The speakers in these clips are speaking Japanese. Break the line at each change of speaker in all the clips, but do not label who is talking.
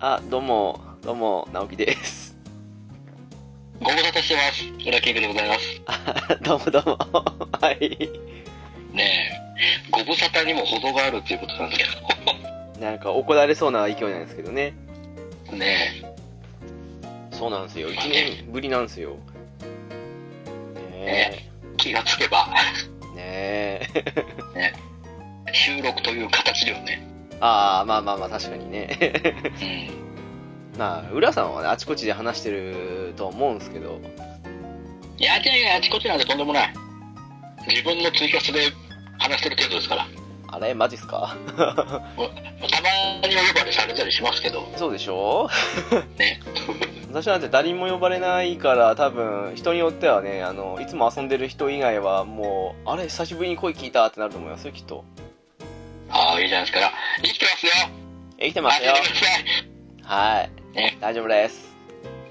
あ、どうも、どうも、直樹です。
ご無沙汰してます。裏キングでございます。
あどうもどうも。 はい。
ねえ、ご無沙汰にも程があるっていうことなんです
なんか怒られそうな勢いなんですけどね。
けど。ね
そうなんですよ。1年ぶりなんですよ。ね
え、気がつけば、
え。ねえ。
収録という形ではね。
ああ、まあまあまあ、確かにね。
うん。
まあ、浦さんはね、あちこちで話してると思うんですけど。
いやいやいや、あちこちなんてとんでもない。自分のツイキャスで話してる程度ですから。
あれマジっすか
たまにお呼ばれされたりしますけど、
そうでしょ
ね。
私なんて誰にも呼ばれないから多分人によってはねあのいつも遊んでる人以外はもうあれ久しぶりに声聞いたってなると思いますよきっと
ああ、いいじゃないですか。生きてますよ
え生きてま
待
す
ち
よ
てください
はい
ね。
大丈夫です。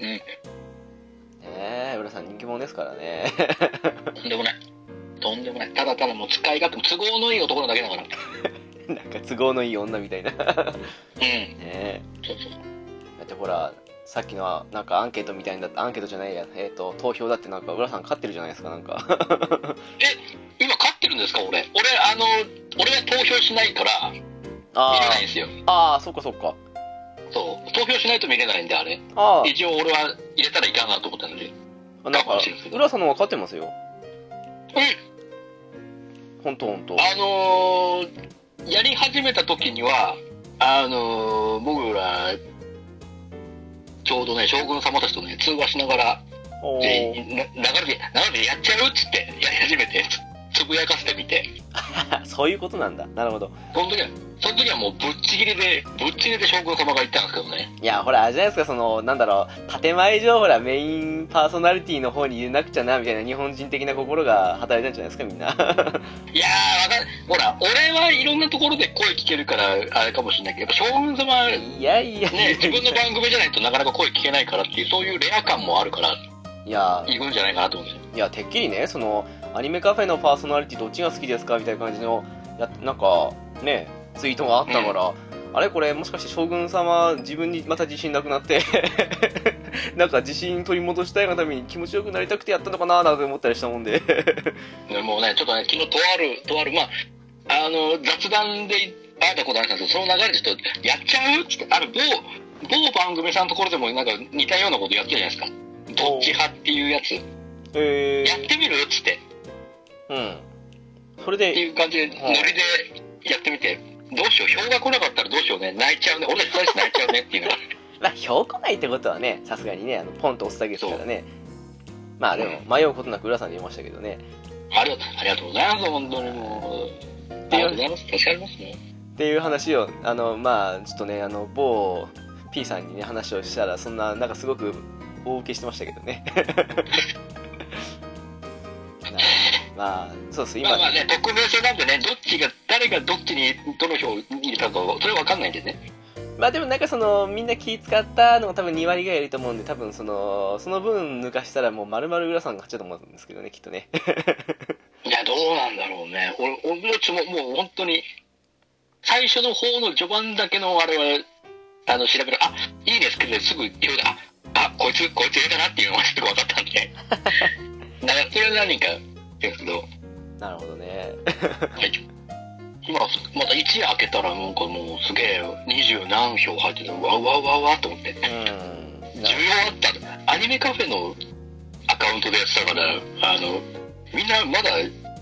うん
ねえ、浦さん人気者ですからね。
とんでもない。とんでもない。ただただもう使い勝手も都合のいい男なだけだから。うん。
なんか都合のいい女みたいな。ねえ。
そうそう。
だってほら、さっきのなんかアンケートみたいな、アンケートじゃないや、えっ、と、投票だってなんか浦さん勝ってるじゃないですか、なんか。
今勝ってるんですか俺。俺、あの、俺は投票しないから、見
あ
れないんですよ。
あ、ああ、そっかそっか。
そう。投票しないと見れないんで、あれ。
あ
一応俺は入れたらいかんなと思ったので。うん。
あ、なんか、浦さんの方が勝ってますよ。ほんとほんと。
あのー、やり始めた時には、あのー、僕ら、ちょうどね、将軍様たちとね、通話しながら、
お
で
ー
な流れで、流れでやっちゃうっつって、やり始めて、つつぶやかせてみて。
そういうことなんだ。なるほど。
その時は、その時はもうぶっちぎりで、ぶっちぎりで将軍様が言ったんですけどね。
いや、ほら、あれじゃないですか、その、なんだろう、建前上、ほら、メインパーソナリティの方に入れなくちゃな、みたいな日本人的な心が働いたんじゃないですか、みんな。
いやー、わかんほら、俺はいろんなところで声聞けるから、あれかもしれないけど、やっぱ将軍 様、ね、
いやいや、
自分の番組じゃないとなかなか声聞けないからっていう、そういうレア感もあるから、
いや、
いくんじゃないかなと思うんですよ。
いや、てっきりね、その、アニメカフェのパーソナリティどっちが好きですかみたいな感じの、やなんか、ね、ツイートがあったから、あれこれ、もしかして将軍様、自分にまた自信なくなって、 なんか自信取り戻したいがために気持ちよくなりたくてやったのかな、なんて思ったりしたもん で。
でもうね、ちょっとね、昨日とある、とある、まあ、あの、雑談で会えたことあるんですけど、その流れでちょっと、やっちゃうって、ある某、某番組さんのところでもなんか似たようなことやってるじゃないですか。どっち派っていうやつ。
え
やってみるっつって。
ー、うん。それ
って
で、
いう感じで、ノリでやってみて、どうしよう、票が来なかったらどうしようね、泣いちゃうね、俺たち大して泣いちゃうね っていうのが、
まあ、標高ないってことはね、さすがにね、あのポンと押すだけですからね。まあでも、迷うことなく浦さんに言いましたけどね。
ありがとう、ありがとうございます、本当にもう。ありがとうございます、助かりますね。
っていう話を、あの、まあ、ちょっとね、あの、某 P さんにね、話をしたら、そんな、なんかすごく大受けしてましたけどね。 なまあ、そうです、今、
まあまあね、匿名性なんでね、どっちが、誰がどっちに、どの票を入れたか、それは分かんないんでね。
まあでもなんかその、みんな気使ったのが多分2割ぐらいいると思うんで、多分その、その分抜かしたらもう丸々浦さんが勝っちゃうと思うんですけどね、きっとね。
いや、どうなんだろうね。俺、俺たちももう本当に、最初の方の序盤だけのあれは、あの、調べる、あ、いいですけど、すぐ票で、あ、あ、こいつ、こいつ映画だなっていうのがすぐ分かったんで。 だからそれは何かですけど、
なるほどね。
はい。今、また一夜明けたら、なんかもうすげえ、二十何票入ってて、わわわわと思って。
うん。
需要あったアニメカフェのアカウントでやってたから、あの、みんなまだ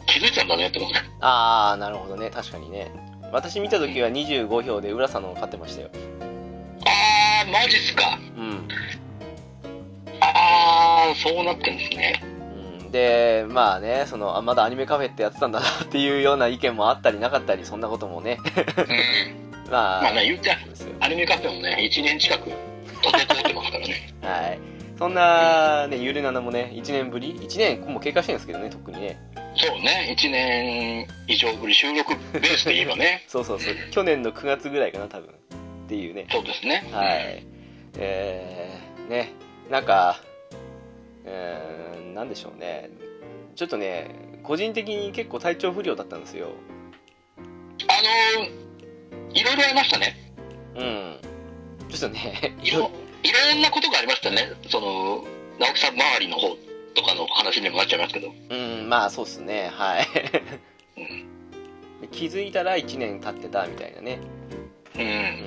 気づいてたんだねと思って。
ああ、なるほどね。確かにね。私見た時は25票で浦さんの方が勝ってましたよ。
あー、マジっすか。
うん。
あー、そうなってんですね。
うんで、まあね、その、あまだアニメカフェってやってたんだなっていうような意見もあったりなかったり、そんなこともね。
うん。
まあ、
まあね、言うて、
そうですよ
アニメカフェもね、1年近く、とて通ってますか らね。
はい。そんな、ね、ゆるななもね、1年ぶり ?1 年もう経過してるんですけどね、特にね。、
そうね、1年以上ぶり、収録ベースで言えばね
そうそうそう。去年の9月ぐらいかな、多分。っていうね。
そうですね。
はい。えー、ね、なんか、うーん、なんでしょうね。ちょっとね、個人的に結構体調不良だったんですよ。
あのー、いろいろありましたね。
うん。ちょっとね、
いろ、いろんなことがありましたね。その、直木さん周りの方とかの話にもなっちゃいますけど。
うん、まあそうっすね、 はい。気づいたら1年経ってたみたいなね。
う。
うんん。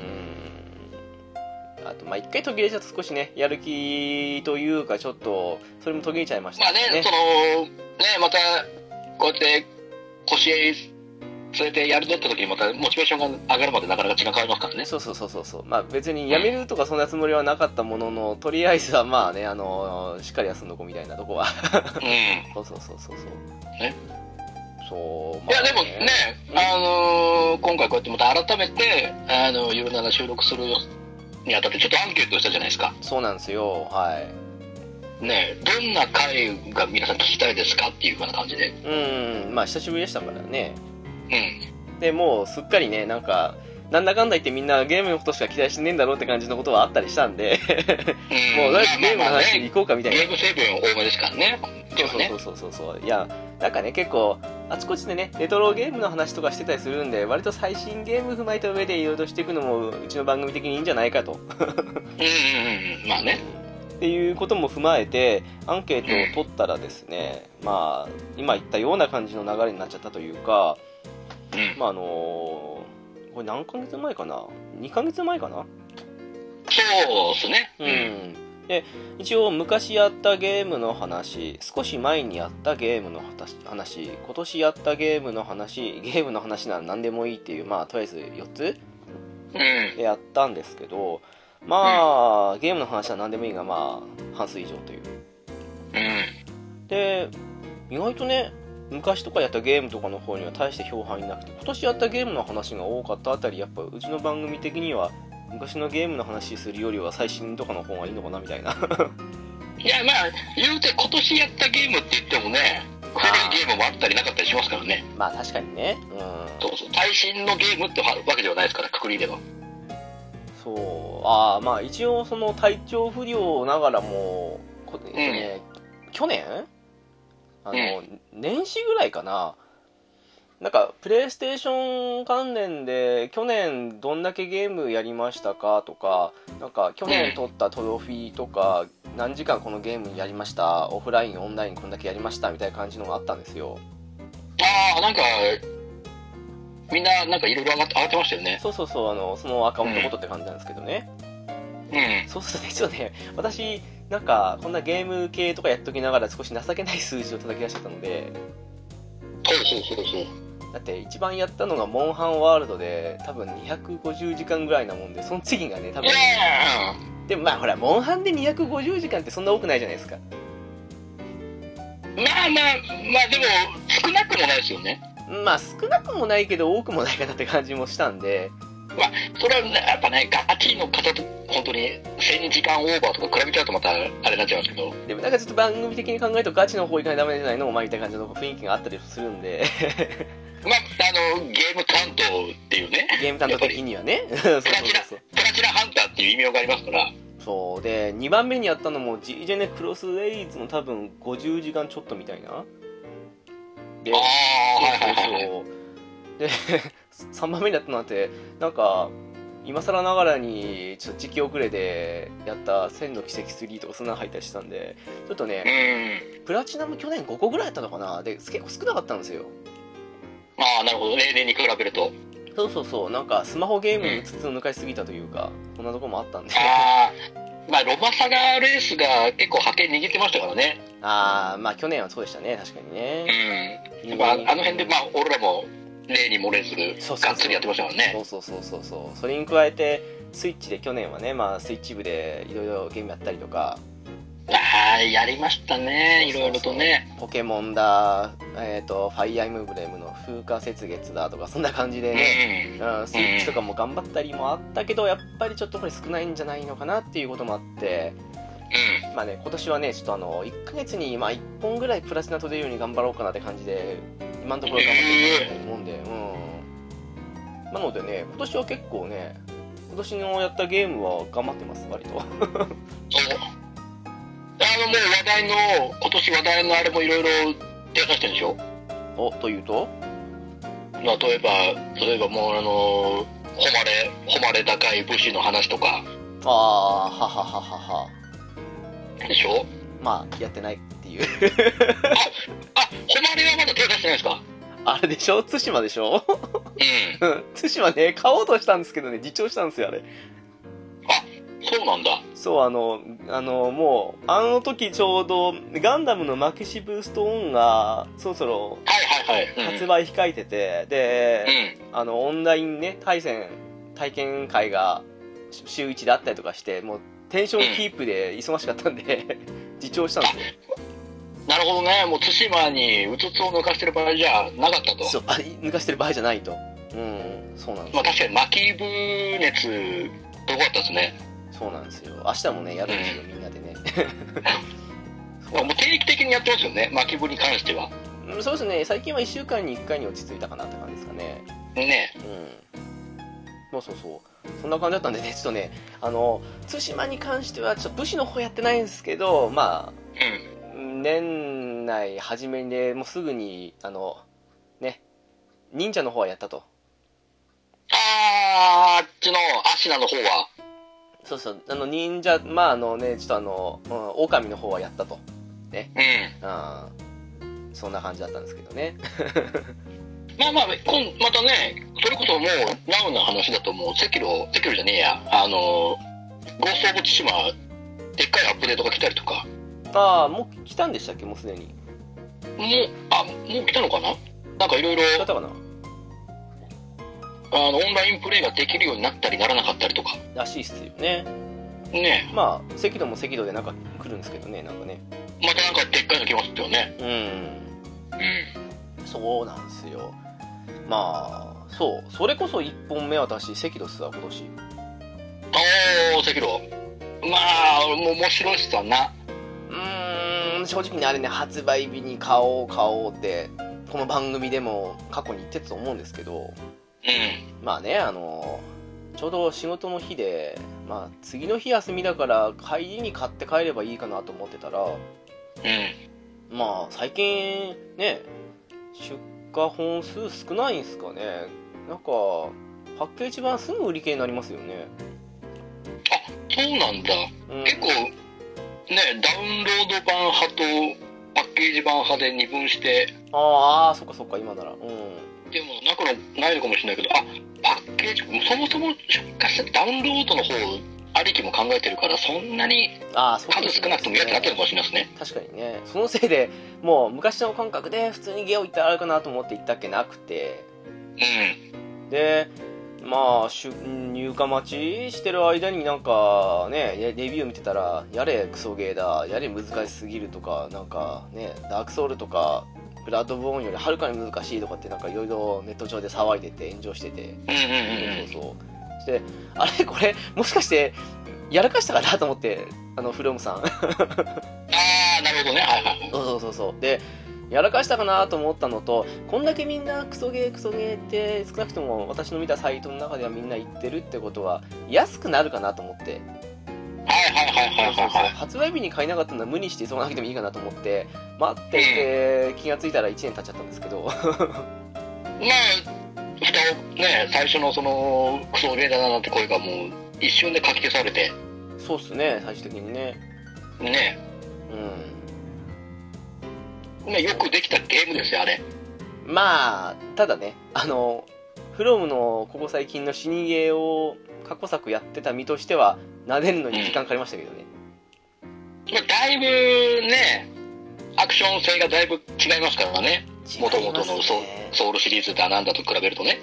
あと、まあ一回途切れちゃうと少しね、やる気というか、ちょっと、それも途切れちゃいまし
ま
た
あね、その、ね、また、こうやって、腰へ連れてやるぞって時にまた、モチベーションが上がるまでなかなか時間かかりますからね。
そうそうそうそうそうまあ別に辞めるとかそんなつもりはなかったもののとりあえずはまあねあのしっかり休んどこうみたいなとこは
うん。い
そうそうそうそうそう
ね
そう
や、でもね、あのー今回こうやってまた改めて、あの、ゆるなら収録するにあたって、ちょっとアンケートをしたじゃないですか。
そうなんですよはい
ね、どんな回が皆さん聞きたいですかっていうような感じで。
うんまあ久しぶりでしたからね
うん。
でもうすっかりねなんかなんだかんだ言ってみんなゲームのことしか期待してねえんだろうって感じのことはあったりしたんで
ん
もうとりあえずゲームの
まあまあ
話に
ね
行こうかみたいな
ゲーム成分多めですからね。
そう
今日はね
そうそうそうそうそういやなんかね結構あちこちでねレトロゲームの話とかしてたりするんで割と最新ゲーム踏まえた上でいろいろしていくのもうちの番組的にいいんじゃないかと
うんうんうん。まあね。
っていうことも踏まえてアンケートを取ったらですねまあ今言ったような感じの流れになっちゃったというか
うん。
まああのーこれ何ヶ月前かな2ヶ月前かな
そうですね。
う。んで一応昔やったゲームの話少し前にやったゲームの話話今年やったゲームの話ゲームの話なら何でもいいっていうまあとりあえず4つ
うん。
でやったんですけどまあ、ゲームの話は何でもいいがまあ半数以上という
うん。
で意外とね昔とかやったゲームとかの方には大して票入んなくて今年やったゲームの話が多かったあたりやっぱうちの番組的には昔のゲームの話するよりは最新とかの方がいいのかなみたいな
いや、まあ、言うて今年やったゲームって言ってもね、古いゲームもあったりなかったりしますからね。
まあ確かにねうん
そうそう。最新のゲームってわけではないですから、くくりでは。
そうああまあ一応その体調不良ながらもこ、えっとね去年あの、年始ぐらいかななんかプレイステーション関連で去年どんだけゲームやりましたかとかなんか去年取ったトロフィーとか何時間このゲームやりましたオフラインオンラインこんだけやりましたみたいな感じのがあったんですよ
ああ、なんか、みんな、なんかいろいろ上がって上がってましたよね。
そうそうそうあのそのアカウントごとって感じなんですけどね、
うん。
そうですね、ちょっとね、私、なんか、こんなゲーム系とかやっときながら、少し情けない数字を叩き出しちゃったので、
そうそうそうそう。
だって、一番やったのが、モンハンワールドで、多分250時間ぐらいなもんで、その次がね、多
い
分
や、ー
でもまあ、ほら、モンハンで250時間ってそんな多くないじゃないですか。
まあまあ、まあでも、少なくもないですよね。
まあ、少なくもないけど、多くもないかなって感じもしたんで、
それはね、やっぱね、ガチの方と、本当に、1000時間オーバーとか比べちゃうとまた、あれになっちゃいますけど。
でもなんかちょっと番組的に考えると、ガチの方行かないとダメじゃないのお前みたいな感じの雰囲気があったりするんで、
まあ、あの、ゲーム担当っていうね、
ゲーム担当的にはね。そうそうそうそう。
プラチナハンターっていう異名がありますから、
そうで2番目にやったのも G ジェネクロスウェイズの多分50時間ちょっとみたいなで
ああ、はいはいは い。
そうそうで3番目にやったのなんてなんか今更ながらにちょっと時期遅れでやった「千の奇跡3」とかそんなの入ったりしたんでちょっと
う
ね
ん。
プラチナム去年5個ぐらいやったのかなで結構少なかったんですよ
ああ、なるほど。例年に比べると。
そうそうそうなんかスマホゲームにつつ抜かしすぎたというかそんなとこもあったんで
ああ、まあ、ロマサガレースが結構覇権握ってましたからね。
ああまあ去年はそうでしたね確かに
う
ね
ん。やっぱ、あの辺で、まあ、俺らも、例に漏れず、
そうそうそう
がっつりやってましたもんね。
そうそうそうそうそうそれに加えてスイッチで去年はねまあスイッチ部でいろいろゲームやったりとか
ああ、やりましたね。いろいろとね。
ポケモンだえっ、とファイアイムブレムの風化雪月だとかそんな感じで
う
ね
ん。
うん、スイッチとかも頑張ったりもあったけど、やっぱりちょっとこれ少ないんじゃないのかなっていうこともあって、
う
まあね、今年はね、ちょっとあの、1ヶ月に、まあ1本ぐらいプラチナ取れるように頑張ろうかなって感じで、今のところ頑張っていきたいと思うんで、うん。なのでね、今年は結構ね、今年のやったゲームは頑張ってます、割と。
ん。そう。あの、もう話題の、今年話題のあれもいろいろ手出してるんでしょ
お、というと
まあ、例えば、例えばもう、あの、誉れ、誉れ高い武士の話とか、
ああ、ははははは。
でしょ
まあ、やってないっていう。
あ、誉れはまだ手出してないですか
あれでしょ対馬でしょ
う
うん対馬ね、買おうとしたんですけどね、自重したんですよ、あれ。
ん。そうなんだ。
そう、あの、あの、もう、あの時ちょうど、ガンダムのマキシブストーンが、そろそろ
はいはいはい。
発売控えてて、
うん。
で、あの、オンラインね、対戦、体験会がし週1であったりとかして、もう、テンションキープで忙しかったんで、 自重したんですよ。
うんなるほどね。もう対馬にうつつを抜かしてる場合じゃなかったと。
そう、あ抜かしてる場合じゃないと。うん、そうなんです
まあ
よ。
確かに巻き分熱、すごかったですね。
そうなんですよ。明日もね、やるんですよ、みんなでね。
まあもう定期的にやってますよね。巻き分に関しては。
うんそうですね、最近は1週間に1回に落ち着いたかなって感じですかね。
ね。
うん、そうそうそうそんな感じだったんでねちょっとねあの対馬に関してはちょっと武士の方やってないんですけどまあ
うん。
年内初めでもうすぐにあのね忍者の方はやったと
あー、あっちのアシナの方は。
そうそうあの忍者まああのねちょっとあの、うん、狼の方はやったと
うん。
あそんな感じだったんですけどね
まあまあ、今、またね、それこそもう、ナウの話だともう、セキロ、セキロじゃねえや。あの、ゴースト・オブ・対馬、でっかいアップデートが来たりとか。
ああもう来たんでしたっけもうすでに
もう、あ、もう来たのかななんかいろいろ、
違ったかな
あの、オンラインプレイができるようになったりならなかったりとか。
らしいっすよね
ね
まあ赤道も赤道でなんか来るんですけどねなんかね
えまたなんかでっかいの来ますよね。
うん
うん。
そうなんですよまあそうそれこそ1本目私セキドスは今年
おー、セキロ。まあ、もう面白いっすわな。
うーん正直にあれね発売日に買おう買おうってこの番組でも過去に言ってたと思うんですけど
うん。
まあねあのちょうど仕事の日で、まあ、次の日休みだから帰りに買って帰ればいいかなと思ってたら
うん。
まあ最近ね出荷本数少ないんすかねなんかパッケージ版すぐ売り切れになりますよね、
そうなんだ。
うん
結構、ねえ、ダウンロード版派と、パッケージ版派で二分して、
あーあーそっかそっか今ならうん
でもなくはないのかもしれないけど、あパッケージ、そもそも出荷してダウンロードの方ありきも考えてるから、そんなに
ああそうか
数少なくともやってなってるのかもしれないですね。
確かにねそのせいでもう昔の感覚で普通にゲオ行ったらあるかなと思って行ったっけなくてでまあ出入荷待ちしてる間になんかねレレビュー見てたらやれクソゲーだやれ難しすぎるとかなんかねダークソウルとかブラッドボーンよりはるかに難しいとかってなんかいろいろネット上で騒いでて炎上してて
うん。うんうんうんうん。
そうそうそうしてあれこれもしかしてやらかしたかなと思ってあのフロムさん
ああ、なるほどね。はいはいはい。
そうそうそうそうでやらかしたかなと思ったのとこんだけみんなクソゲークソゲーって少なくとも私の見たサイトの中ではみんな言ってるってことは安くなるかなと思って
はいはいはいはい
そう
はい
そう
はい。
発売日に買えなかったのは無理して急がなくてもいいかなと思って待っていて気がついたら1年経っちゃったんですけど
まあ、2のね、最初のその、クソおめえだななんて声がもう、一瞬でかき消されて、
そうっすね最終的にね
ね、
う
ねよくできたゲームですよ、あれ。
んまあただねあのフロムのここ最近の死にゲーを過去作やってた身としては撫でるのに時間かかりましたけどね、
まあ、だいぶね、アクション性がだいぶ違いますからね。
違い
もともと
ます
のソウ
ね
ソウルシリーズだなんだと比べるとね。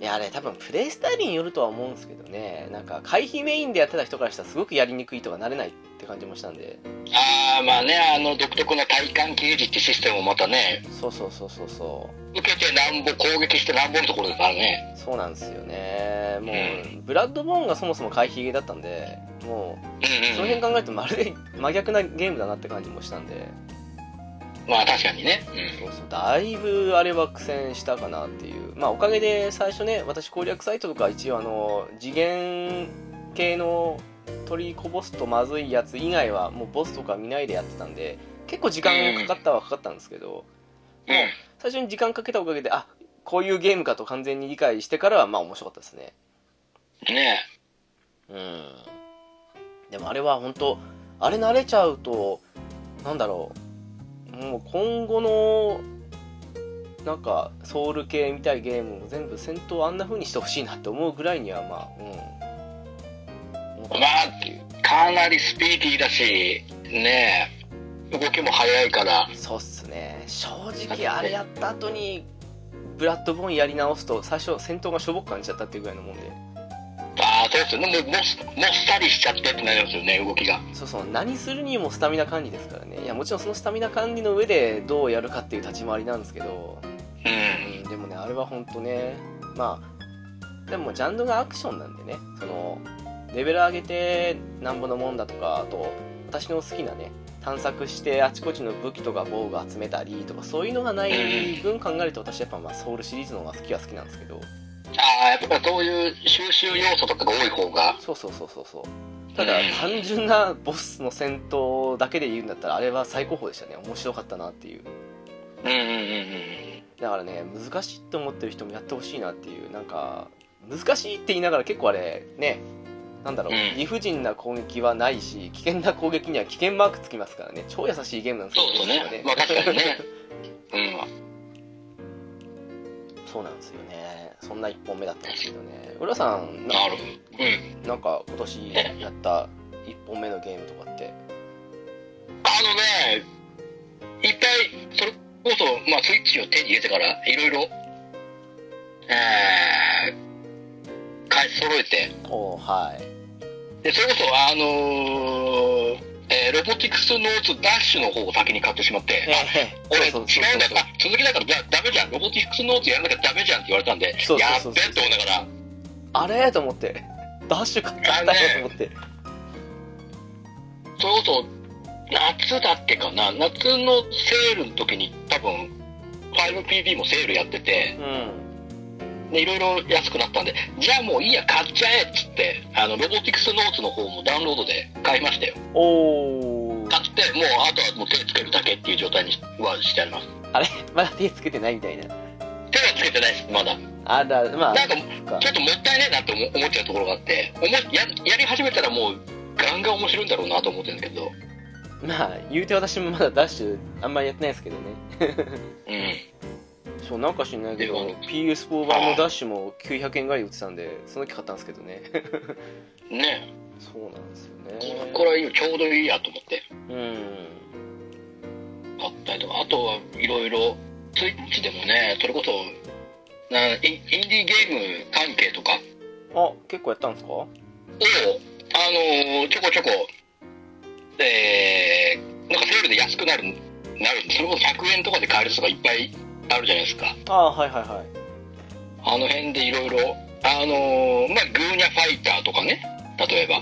いやあれ多分プレイスタイルによるとは思うんですけどねなんか回避メインでやってた人からしたらすごくやりにくいとか慣れないって感じもしたんで
ああ、まあね、あの独特な体感ゲージってシステムもまたね、
そうそうそうそうそ
受けてなんぼ攻撃してなんぼのところですからね。
うそうなんですよねもうブラッドボーンがそもそも回避ゲーだったんでも
う
うそ
ん
の
うん
辺考えるとまるで真逆なゲームだなって感じもしたんで
まあ確かにね。
そうそうだいぶあれは苦戦したかなっていうまあおかげで最初ね私攻略サイトとか一応あの次元系の取りこぼすとまずいやつ以外はもうボスとか見ないでやってたんで結構時間かかったはかかったんですけど
うん。うん
最初に時間かけたおかげであこういうゲームかと完全に理解してからはまあ面白かったですね
ね
うんでもあれは本当あれ慣れちゃうとなんだろうもう今後のなんかソウル系みたいゲームを全部戦闘あんな風にしてほしいなって思うぐらいにはまあうん思ったっていう
かなりスピーディーだし、ね動きも早いから、
そうっすね正直あれやった後にブラッドボーンやり直すと最初戦闘がしょぼく感じちゃったっていうぐらいのもんで
ああ、そうですよね。もう、もっもっさりしちゃってってなりますよね、動きが。
そうそう何するにもスタミナ管理ですからねいやもちろんそのスタミナ管理の上でどうやるかっていう立ち回りなんですけど、
うん。
うん、でもねあれは本当ねまあでもジャンルがアクションなんでねそのレベル上げてなんぼのもんだとかあと私の好きなね探索してあちこちの武器とか防具集めたりとかそういうのがない分考えると私やっぱまあソウルシリーズの方が好きは好きなんですけど
ああ、やっぱそういう収集要素とかが多い方が、
そうそうそうそうそうただ単純なボスの戦闘だけで言うんだったらあれは最高峰でしたね面白かったなっていう
うんうんうんうん。
だからね難しいと思ってる人もやってほしいなっていうなんか難しいって言いながら結構あれねなんだろう、
うん
理不尽な攻撃はないし危険な攻撃には危険マークつきますからね超優しいゲームなんです
そ
け
う
ど
そうね。まあ
実
確か
は
にね。うん。
そうなんですよねそんな1本目だったんですけどね浦さんな
なるほど。うん。
なんか今年やった1本目のゲームとかって
あのね、いっぱい、それこそ、まあスイッチを手に入れてから、いろいろ、えー、買い揃えて、
おーはい
で、それこそ、あのー、えーロボティクスノーツダッシュの方を先に買ってしまって、あ、
ええ
俺、違
そううそうそうん
だ、あ、続きだからだ、ダメじゃん、ロボティクスノーツやらなきゃダメじゃんって言われたんで、
そうそうそうそう
やっべって思いながら、
あれと思ってダッシュ買っちゃったよと思って、
それこそ、夏だっけかな、夏のセールの時に、多分 5PB もセールやってて、で、いろいろ安くなったんで、じゃあもういいや、買っちゃえっつって、あの、ロボティクスノーツの方もダウンロードで買いましたよ。
うんおお
買って、もう、あとはもう手つけるだけっていう状態にはしてあります。
あれ まだ手つけてないみたいな
手はつけてないです、まだ。
あだまあ
なんか
そっか
ちょっともったいないなって思思っちゃうところがあっておもややり始めたらもうガンガン面白いんだろうなと思ってるんだけど、
まあ言うて私もまだダッシュあんまりやってないですけどね
うん、
そうなんか知んないけど
でも
PS4 版のダッシュも900円ぐらいで売ってたんでその時買ったんですけどね
ね
そうなんですよ
え
ね
これはいいちょうどいいやと思って
うん
買ったりとかあとはいろいろスイッチでもねそれこそなインインディーゲーム関係とかを
あ結構やったんですか
あのーちょこちょこえー、なんかセールで安くなるなるんでそれこそ100円とかで買えるとかいっぱいあるじゃないですか
あはいはいはい
あの辺でいろいろあのーまあグーニャファイターとかね例えば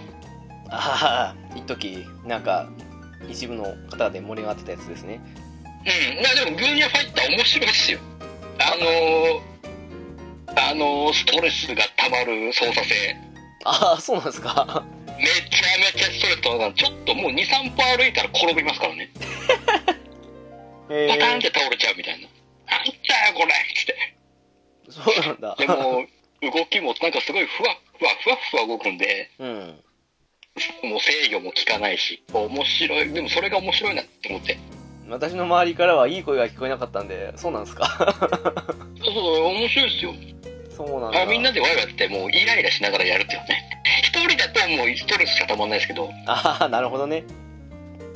ああ一時なんか一部の方で盛り上がってたやつですね
うん、まあでも、グーニャファイター面白いですよ。あのー、あのー、ストレスが溜まる操作性。
ああそうなんですか
めちゃめちゃストレートな、ちょっともう2、3歩歩いたら転びますからね。
え
パターンって倒れちゃうみたいな。なんだよ、これっつって。
そうなんだ。
でも、動きもなんかすごいふわふわ、ふわふわ動くんで、
うん。
もう制御も効かないし、面白い、でもそれが面白いなって思って。
私の周りからはいい声が聞こえなかったんで、そうなんですか
そうそう、面白いですよ。
そうなん
あ
だ。
みんなでワイワイやってて、もうイライラしながらやるっていうね。一人だともうストレスしかたまんないですけど、
ああ、なるほどね。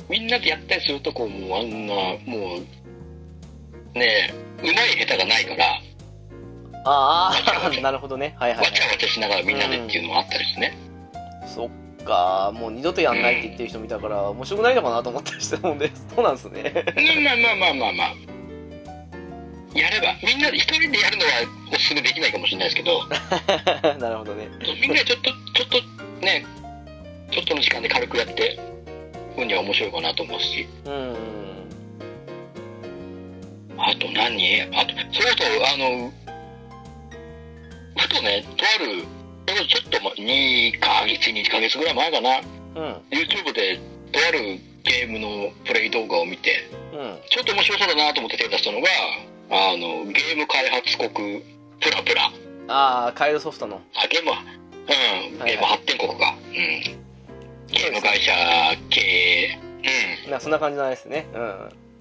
みんなでやったりすると、こう、もうあんな、もう、ねえ、うまい下手がないから、
ああ、 なるほどね。はいはい
わちゃわちゃしながらみんなでっていうのもあったりしてね。
はい。そっか、もう二度とやんないって言ってる人見たから、面白くないのかなと思ったりしたもんで、そうなんですね。
まあまあまあまあまあまあ。やれば、みんなで一人でやるのはおすすめできないかもしれないですけど、
なるほどね。
みんなでちょっと、ちょっとね、ちょっとの時間で軽くやって、ふうには面白いかなと思うし。
うん。
あと何あと、それこそ、あの、ふとね、とある、それこそちょっとま2ヶ月、2ヶ月ぐらい前かな、
うん。
YouTube でとあるゲームのプレイ動画を見て、
うん。
ちょっと面白そうだなと思って手を出したのが、あの、ゲーム開発国、プラプラ。
ああ、カイロソフトの。
あ、ゲームは、うん、
はいはい
ゲーム発展国か。うん。ゲーム会社経営。う
なそんな感じじゃないですね。うん。
ん。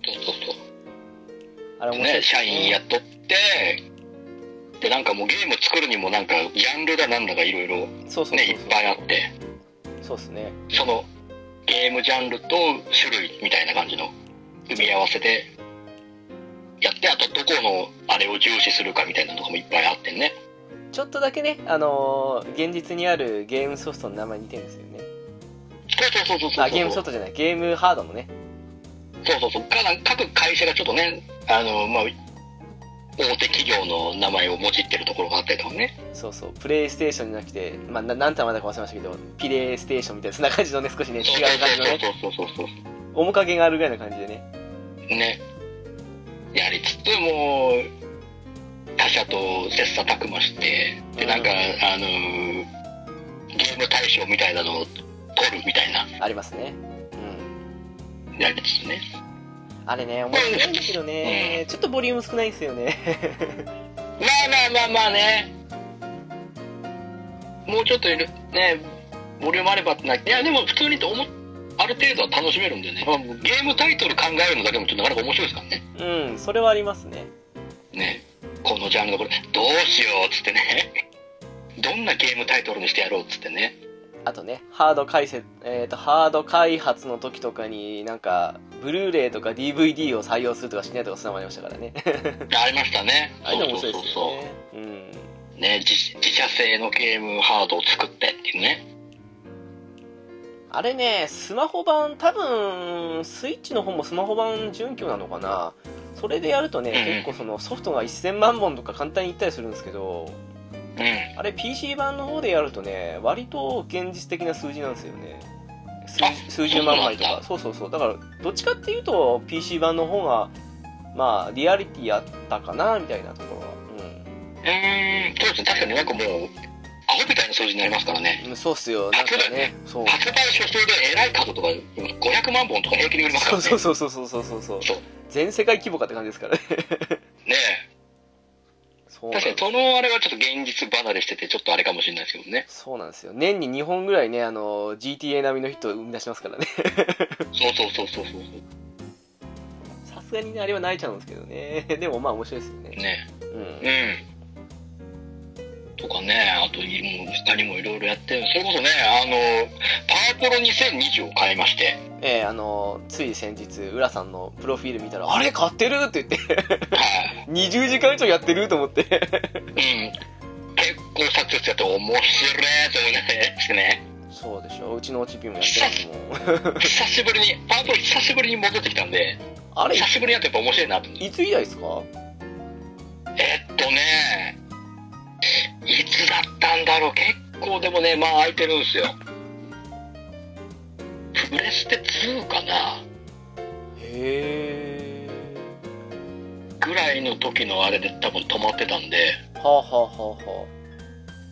そうそうそ
あれ
う。
面白い。
ね、社員雇って、で、なんかもうゲーム作るにもなんか、ジャンルだなんだかいろいろ
そうそうそう
ね、
そ
いうっ。ぱいあって、
そうですね。
その、ゲームジャンルと種類みたいな感じの組み合わせで、やって、あとどこのあれを重視するかみたいなのとかもいっぱいあってね。
ちょっとだけね、あのー現実にあるゲームソフトの名前に似てるんですよね。
そうそうそうそうそう。
あ、ゲームソフトじゃない、ゲームハードのね。
そうそうそう。かなん各会社がちょっとね、あの、まあ、大手企業の名前をもじってるところがあったりとかね。
そうそう、プレイステーションじゃなくて、まあ、ななんて名前だか忘れましたけど、ピレイステーションみたいな、そんな感じのね、少し ね、違う感じのね、
そうそうそうそうそう
面影があるぐらいな感じでね。
そう。ね。やりつつ、もう、他社と切磋琢磨して、で、なんか、
うん
あの、ゲーム大賞みたいなのを取るみたいな、
ありますね。うん。
やりつつね。
あれね、面白いんだけどね、ちょっとボリューム少ないんですよね。
まあまあまあまあね。もうちょっといる、ね、ボリュームあればってな。いや、でも普通にと思っある程度は楽しめるんでね。まあゲームタイトル考えるのだけでもちょっとなかなか面白いですからね。
うん、それはありますね。
ね。このジャンルのこれ、どうしようっつってね。 どんなゲームタイトルにしてやろうっつってね。
あとね、ハード解説、えっ、と、ハード開発の時とかに、なんか、ブルーレイとか DVD を採用するとかしないとか、そんなのもありましたからね。
ありましたね。
ああいうの面白いですよ
う
ね。うん。
う。ね自、自社製のゲームハードを作ってっていうね。
あれね、スマホ版、多分スイッチの方もスマホ版準拠なのかな、それでやるとね、
うん
結構そのソフトが1000万本とか簡単にいったりするんですけど、
う
あれ、PC 版の方でやるとね、割と現実的な数字なんですよね、
あ
数数十万枚とか、そうそうそう、だからどっちかっていうと、PC 版の方が、まあ、リアリティあったかなみたいなところは、
ん。うーん、そうですね。確かになんかもう、アホみたいな数字になりますからね。
うん、うんそうっすよ、なんかね、そう。
発売初週でえらい数とか500万本とか平気で売りますか
そ
ら
う
ね
そうそうそうそうそうそう
そう
全世界規模かって感じですからね
ね
そう
え
なん
確かにそのあれはちょっと現実離れしててちょっとあれかもしれないですけどね
そうなんですよ年に2本ぐらいねあの GTA 並みのヒットを生み出しますからね
そうそうそうそうそう
さすがにねあれは泣いちゃうんですけどね でもまあ面白いですよね
ね
うん
えうんとかねあといもう他にもいろいろやってそれこそねあのパワープロ2020を買いまして
ええあのつい先日浦さんのプロフィール見たらあれ買ってるって言って
はい
20時間以上やってると思って
うん結構サクセスやって面白いと思いながらやってね
そうでしょうちの OCP もやってますもん
久しぶりにパワープロ久しぶりに戻ってきたんで
あれ
久しぶりにやってやっぱ面白いなと思って
いつ以来ですか
えっとね、いつだったんだろう、結構でもね、まあ空いてるんですよ。プレステ2かな
へえ
ぐらいの時のあれで多分止まってたんで、
はあはあはあは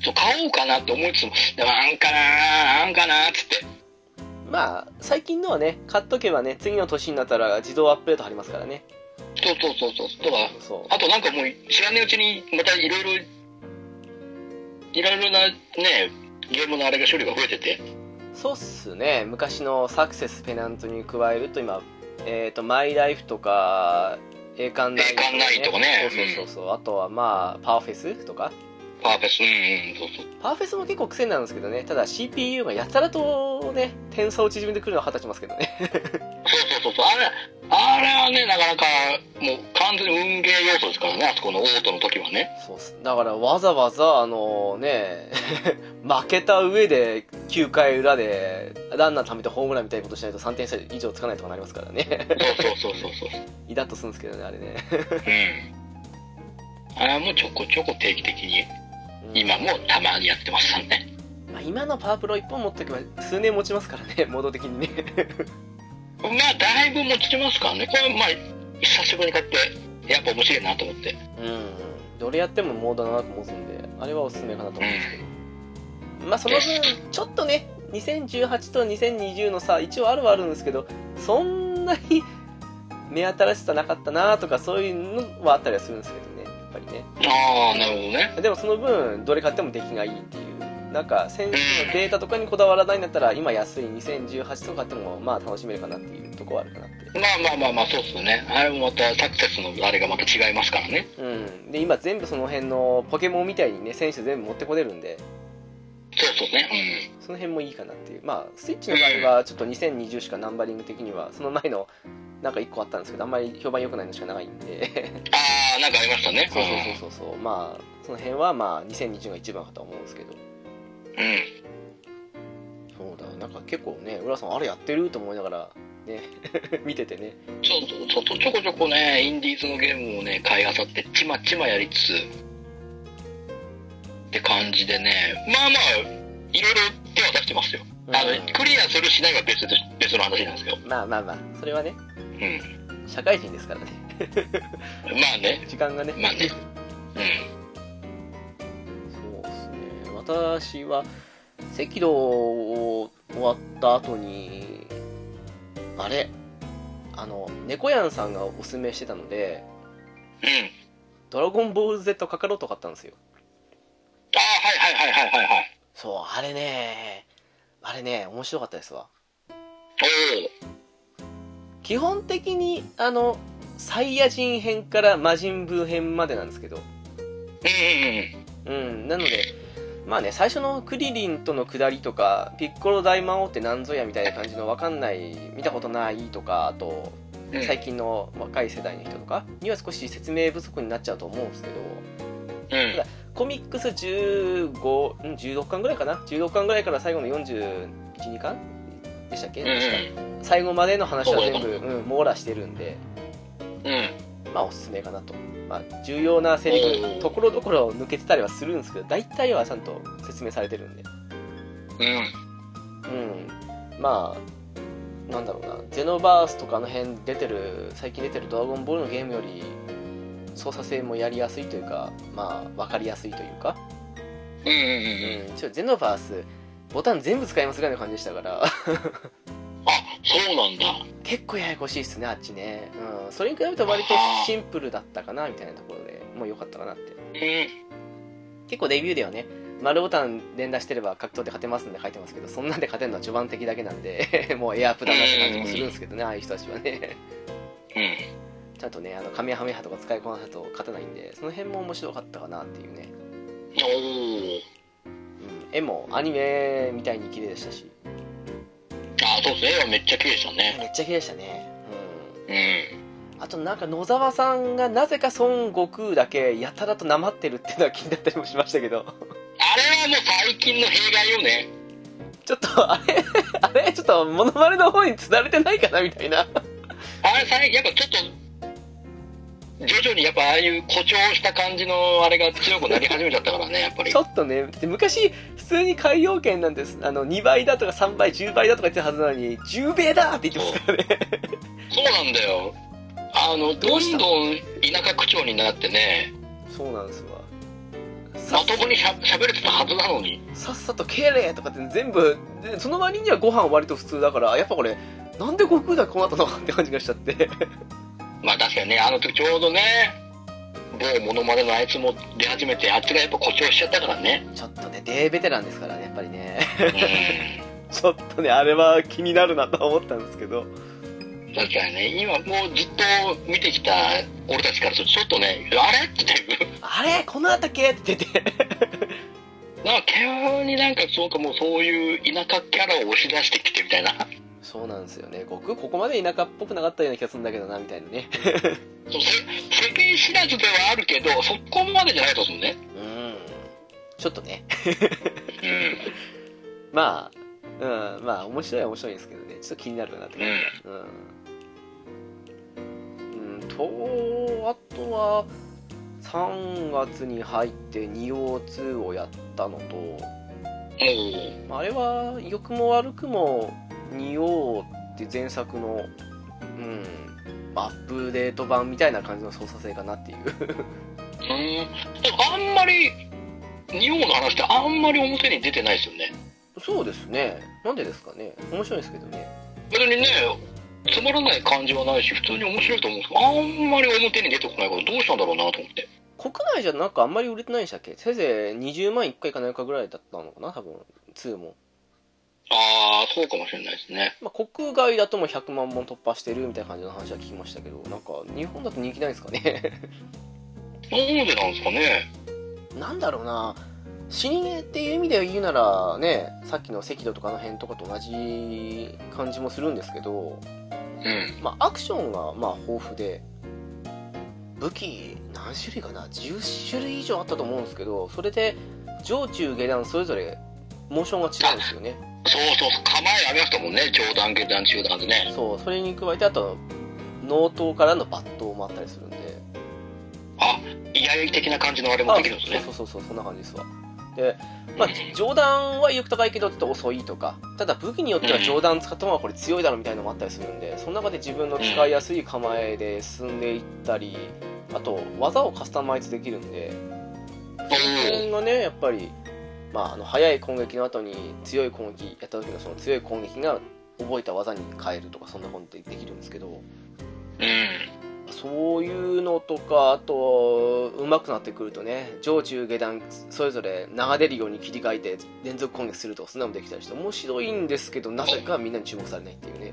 そう買おうかなって思いつつも、でもあんかなあんかなっつって。
あまあ最近のはね買っとけばね次の年になったら自動アップデート貼りますからね
そうそうそうそうとか
そう
あとなんかもう知らないうちにまたいろいろいろいろなねゲームのあれが処理が増えてて
そうっすね昔のサクセスペナントに加えると今えっ、とマイライフとか栄冠ナイト
栄冠ナイトとかね
そうそうそうそう、あとはまあパワーフェスとか
パーフェスうんうんそうそう
パワーフェスも結構癖なんですけどねただ CPU がやたらとね点差を縮めてくるのは立ちますけどね
そうそうそうそうあれあれはねなかなかもう完全に運ゲー要素ですからねあそこのオートの時はね
そうっすだからわざわざあのね 負けた上で9回裏でランナー貯めてホームランみたいなことしないと3点差以上つかないとかなりますからね
そうそうそうそうそう
イラッとするんですけどねあれね
うんあれはもうちょこちょこ定期的に
うん
今もたまにやってますね
まあ今のパワープロ1本持っておけば数年持ちますからね、 モード的にね。
まあだいぶ持ちますからねこれまあ久しぶりに買ってやっぱ面白いなと思っ
う
て
ん。どれやってもモードだなと思うんで、あれはおすすめかなと思うんですけど。まあその分、ちょっとね、2018と2020の差、一応あるはあるんですけど、そんなに 目新しさなかったなとか、そういうのはあったりはするんですけどね、やっぱりね。
ああなるほどね
でもその分、どれ買っても出来がいいっていう。なんか、先週のデータとかにこだわらないんだったら、今安い2018とか買っても、まあ楽しめるかなっていうとこはあるかなって。
まあまあまあまあそうっすねあれもまたサクセスのあれがまた違いますからね
うん、で今全部その辺のポケモンみたいにね選手全部持ってこれるんで
そうそうね
その辺もいいかなっていうまあスイッチの場合はちょっと2020しかナンバリング的にはその前のなんか1個あったんですけどあんまり評判良くないのしか長いんで
うんああなんかありましたね
そうそうそうそうそうまあその辺はまあ2020が一番かと思うんですけど
うんうん
そうだなんか結構ね浦さんあれやってると思いながらね 見ててね
そうそうそうちょこちょこねインディーズのゲームをね買いあさってちまちまやりつつって感じでねまあまあいろいろ手は出してますよあのクリアするしないは別で別の話なんですけどう
まあまあまあそれはね
ん
社会人ですからね
まあね
時間がね
まあねう
そ
ん
うですね私は赤道を終わった後にあれあの猫やんさんがおすすめしてたので
うん
「ドラゴンボール Z カカロット」買ったんですよ
ああはいはいはいはいはいはい
そうあれねあれね面白かったですわ基本的にあのサイヤ人編から魔人ブー編までなんですけど
おおうんうんうん
うんなのでまあね最初のクリリンとの下りとかピッコロ大魔王ってなんぞやみたいな感じのわかんない見たことないとかあと
うん
最近の若い世代の人とかには少し説明不足になっちゃうと思うんですけど
うん
コミックス15ん16巻ぐらいかな16巻ぐらいから最後の412巻でしたっけ、
うんう
最後までの話は全部、
そう
うん、網羅してるんで
んうん
まあおすすめかなと、まあ、重要なセリ
お
フ
ー
ところどころ抜けてたりはするんですけど大体はちゃんと説明されてるんで
うん
うんまあなんだろうなゼノバースとかあの辺出てる最近出てる「ドラゴンボール」のゲームより操作性もやりやすいというかまあ分かりやすいというか、
うんうんう
う
んうん
ん、ちょゼノバースボタン全部使いますぐらいの感じでしたから
あそうなんだ
結構ややこしいっすねあっちね、うん、それに比べると割とシンプルだったかなみたいなところでもう良かったかなって
うん
結構デビューではね丸ボタン連打してれば格闘で勝てますんで書いてますけどそんなんで勝てるのは序盤的だけなんで もうエアプだなって感じもするんですけどねああいう人たちはね
うん
ちゃんとね、あの、カハメハとか使いこなさと勝てないんで、その辺も面白かったかなっていうね。
おお
うん。絵もアニメみたいに綺麗でしたし、
あそうですね絵はめっちゃ綺麗でしたね
めっちゃ綺麗でしたね。
うん
うん。あとなんか野沢さんがなぜか孫悟空だけやたらとなまってるっていうのは気になったりもしましたけど、
あれはもう最近の弊害よね
ちょっとあれ、あれ、ちょっとモノマネの方に釣られてないかなみたいな。
あれ最やっぱちょっと徐々にやっぱああいう誇張した感じのあれが強くなり始めちゃったからねやっぱり
ちょっとね、だって昔、普通に海洋圏なんです。あの、2倍だとか3倍、10倍だとか言ってたはずなのに、10倍だって言ってますからね。
そうなんだよあの
ど
ど
うした
んどん田舎区長になってね
そうなんですわ。
まともにしゃ喋れてたはずなのに
さっさと蹴れとかって全部でその割にはご飯は割と普通だからやっぱこれなんで悟空だけこうなったのかって感じがしちゃって
うんまあ確かにね、あの時ちょうどね、某モノマネのあいつも出始めて、あっちがやっぱ誇張しちゃったからね。
ちょっとね、デーベテランですからね、やっぱりね。
う
ちょっとね、あれは気になるなと思ったんですけど。
ん。確かにね、今もうずっと見てきた俺たちからすると、ちょっとね、あれっていう。
あれこんなだったっけって言って。
なんか急になんかそうかもうそういう田舎キャラを押し出してきてみたいな。
そうなんですよね。僕、ここまで田舎っぽくなかったような気がするんだけどな、みたいなね。
そうせ世間知らずではあるけど、そこまでじゃないと思うね。
うん。ちょっとね。
うん。
まあ、うん、まあ、面白いは面白いんですけどね。ちょっと気になるかなって感じが。うん。うん、と、あとは、3月に入って2王2をやったのと、
も
まああれは良くも悪くも仁王って前作のうんアップデート版みたいな感じの操作性かなっていう
う、うん。でもあんまり、日本の話ってあんまり表に出てないですよね。
そうですねなんでですかね面白いですけどね
別にねつまらない感じはないし普通に面白いと思うんですけどあんまり表に出てこないからどうしたんだろうなと思って
国内じゃなんかあんまり売れてないんでしたっけせいぜい20万1回かないかぐらいだったのかな多分2も、
ああそうかもしれないですね
まあ、国外だともう100万本突破してるみたいな感じの話は聞きましたけどなんか日本だと人気ないんですかね
なんでなんですかね
なんだろうな死にゲーっていう意味で言うならねさっきの赤土とかの辺とかと同じ感じもするんですけど、
うん
まあ、アクションがまあ豊富で武器何種類かな10種類以上あったと思うんですけどそれで上中下段それぞれモーションが違うんですよね
そうそうそう構えありましたもんね上段下段中段でね
そうそれに加えてあと納刀からの抜刀もあったりするんで
あ居合的な感じのあれも
あ
できるんですね
そうそうそうそうそんな感じですわでまあ上段は威力高いけどちょっと遅いとかただ武器によっては上段使った方がこれ強いだろみたいなのもあったりするんでその中で自分の使いやすい構えで進んでいったりあと技をカスタマイズできるんでその
お
辺がねやっぱり、まあ、あの速い攻撃の後に強い攻撃やった時のその強い攻撃が覚えた技に変えるとかそんなことでできるんですけど、
ーうん
そういうのとかあと上手くなってくるとね上中下段それぞれ流れるように切り替えて連続攻撃するとかそんなのもできたりして面白いんですけどなぜかみんなに注目されないっていうね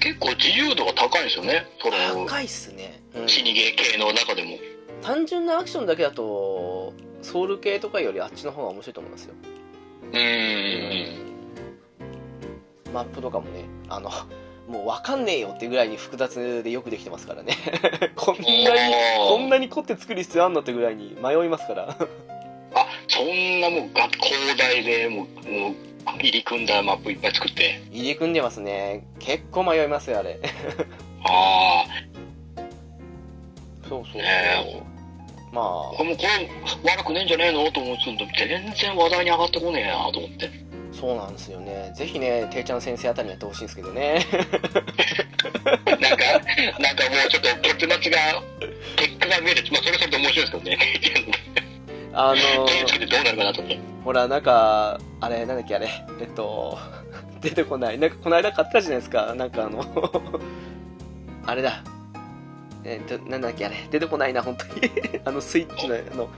結構自由度が高いんですよねその
高いっすね、うん
死にゲー系の中でも
単純なアクションだけだとソウル系とかよりあっちの方が面白いと思いますよ
うん
マップとかもねあのもう分かんねえよってぐらいに複雑でよくできてますからね こんなにこんなに凝って作る必要あんのってぐらいに迷いますから
あそんなもうが広大でもうもう入り組んだマップいっぱい作って
入り組んでますね結構迷いますよあれ
ああ
そうそうそう、
ね
ま
こ
あ
れもこれ悪くねえんじゃねえのと思ってたんだけど全然話題に上がってこねえなと思って
そうなんですよねぜひねていちゃん先生あたりにやってほしいんですけどね
なんか なんかもうちょっと結末が結果が見えるまあそれはそれで面白いですけどね
あの
手をつけてどうなるかなと思って
ほらなんかあれなんだっけあれえっと 出てこないなんかこの間買ったじゃないですかなんかあの あれだえっとなんだっけあれ出てこないな本当に あのスイッチのあの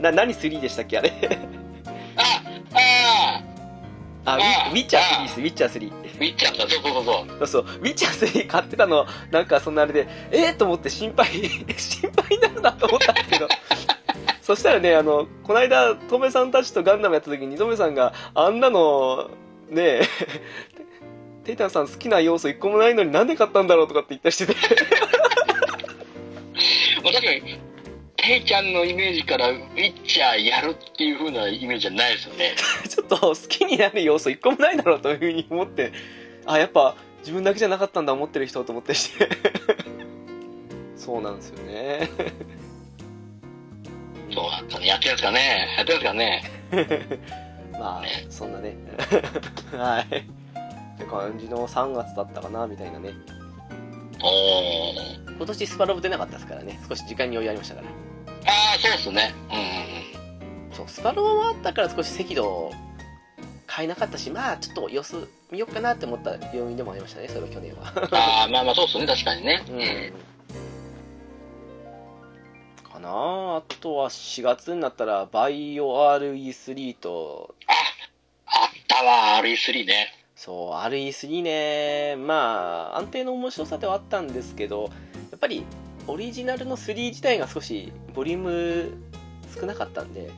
な何3でしたっけあれ
ああ
あウィ
あ
ウィッチャー3ですウィッチャー3
ー見ちゃったそうそうそうそう
そうそう、ウィッチャー3買ってたの、なんかそんなあれで、えー、と思って心配、 心配になるなと思ったんですけど、そしたらね、あの、この間、トメさんたちとガンダムやった時に、トメさんがあんなの、ねえ、 テイタンさん好きな要素一個もないのになんで買ったんだろうとかって言ったりして て、
まあ確かにていちゃんのイメージからウィッチャーやるっていう風なイメージじゃないですよね
ちょっと好きになる要素一個もないだろうというふうに思って、あ、やっぱ自分だけじゃなかったんだ、思ってる人と思ってして。 そうなんですよね。
そうだったねやってるんですかねやってるんですかね
まあ、そんな ね。はい。って感じの3月だったかな、みたいなね。
おー
今年スパロボ出なかったですからね。少し時間に余裕ありましたから。
ああそうっすねうんうんうん
そう、スパロボもあったから少し赤道を買えなかったしまあちょっと様子見ようかなって思った要因でもありましたねそれは去年は
ああ、まあまあそうっすね、確かにね。
う
うんん。
かなああとは4月になったらバイオ RE3 と
あ、あったわ、RE3 ね。
そう RE3 ねまあ安定の面白さではあったんですけどやっぱりオリジナルの3自体が少しボリューム少なかったんで、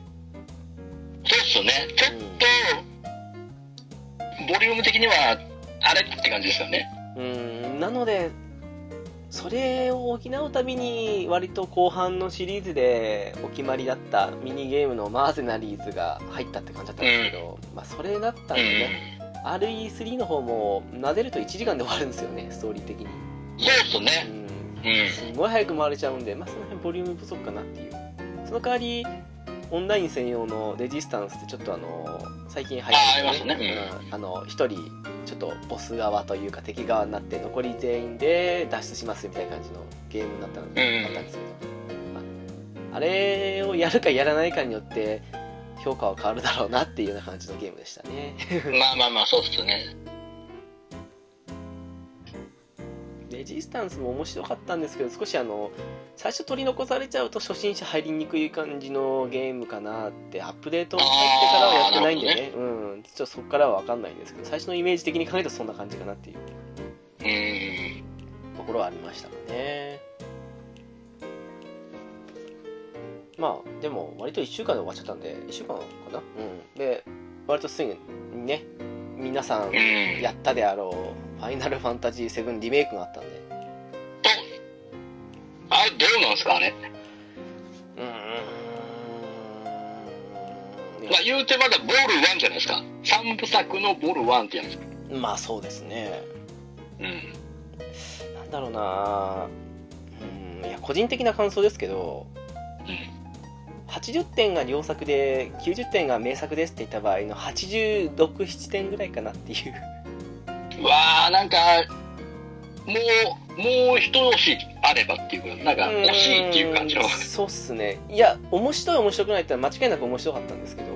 そうっすよね。ちょっ
うん
と、ボリューム的には、あれって感じですよね。
うーんなのでそれを補うために割と後半のシリーズでお決まりだったミニゲームのマーセナリーズが入ったって感じだったんですけど、まあそれだったんでね、RE3 の方も撫でると1時間で終わるんですよねストーリー的に、
うん。そう
う
っすね。
ん、
うん。
すごい早く回れちゃうんで、まあ、その辺ボリューム不足かなっていうその代わりオンライン専用のレジスタンスってちょっとあの最近流行って
あーあります
うんあの一人ちょっとボス側というか敵側になって残り全員で脱出しますみたいな感じのゲームになったの
うん
だったんですけど、まあ、あれをやるかやらないかによって評価は変わるだろうなっていうような感じのゲームでしたね
まあまあまあ、そうっすね。
レジスタンスも面白かったんですけど少しあの最初取り残されちゃうと初心者入りにくい感じのゲームかなってアップデート入ってからはやってないんでねうんちょっとそこからは分かんないんですけど最初のイメージ的に考えるとそんな感じかなっていう
うん。
ところはありましたかねまあでも割と1週間で終わっちゃったんで1週間かなうんで割とすぐにね皆さん
うん。
やったであろう「ファイナルファンタジー7リメイク」があったんで
と、あれ、どうなんすか、あれ。
うーん
まあ、言うてまだボール1じゃないですか。三部作のボール1ってやつ。
まあそうですね
うん。
なんだろうなうんいや個人的な感想ですけど
うん。
80点が良作で90点が名作ですって言った場合の867点ぐらいかなっていう
うわー、なんか、もう、もう一押しあればっていうか、なんか、惜しいっていう感じの。
んそうっすねいや面白い面白くないってのは間違いなく面白かったんですけど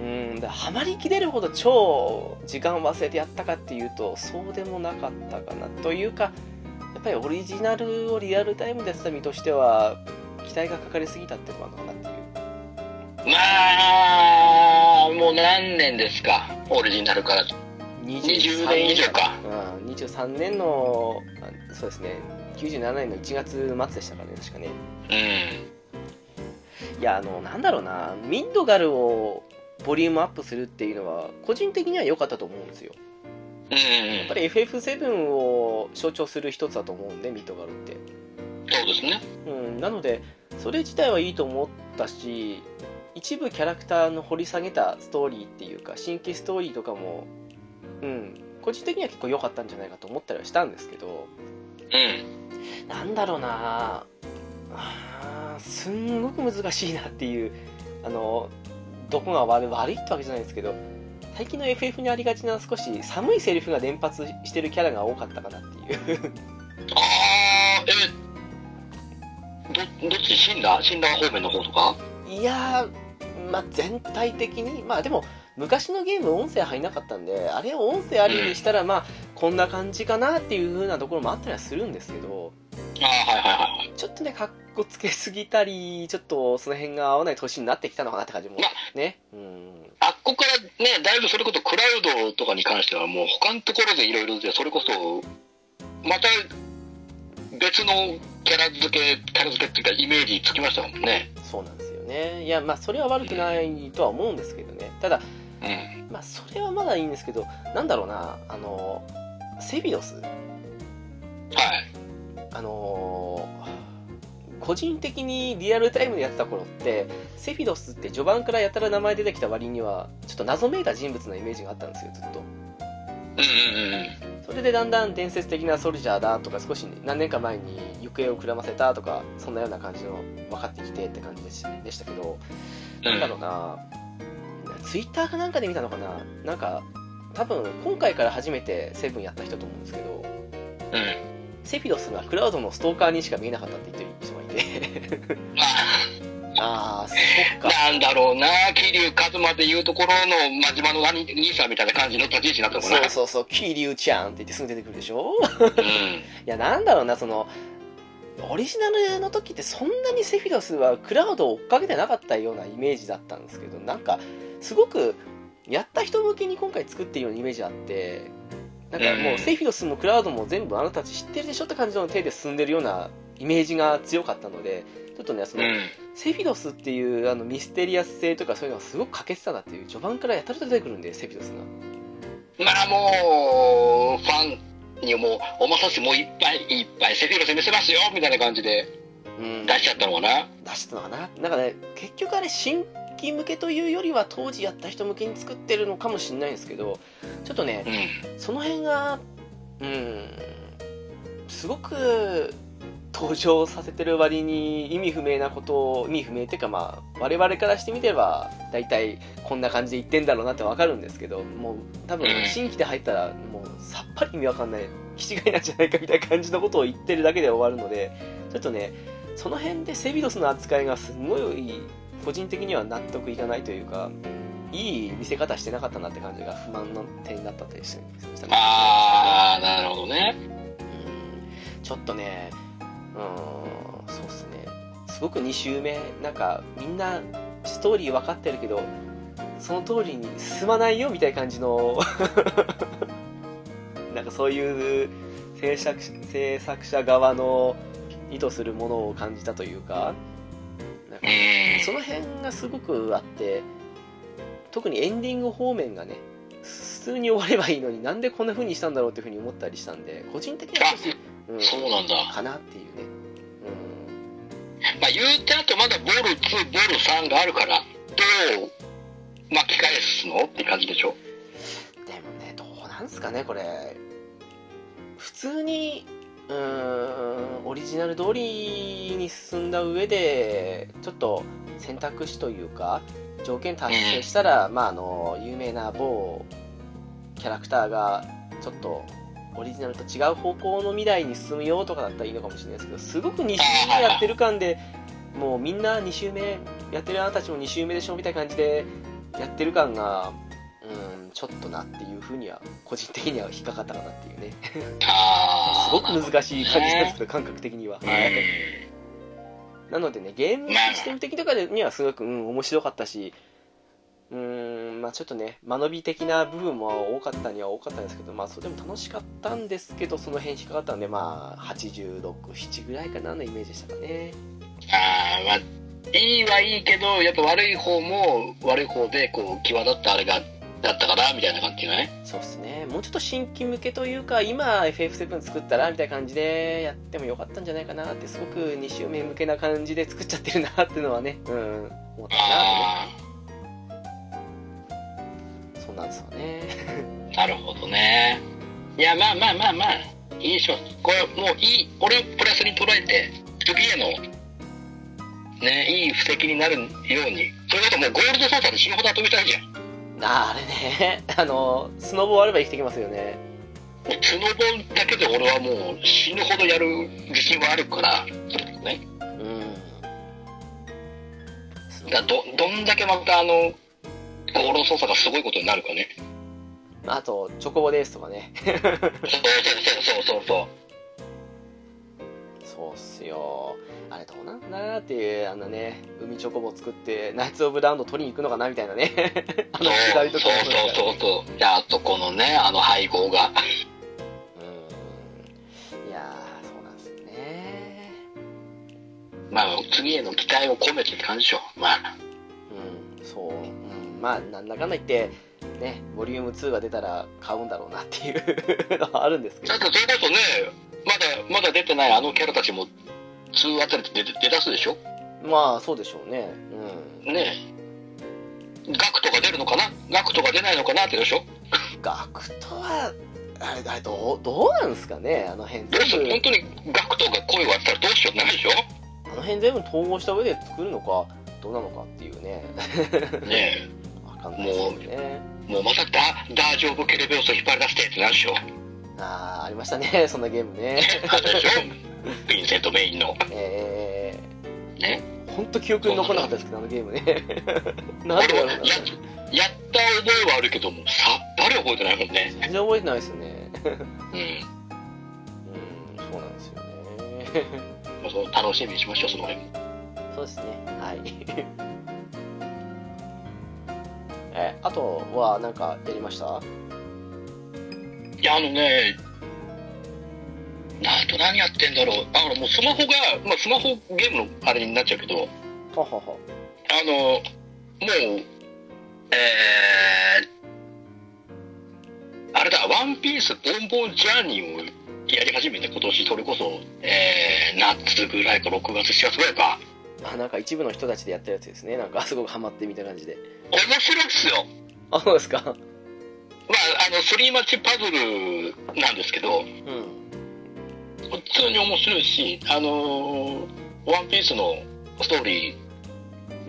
うん。
うんだハマりきれるほど超時間忘れてやったかっていうとそうでもなかったかなというかやっぱりオリジナルをリアルタイムでやってた身としては期待がかかりすぎたってのもあるのかなっていう
まあ、もう何年ですか、オリジナルから。20年以上か。
うん、23年のあそうですね97年の1月末でしたからね確かね
うん。
いやあのなんだろうなミッドガルをボリュームアップするっていうのは個人的には良かったと思うんですよ
うん
やっぱり FF7 を象徴する一つだと思うんでミッドガルって
そうですね。
うん、なのでそれ自体はいいと思ったし一部キャラクターの掘り下げたストーリーっていうか新規ストーリーとかも、うん、個人的には結構良かったんじゃないかと思ったりはしたんですけど
うん。
なんだろうなあーすんごく難しいなっていうあのどこが悪い悪いってわけじゃないですけど最近の FF にありがちな少し寒いセリフが連発してるキャラが多かったかなっていう
ああ、え、ど、どっち死んだ死んだ方面の方とか
いやー、まあ、全体的に、まあでも、昔のゲーム、音声入んなかったんで、あれを音声ありにしたら、まあ、こんな感じかなっていう風なところもあったりはするんですけど、
ああ、はいはいはいはい。
ちょっとね、かっこつけすぎたり、ちょっとその辺が合わない年になってきたのかなって感じも
まあ
ね。うん。
あっこからね、だいぶそれこそクラウドとかに関してはもう他のところでいろいろで、それこそ、また別のキャラ付け、キャラ付けっていうかイメージつきましたもんね。
そうなんですよね。いや、まあ、それは悪くないとは思うんですけどね。ただ、
うん。
まあ、それはまだいいんですけど、なんだろうな、あの、セビロス。
はい。
あのー個人的にリアルタイムでやってた頃ってセフィロスって序盤からやたら名前出てきた割にはちょっと謎めいた人物のイメージがあったんですよずっと
うんうんうんうん。
それでだんだん伝説的なソルジャーだとか少し何年か前に行方をくらませたとかそんなような感じの分かってきてって感じでしたでしたけどなんだろうな、ツイッターかなんかで見たのかななんか多分今回から初めてセブンやった人と思うんですけど
うん。
セフィロスがクラウドのストーカーにしか見えなかったって言ってる人がいて
ま
あ
あ、
あ、そっか。
なんだろうな、桐生一馬でいうところの真島の兄兄さんみたいな感じの立ち位置になったもんな。
そうそうそう、桐生ちゃんって言ってすぐ出てくるでしょ
うん
いや、なんだろうな、その、オリジナルの時ってそんなにセフィロスはクラウドを追っかけてなかったようなイメージだったんですけど、なんか、すごく、やった人向けに今回作ってるようなイメージあって、なんかも
う
うんセフィロスもクラウドも全部あなたたち知ってるでしょって感じの手で進んでるようなイメージが強かったので、ちょっとね、その、
うん
セフィロスっていうあのミステリアス性とかそういうのがすごく欠けてたなっていう序盤からやたらと出てくるんでセフィロスが
まあもう、ファンにもう、重さしもういっぱいいっぱい、セフィロス見せますよみたいな感じで
うん
出しちゃったのかな。
出してたのかななんかね結局あれ新規向けというよりは当時やった人向けに作ってるのかもしれないんですけどちょっとね
うん。
その辺がうんすごく登場させてる割に意味不明なことを意味不明っていうかまあ我々からしてみれば大体こんな感じで言ってんだろうなってわかるんですけどもう多分
うん
新規で入ったらもうさっぱり意味わかんない気違いなんじゃないかみたいな感じのことを言ってるだけで終わるのでちょっとねその辺でセビロスの扱いがすごい個人的には納得いかないというかいい見せ方してなかったなって感じが不満の点になったりしてましたね
あー、なるほどね。
うんちょっとね、うん、そうっすね、すごく2周目、なんかみんなストーリー分かってるけど、その通りに進まないよみたいな感じの、 なんかそういう制作制作者側の意図するものを感じたというか、なんか
うん。
その辺がすごくあって、特にエンディング方面がね、普通に終わればいいのになんでこんな風にしたんだろうっていう風に思ったりしたんで、個人的には少し、うん
そうなんだ。
かなっていうね。
まあ言うてあとまだボール2、ボール3があるから、どう巻き返すのって感じでしょ。
うん、でもね、どうなんすかね、これ。普通に、うーん、オリジナル通りに進んだ上で、ちょっと選択肢というか、条件達成したら、まあ、あの、有名な某キャラクターが、ちょっと、オリジナルと違う方向の未来に進むよとかだったらいいのかもしれないですけど、すごく2周目やってる感で、もうみんな2周目、やってるあなたたちも2周目でしょみたいな感じで、やってる感が、うん、ちょっとなっていうふうには、個人的には引っかかったかなっていうね。
あ
すご
ー。
く難しい感じなんですけど、感覚的には。
う
なのでね、ゲームシステム的とかでにはすごく、うん、面白かったし、うーん、まあちょっとね、間延び的な部分も多かったには多かったんですけど、まあそれでも楽しかったんですけど、その辺引っかかったんで、まあ86、7ぐらいかなのイメージでしたかね。
ん。あー、まあ、いいはいいけど、やっぱ悪い方も悪い方で、こう、際立ったあれが、だったかな、みたいな感じだね。
そうっすね、もうちょっと新規向けというか、今 FF7 作ったらみたいな感じでやってもよかったんじゃないかなって、すごく2周目向けな感じで作っちゃってるなっていうのはね、うん、思ったな
あ
ってね。そうなんですよね。
ー、なるほどね。いや、まあまあまあまあ、いいでしょ。これ、もういい、俺をプラスに捉えて、次への、ね、いい布石になるように。そういうこともうゴールドソータで死ぬほど遊びたいじゃん。も
ああれね あのスノボあれば生きてきますよね
う角本だけで俺はもう死ぬほどやる自信はあるから、ね。
うんスノ
だどどんだけまたあの道路捜査がすごいことになる かね
ボあとチョコボですとかね
そうそうそうそうそ
そうっすよあれどうなんだなーっていうあのね海チョコボ作ってナイツ・オブ・ラウンド取りに行くのかなみたいなね あ
うそ
のくだり
う
とか
そ
も
うそうそうそうであとこのねあの配合が
うんいやーそうなんですね
まあ次への期待を込めてって感じでしょまあ
うんそう、うん、まあなんだかんだ言ってねボリューム2が出たら買うんだろうなっていうのはあるんですけど
だってそれこそねまだまだ出てないあのキャラたちも2あたりで出出だすでしょ
まあそうでしょうねうん
ねえガクトが出るのかなガクトが出ないのかなってでしょ
学徒はあれあれどうどうなんですかねあの辺
どうす
全
る本
部
当にガクトが声を上げたらどうしようってなるでしょ
あの辺全部統合した上で作るのかどうなのかっていうね
ね
わかんないですけどね
えもうまたダダージョブケレベオスを引っ張り出してってなるで しょ
ああありましたね そんなゲームね
あれでしょヴィンセント・メインの。
え
ね。
ー、本当記憶に残らなかったですけど、あのゲームね。 なんでだ
俺も
ろうな。
ややった覚えはあるけどもさっぱり覚えてないもんね
全然覚えてないですね。
うん
うん、そうなんですよね。
まあその楽しみにしましょうその辺も
そうですね。はい。 え、あとは、なんか、やりました
いやあのねあと何やってんだろうあのもうスマホが、まあ、スマホゲームのあれになっちゃうけど
ほほほ。
あのもうえー、あれだ「ワンピースボンボンジャーニーをやり始めて今年それこそ、えー、夏ぐらいか6月7月ぐらいか
あ、なんか一部の人たちでやったやつですね。なんか、すごくハマってみたいな感じで。
面白いっすよ
あ、そうですか。
まあ、あの、スリーマッチパズルなんですけ
う
ど、
ん。
普通に面白いし、あのーワンピースのストーリー、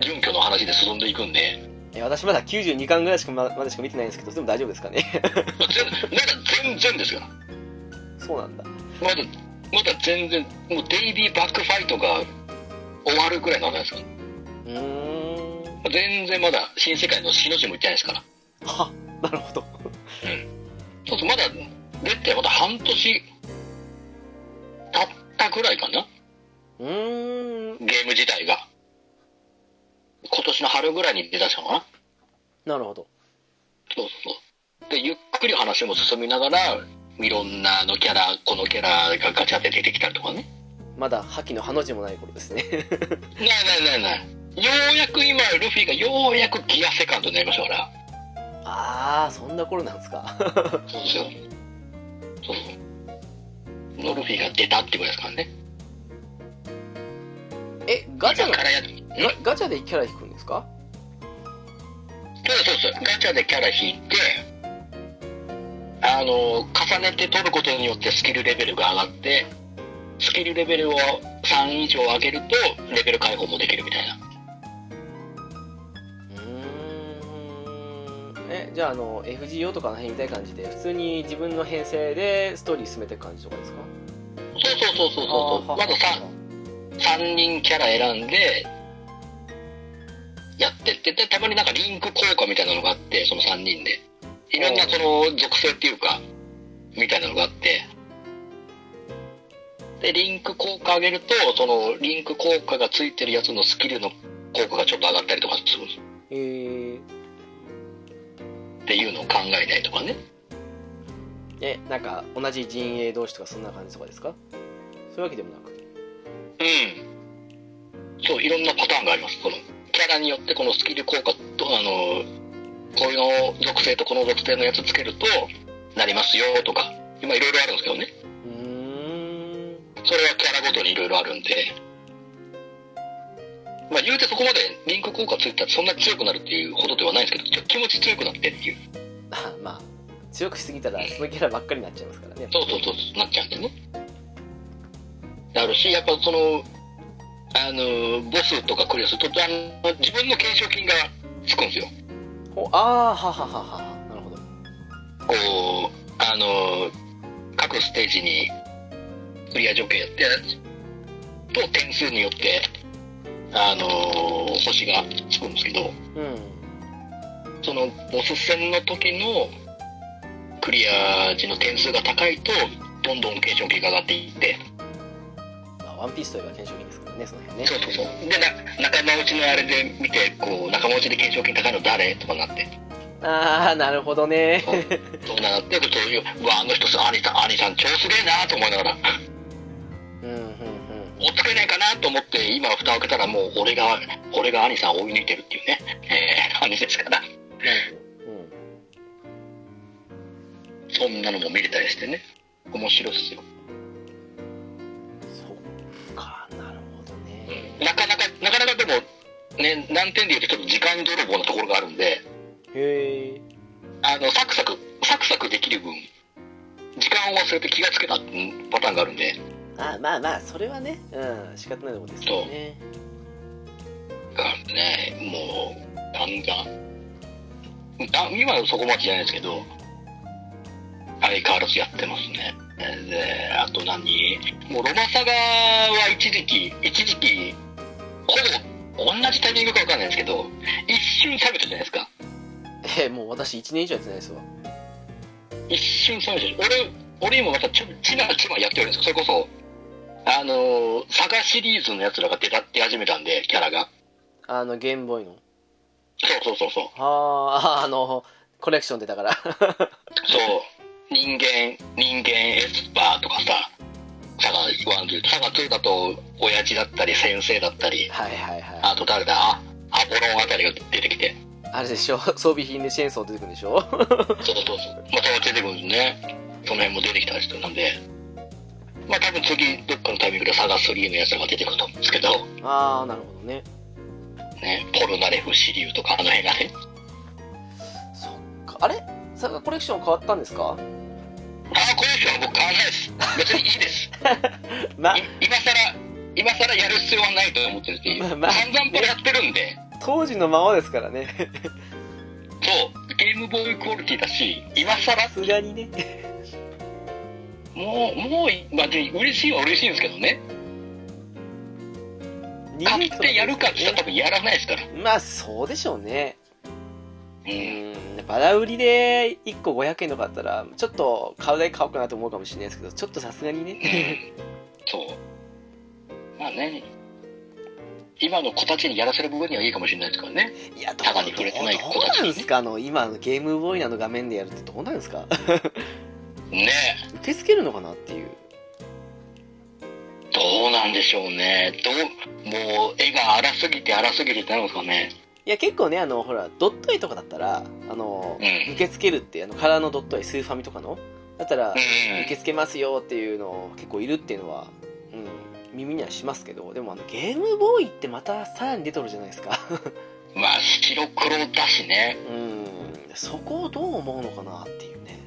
準拠の話で進んでいくんで、
え、私まだ92巻ぐらいしかままでしか見てないんですけど、でも大丈夫ですかね。
まだ全然ですから。
そうなんだ。
まだ、まだ全然、もうデイビーバックファイトが終わるぐらいの話ですか
うーん。
ら。全然まだ新世界の死の字も行ってないですから。
あ、なるほど。
そうそう、まだ出てまだ半年経ったぐらいかな。
うーん。
ゲーム自体が。今年の春ぐらいに出だしたのかな。
なるほど。
そうそう。で、ゆっくり話も進みながら、いろんなあのキャラ、このキャラがガチャで出てきたりとかね。
まだ、覇気のハの字もない頃ですね。
ないないないない。ようやく今、ルフィがようやくギアセカンドになりましたから。
ああ、そんな頃なんですか。
そうですよ。そうそう。のルフィが出たってことですからね。
え、ガチャの
今か、らやっ
ガガチャでキャラ引くんですか
そうそうそう。ガチャでキャラ引いて、あの、重ねて取ることによってスキルレベルが上がって、スキルレベルを3以上上げると、レベル解放もできるみたいな。
うーん。え、じゃあ、あの、FGO とかあの辺みたいな感じで、普通に自分の編成でストーリー進めていく感じとかですか
そうそうそうそうそうそう。まださ、3人キャラ選んで、やってって、で、たまになんかリンク効果みたいなのがあって、その3人で。いろんな
おう
その属性っていうか、みたいなのがあって。で、リンク効果上げると、そのリンク効果がついてるやつのスキルの効果がちょっと上がったりとかする
えー、
っていうのを考えたりとかね。
え、なんか、同じ陣営同士とかそんな感じとかですかそういうわけでもなく。
うん。そう、いろんなパターンがあります。このキャラによってこのスキル効果と、あの、こういうの属性とこの属性のやつつけると、なりますよとか、今いろいろあるんですけどね。
うーん。
それはキャラごとにいろいろあるんで。まあ言うてそこまでリンク効果ついたらそんな強くなるっていうほどではないんですけど、ちょ気持ち強くなってっていう。
あまあ、強くしすぎたら、そのキャラばっかりになっちゃいますからね。
そうそうそうそう、なっちゃうんでね。あるし、やっぱその、あの、ボスとかクリアすると、あの自分の懸賞金がつくんですよ。
ほああ、ははははは。なるほど。
こう、あの、各ステージにクリア条件やって、と点数によって、あの、星がつくんですけど、
うん。
そのボス戦の時のクリア時の点数が高いと、どんどん懸賞金が上がっていって、
まあ、ワンピースといえば懸賞金ですからね、その辺ね。
そうそうそう。で、な仲間内のあれで見て、こう、仲間内で懸賞金高いの誰とかなって、
ああ、なるほどね。
そうなって、そういう、うわ、あの人さ、兄さん、兄さん、超すげえなと思いながら、
うん、うん、うん。
追っつけないかなと思って、今、蓋を開けたら、もう、俺が、俺が兄さんを追い抜いてるっていうね、えー、話ですから、
なるほど。うん。
そんなのも見れたりしてね、面白いっすよ。
そっか、なるほどね。
なかなか、なかなかでも、ね、難点で言うと、ちょっと時間泥棒なところがあるんで、
へえ。
あの、サクサク、サクサクできる分、時間を忘れて気がつけたうんパターンがあるんで、
あまあまあ、それはね、うん、仕方ないとこですよね。
がね、もう、だんだん、あ今はそこまでじゃないですけど、相変わらずやってますね。で、あと何もうロマサガは一時期、一時期、ほぼ同じタイミングかわかんないんですけど、一瞬冷めたじゃないですか。
えーもう私1年以上やってないですわ
一瞬冷めたし、俺、俺今またちょ、ちまちまやってるんですよ。それこそ、あのー、サガシリーズのやつらが出たって始めたんで、キャラが。
あのゲームボーイの
そうそうそうそう。
あーあーあのコレクション出たから
そう。人間、人間エスパーとかさ、サガ1、2、サガ2だと、親父だったり、先生だったり、
はいはいはい
あと誰だ、あアポロンあたりが出てきて。
あれでしょ装備品でチェーンソー出てくるんでしょ
そうそうそう。また出てくるんですね。その辺も出てきた人なんで。まあ多分次、どっかのタイミングでサガ3のやつらが出てくると思うんですけど、
ああなるほどね
ね、ポルナレフ、シリュウとかあの辺がね。
そっかあれサガコレクション変わったんですか
ああ、この人は僕買わないです。別にいいです。い
な
今更今更やる必要はないと思ってるし、
まあ
散
まあ
々これやってるんで、
当時のままですからね
そう、ゲームボーイクオリティだし、今更
さすがにね
もう、もう、まあ、で嬉しいは嬉しいんですけどね、買ってやるかって言ったら多分やらないですから。
まあそうでしょうね
う。
うんんバラ売りで1個500円とかあったらちょっと買うだけ買おうかなと思うかもしれないですけどちょっとさすがにね
そう。まあね、今の子たちにやらせる部分にはいいかもしれないですからね。
いやどう
ただに触れてない
どうどうなんですかあの今のゲームボーイなの画面でやるってどうなんですか
ね
受け付けるのかなっていう
どうなんでしょうね。どう、もう、絵が荒すぎて荒すぎてってなるんですかね。
いや結構ねあのほらドット絵とかだったらあの、
うん
受け付けるってあのカラーのドット絵スーファミとかのだったら、
うんうん
受け付けますよっていうの結構いるっていうのは、うん、耳にはしますけどでもあのゲームボーイってまたさらに出とるじゃないですか
うん。まあ、白黒だしね。
うんそこをどう思うのかなっていうね、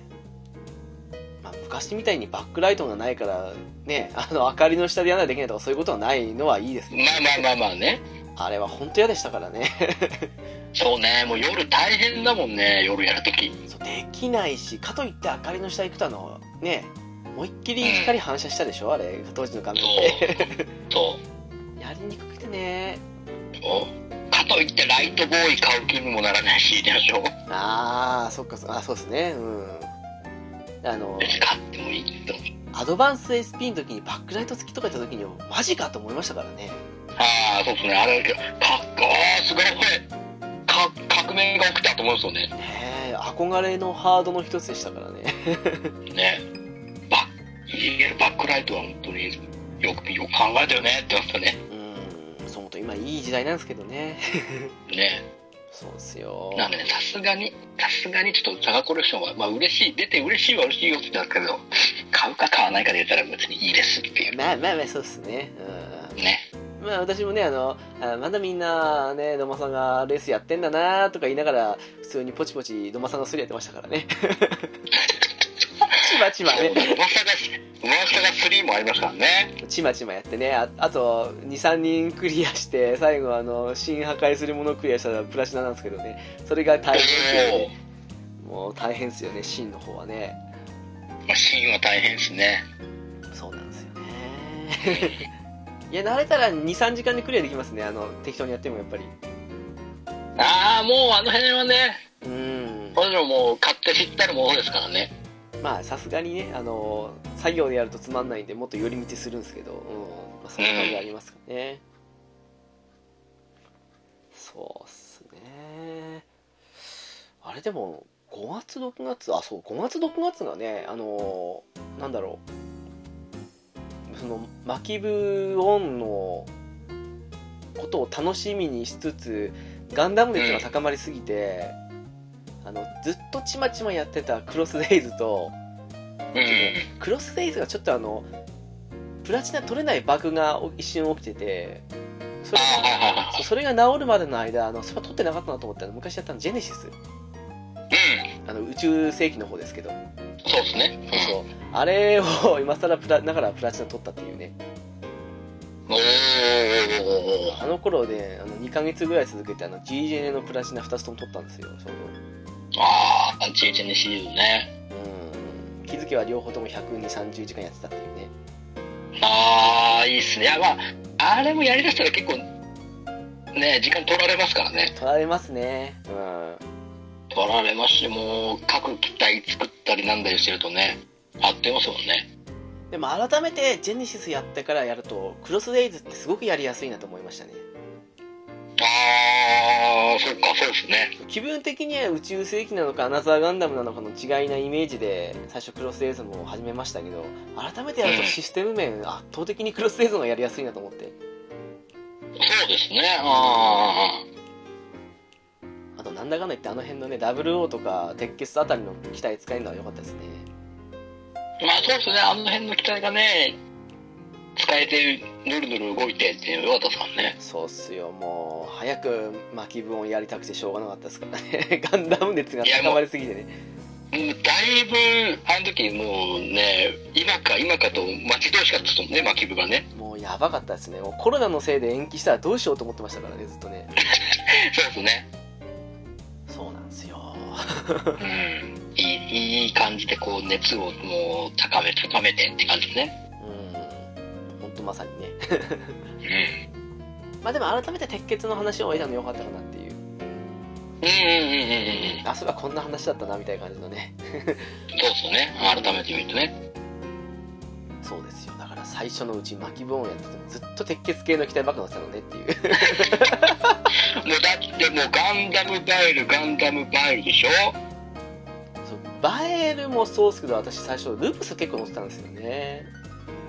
まあ、昔みたいにバックライトがないからね あの明かりの下でやらないといけないとかそういうことはないのはいいですけど
まあまあまあまあね。
あれは本当嫌でしたからね
そうね、もう夜大変だもんね、夜やるとき。
そうできないしかといって明かりの下行くとあのね思いっきり光反射したでしょあれ当時の 画面で
そう。そう。
やりにくくてね
かといってライトボーイ買う気にもならないし、でしょ。
ああそっかそあそうですねうんあの
別に買ってもいいけど。
アドバンス SP の時にバックライト付きとか言った時にマジかと思いましたからね
ああ、そうですね。あれ、かっこー、すごい、これ、か、革命が起きたと思うんですよね。
ねえ憧れのハードの一つでしたからね
ね。バッ、いやバックライトは本当に、よく、よく考えたよねって思ったね。
うんそう思うと今いい時代なんですけどね
ね。
そうっすよ
なんでね、さすがに、さすがにちょっと、サガコレクションは、まあ嬉しい、出て嬉しいは嬉しいよって言ったけど、買うか買わないかで言ったら別にいいですっていう。
まあまあまあそうっすね
ね。
うんまあ私もねあのあまだみんなね野間さんがレースやってんだなとか言いながら普通にポチポチ野間さんのスリやってましたから ねちまちま
そう
ね
ね。噂が、噂が3もありますからね。
ちまちまやってねああと23人クリアして最後あの新破壊するものをクリアしたらプラチナなんですけどねそれが大変ですよねもう大変ですよねシンの方はね
まあ、シーンは大変ですね。
そうなんですよね いや慣れたら23時間でクリアできますねあの適当にやってもやっぱり
ああ、もうあの辺はね、
うん
私ももう買って知ったるものですからね。
まあさすがにねあの作業でやるとつまんないんでもっと寄り道するんですけど、うんまあ、そんな感じありますかね、そうっすねあれでも5月6月あそう5月6月がねあのなんだろうそのマキブオンのことを楽しみにしつつガンダム熱が高まりすぎて、あのずっとちまちまやってたクロスデイズと
うん。
クロスデイズがちょっとあのプラチナ取れないバグが一瞬起きててそ
あ
れ
あ、はいはいは
そうそれが治るまでの間あのそれは取ってなかったなと思ったら昔やったのジェネシス
い。
あの宇宙世紀の方ですけど、
うん。そうですね。
そうあれを今更プラだからプラチナ取ったっていうね
うん。おー。
あの頃ねあの2ヶ月ぐらい続けてあの GJN のプラチナ2つとも取ったんですよちょう
ああ、GHN シリーズね。
どうん気づけば両方とも12030時間やってたっていうね
ああ、いいっすね。いや、まあ、あれもやりだしたら結構、ね、時間取られますからね。
取られますねうん
取られますし、もう、各機体作ったりなんだりしてるとね、あってますもんね。
でも改めてジェネシスやってからやるとクロスレイズってすごくやりやすいなと思いましたね
あー、そっか、そうですね。
気分的には宇宙世紀なのかアナザーガンダムなのかの違いなイメージで最初クロスレイズも始めましたけど改めてやるとシステム面圧倒的にクロスレイズの方がやりやすいなと思って
そうですね、あー。
あとなんだかんだ言ってあの辺のね WO とか鉄血あたりの機体使えるのは良かったですね
まあ、そうですね、あの辺の機体がね、使えて、ぬるぬる動いてっていうのが良かったですからね。
そうっすよもう早く巻き分をやりたくてしょうがなかったですからね ガンダム熱が高まりすぎてね
もうだいぶ、あの時もうね、今か今かと待ち遠しかったですもんね、マキブがね。
もうやばかったですねもうコロナのせいで延期したらどうしようと思ってましたからねずっとね
そうですね。
そうなんですよ
うん。いい、いい感じでこう、熱をもう高め、高めてって感じですね。
うん本当まさにね
うん。
まあでも改めて鉄血の話を終えたの良かったかなっていう
うんうんうんうんうん。
あそういえばこんな話だったなみたいな感じのね
そうですよね。改めて見るとね。
そうですよだから最初のうち巻き分をやっててもずっと鉄血系の機体ばっか乗ってたのねっていう
もうだってもうガンダムバイル、ガンダムバイルでしょ
そうバエルもそうですけど私最初ルプス結構乗ってたんですよね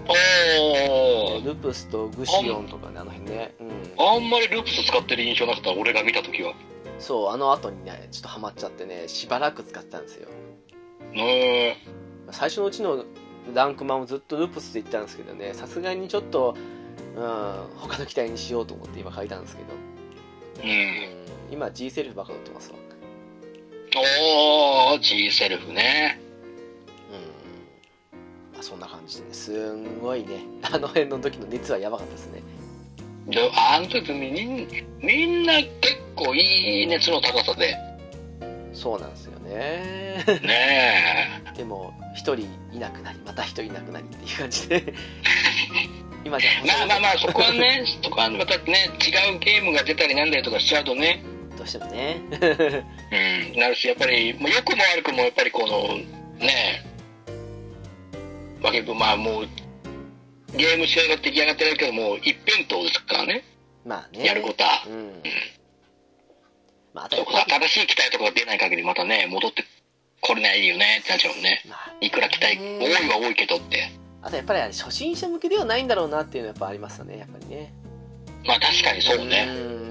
おー。
ルプスとグシオンとかねあの辺ね、うん、
あんまりループス使ってる印象なかった、俺が見た時は。
そうあの後にねちょっとハマっちゃってねしばらく使ってたんですよ
ね
最初のうちのランクマンをずっとルプスで言ったんですけどねさすがにちょっと、うん、他の機体にしようと思って今書いたんですけど、
うん。
うん、今 G セルフばっか乗ってますわ
おー、G セルフね。
うんまあそんな感じですんごいねあの辺の時の熱はやばかったですね
であの時みんみんな結構いい熱の高さで
そうなんですよね
ね
でも一人いなくなりまた一人いなくなりっていう感じ で今じゃ
えまあまあまあそこはね そこはまたね違うゲームが出たりなんだりとかしちゃうとね
どうしてもね
うんなるしやっぱりもう良くも悪くもやっぱりこのねえわけまあもうゲーム仕様が出来上がってるけどもう一辺倒ですからね
まあね
やることは、
うんまああと
そ
やっ
こ
ぱり
新しい機体とかが出ない限りまたね戻ってこれないよねってなっちゃうもんね
まあ
いくら機体多いは多いけどって
あとやっぱりあれ初心者向けではないんだろうなっていうのはやっぱありますよねやっぱりね
まあ確かにそうね、
うーん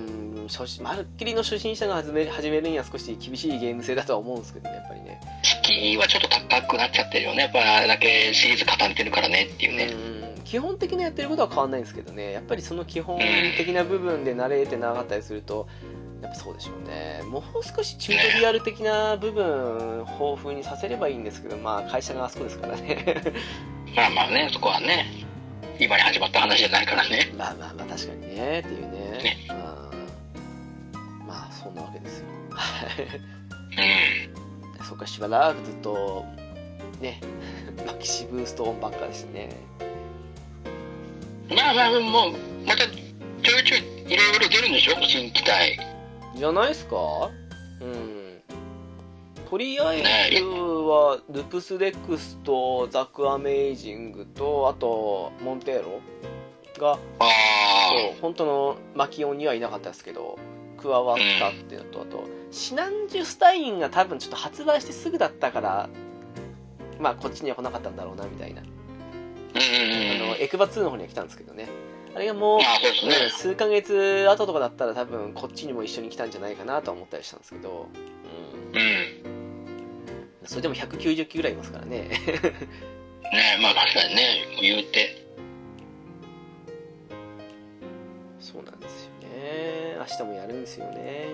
初心まるっきりの初心者が始め始めるには少し厳しいゲーム性だとは思うんですけどねやっぱりね
敷居はちょっと高くなっちゃってるよねやっぱあれだけシリーズ重ねてるからねっていうね、
うん基本的なやってることは変わんないんですけどねやっぱりその基本的な部分で慣れてなかったりするとやっぱそうでしょうねもう少しチュートリアル的な部分豊富にさせればいいんですけどまあ会社があそこですからね
まあまあねそこはね今に始まった話じゃないからね
まあまあまあ確かにねっていうねうんまあそんなわけですよはい
うん
そっかしばらくずっとね マキシブーストオンばっかですね
まあまあもうまたちょいちょいいろいろ出るんでしょ新機体
じゃないですかうんとりあえずはルプスレックスとザクアメイジングとあとモンテーロが
ああ
そう本当のマキオンにはいなかったですけど加わったっていうのとあとシナンジュスタインが多分ちょっと発売してすぐだったからまあこっちには来なかったんだろうなみたいな
うん
あ
うんう
の
ん
エクバ2の方には来たんですけどねあれがもう
まあそうですね
うん 数ヶ月後とかだったら多分こっちにも一緒に来たんじゃないかなとは思ったりしたんですけど、うん、
うん
それでも190機ぐらいいますから ね
ねえまあ確かにね言うて
そうなんですよね明日もやるんですよね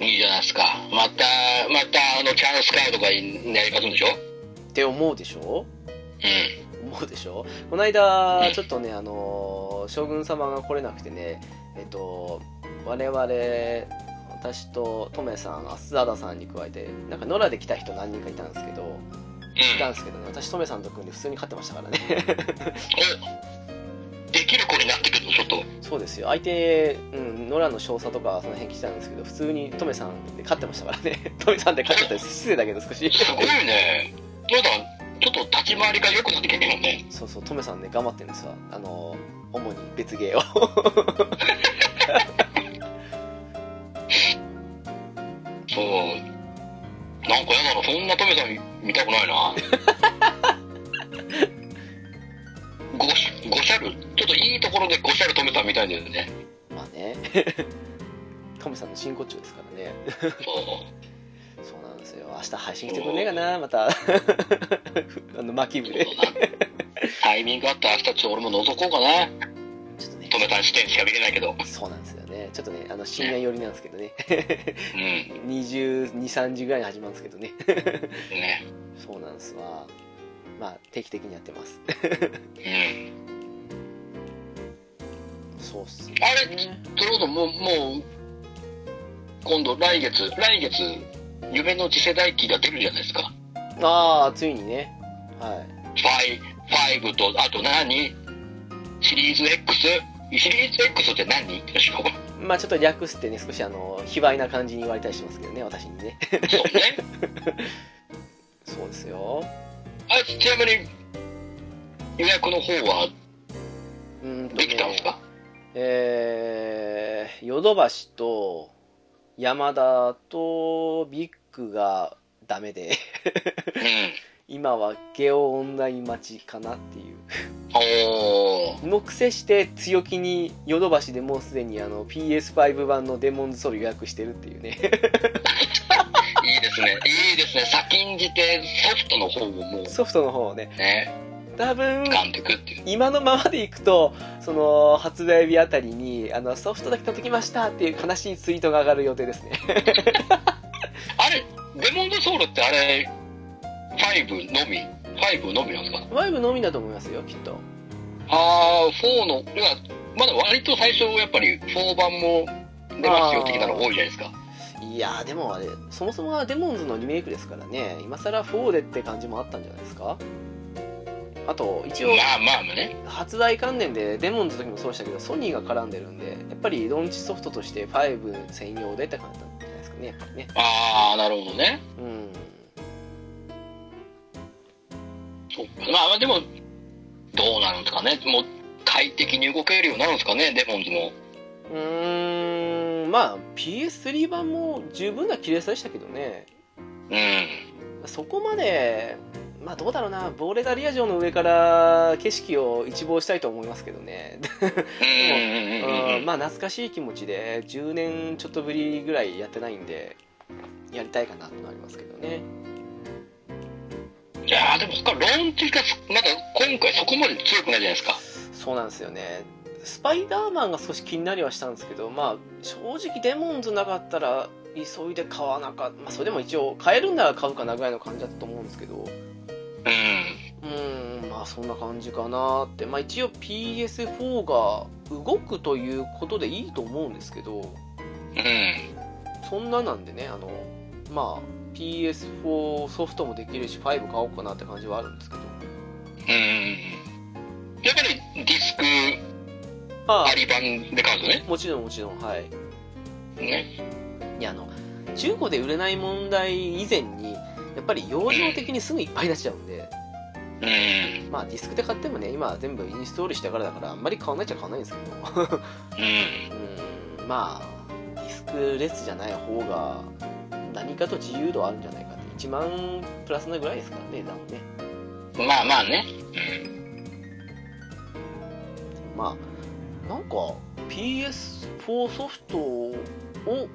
いいじゃないですかまたまたあのチャンスカードがやりますんでしょ
って思うでしょ
うん
思うでしょこの間
うん
ちょっとねあのー将軍様が来れなくてねえっと我々私とトメさん、アスダダさんに加えて、なんか野良で来た人何人かいたんですけど、
うん
いたんですけどね、私、トメさんと組んで普通に勝ってましたからね。
おできる子になってくるとちょっと
そうですよ相手、うん、ノラの少佐とかその辺来てたんですけど普通にトメさんで勝ってましたからね トメさんで勝ってたり失礼だけど少し
すごいねなんだちょっと立ち回りが良くなってきてるもんね
そうそうトメさんね頑張ってるんですわあの主に別芸を
そうなんかやだなそんなトメさん見たくないなごしごしゃるちょっといいところでごしゃるトメさんみたいだよね
まあね トメさんの真骨頂ですからね
そう
そうなんですよ明日配信してくんねえかなまた あの巻き部で
そうだなタイミングあったら明日ちょっと俺も覗こうかな
ちょっとね
トメさん視点しか見れないけど
そうなんですよねちょっとねあの深夜寄りなんですけどね
うんね
2223時ぐらいに始まるんですけどねそうなんですわまあ定期的にやってます
うん
そうっすね
あれそれこそもうもう今度来月来月夢の次世代機が出るじゃないですか
ああついにねはい
ファイファイブとあと何シリーズ X シリーズ X って何ってしょ
まあちょっと略すってね少しあの卑猥な感じに言われたりしますけどね私にね
そうね
そうですよ
あれちなみに予約の方は
うーんとね
できたんですか
えーヨドバシと山田とビッグがダメで
うん
今はゲオオンライン待ちかなっていう
おー
のくせして強気にヨドバシでもうすでにあの PS5 版のデモンズソウル予約してるっていうね
いいですねいいですね先んじてソフトの方を も
ソフトの方をね
うね
多分
掴んでくっていう
今のままでいくとその発売日あたりにあのソフトだけ取ってきましたっていう悲しいツイートが上がる予定 ですね
あれデモンズソウルってあれ5のみ5のみなんですか
5のみだと思いますよきっと
ああ、4の、いや、まだ割と最初、やっぱり4版も出ますよ的なの多いじゃないですか。
いやーでもあれそもそもはデモンズのリメイクですからね今更4でって感じもあったんじゃないですかあと一応
まあまあね。
発売関連でデモンズの時もそうでしたけどソニーが絡んでるんでやっぱりローンチソフトとして5専用でって感じだったんじゃないですかねやっぱりね
ああ、なるほどね。
うん
そっかまあまあでも、どうなるんですかね。もう、快適に動けるようになるんですかね、デモンズも。
うーんまあ PS3 版も十分な綺麗さでしたけどね
うん。
そこまでまあどうだろうなボーレダリア城の上から景色を一望したいと思いますけどね
うんうんうんうん。
まあ懐かしい気持ちで10年ちょっとぶりぐらいやってないんでやりたいかなとなりますけどね
いやーでもそっか、ローンチが、なんか今回そこまで強くないじゃないですか。
そうなんですよねスパイダーマンが少し気になりはしたんですけどまあ正直デモンズなかったら急いで買わなかった、まあ、それでも一応買えるんなら買うかなぐらいの感じだったと思うんですけど
うん。
うーんまあそんな感じかなってまあ一応 PS4 が動くということでいいと思うんですけど
うん。
そんななんでねあのまあ PS4 ソフトもできるし5買おうかなって感じはあるんですけど
うんうん。やっぱりディスク
あ
あり版で買うんですよね。
あもちろんもちろんはい
ね。
いやあの中古で売れない問題以前にやっぱり容量的にすぐいっぱいになっちゃうんで
うん。
まあディスクで買ってもね今全部インストールしてからだからあんまり買わないっちゃ買わないんですけど
うん。
うーんまあディスクレスじゃない方が何かと自由度あるんじゃないかって1万プラスなぐらいですからね多分ね
まあまあね。
まあなんか PS4 ソフトを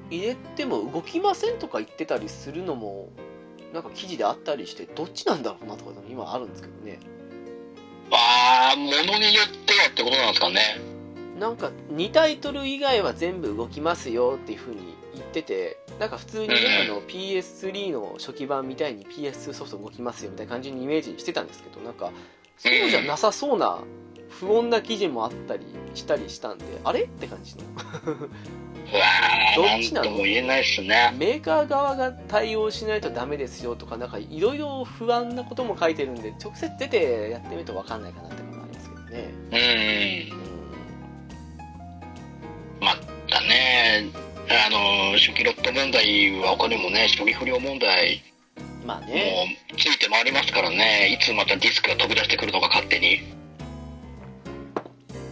入れても動きませんとか言ってたりするのもなんか記事であったりしてどっちなんだろうなとかでも今あるんですけどね
ああ、ものによってはってことなんですかね。
なんか2タイトル以外は全部動きますよっていう風に言っててなんか普通にね
う
あの PS3 の初期版みたいに PS2 ソフト動きますよみたいな感じにイメージしてたんですけどなんかそうじゃなさそうな不穏な記事もあったりしたりしたんであれって感じの
うわあ、
ど
な
っ
ん
ちなの
とも言えないっすね。
メーカー側が対応しないとダメですよとかなんかいろいろ不安なことも書いてるんで直接出てやってみると分かんないかなってこともありますけどね
うん。あの、初期ロット問題は他にもね、処理不良問題
まあ
も
ね、
ついて回りますからね、いつまたディスクが飛び出してくるのか勝手に。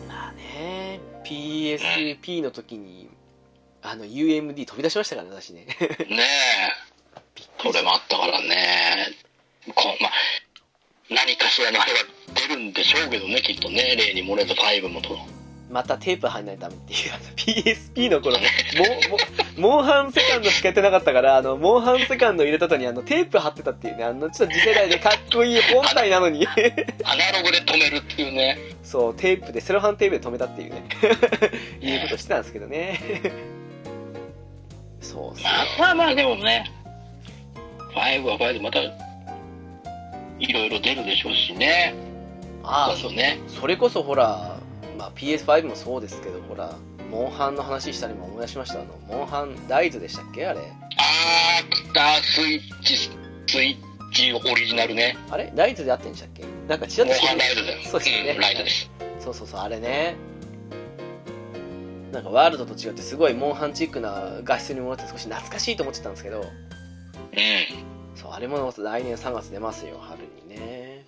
まあね、PSP の時に、あの、UMD 飛び出しましたからね、私ね。
ねえ、それもあったからね、こまあ、何かしらのあれは出るんでしょうけどね、きっとね、例に漏れず5もと。
またテープ入んないとダメっていう、あの PSP の頃、もう、もう、モンハンセカンドしかやってなかったから、あの、モンハンセカンド入れた後に、あの、テープ貼ってたっていうね、あの、ちょっと次世代でかっこいい本体なのに、
アナログで止めるっていうね、
そう、テープで、セロハンテープで止めたっていうね、 いうことしてたんですけどね。そうそう。
まあまあまあ、でもね、5は5でまた、いろいろ出るでしょうしね、
ああ、
今
そ
度ね。
それこそほら、まあ、PS5 もそうですけど、ほら、モンハンの話したりも思い出しました。あの、モンハンライズでしたっけあれ。
あー、来た、スイッチ、スイッチオリジナルね、
あれライズであってんでしたっけなんか違った
モ
っ
ン
け
ハンライドだよ。
そうですよね
んライドです。
そうそうそうあれねなんかワールドと違ってすごいモンハンチックな画質にもなって少し懐かしいと思ってたんですけど
う
そうあれも来年3月出ますよ春にね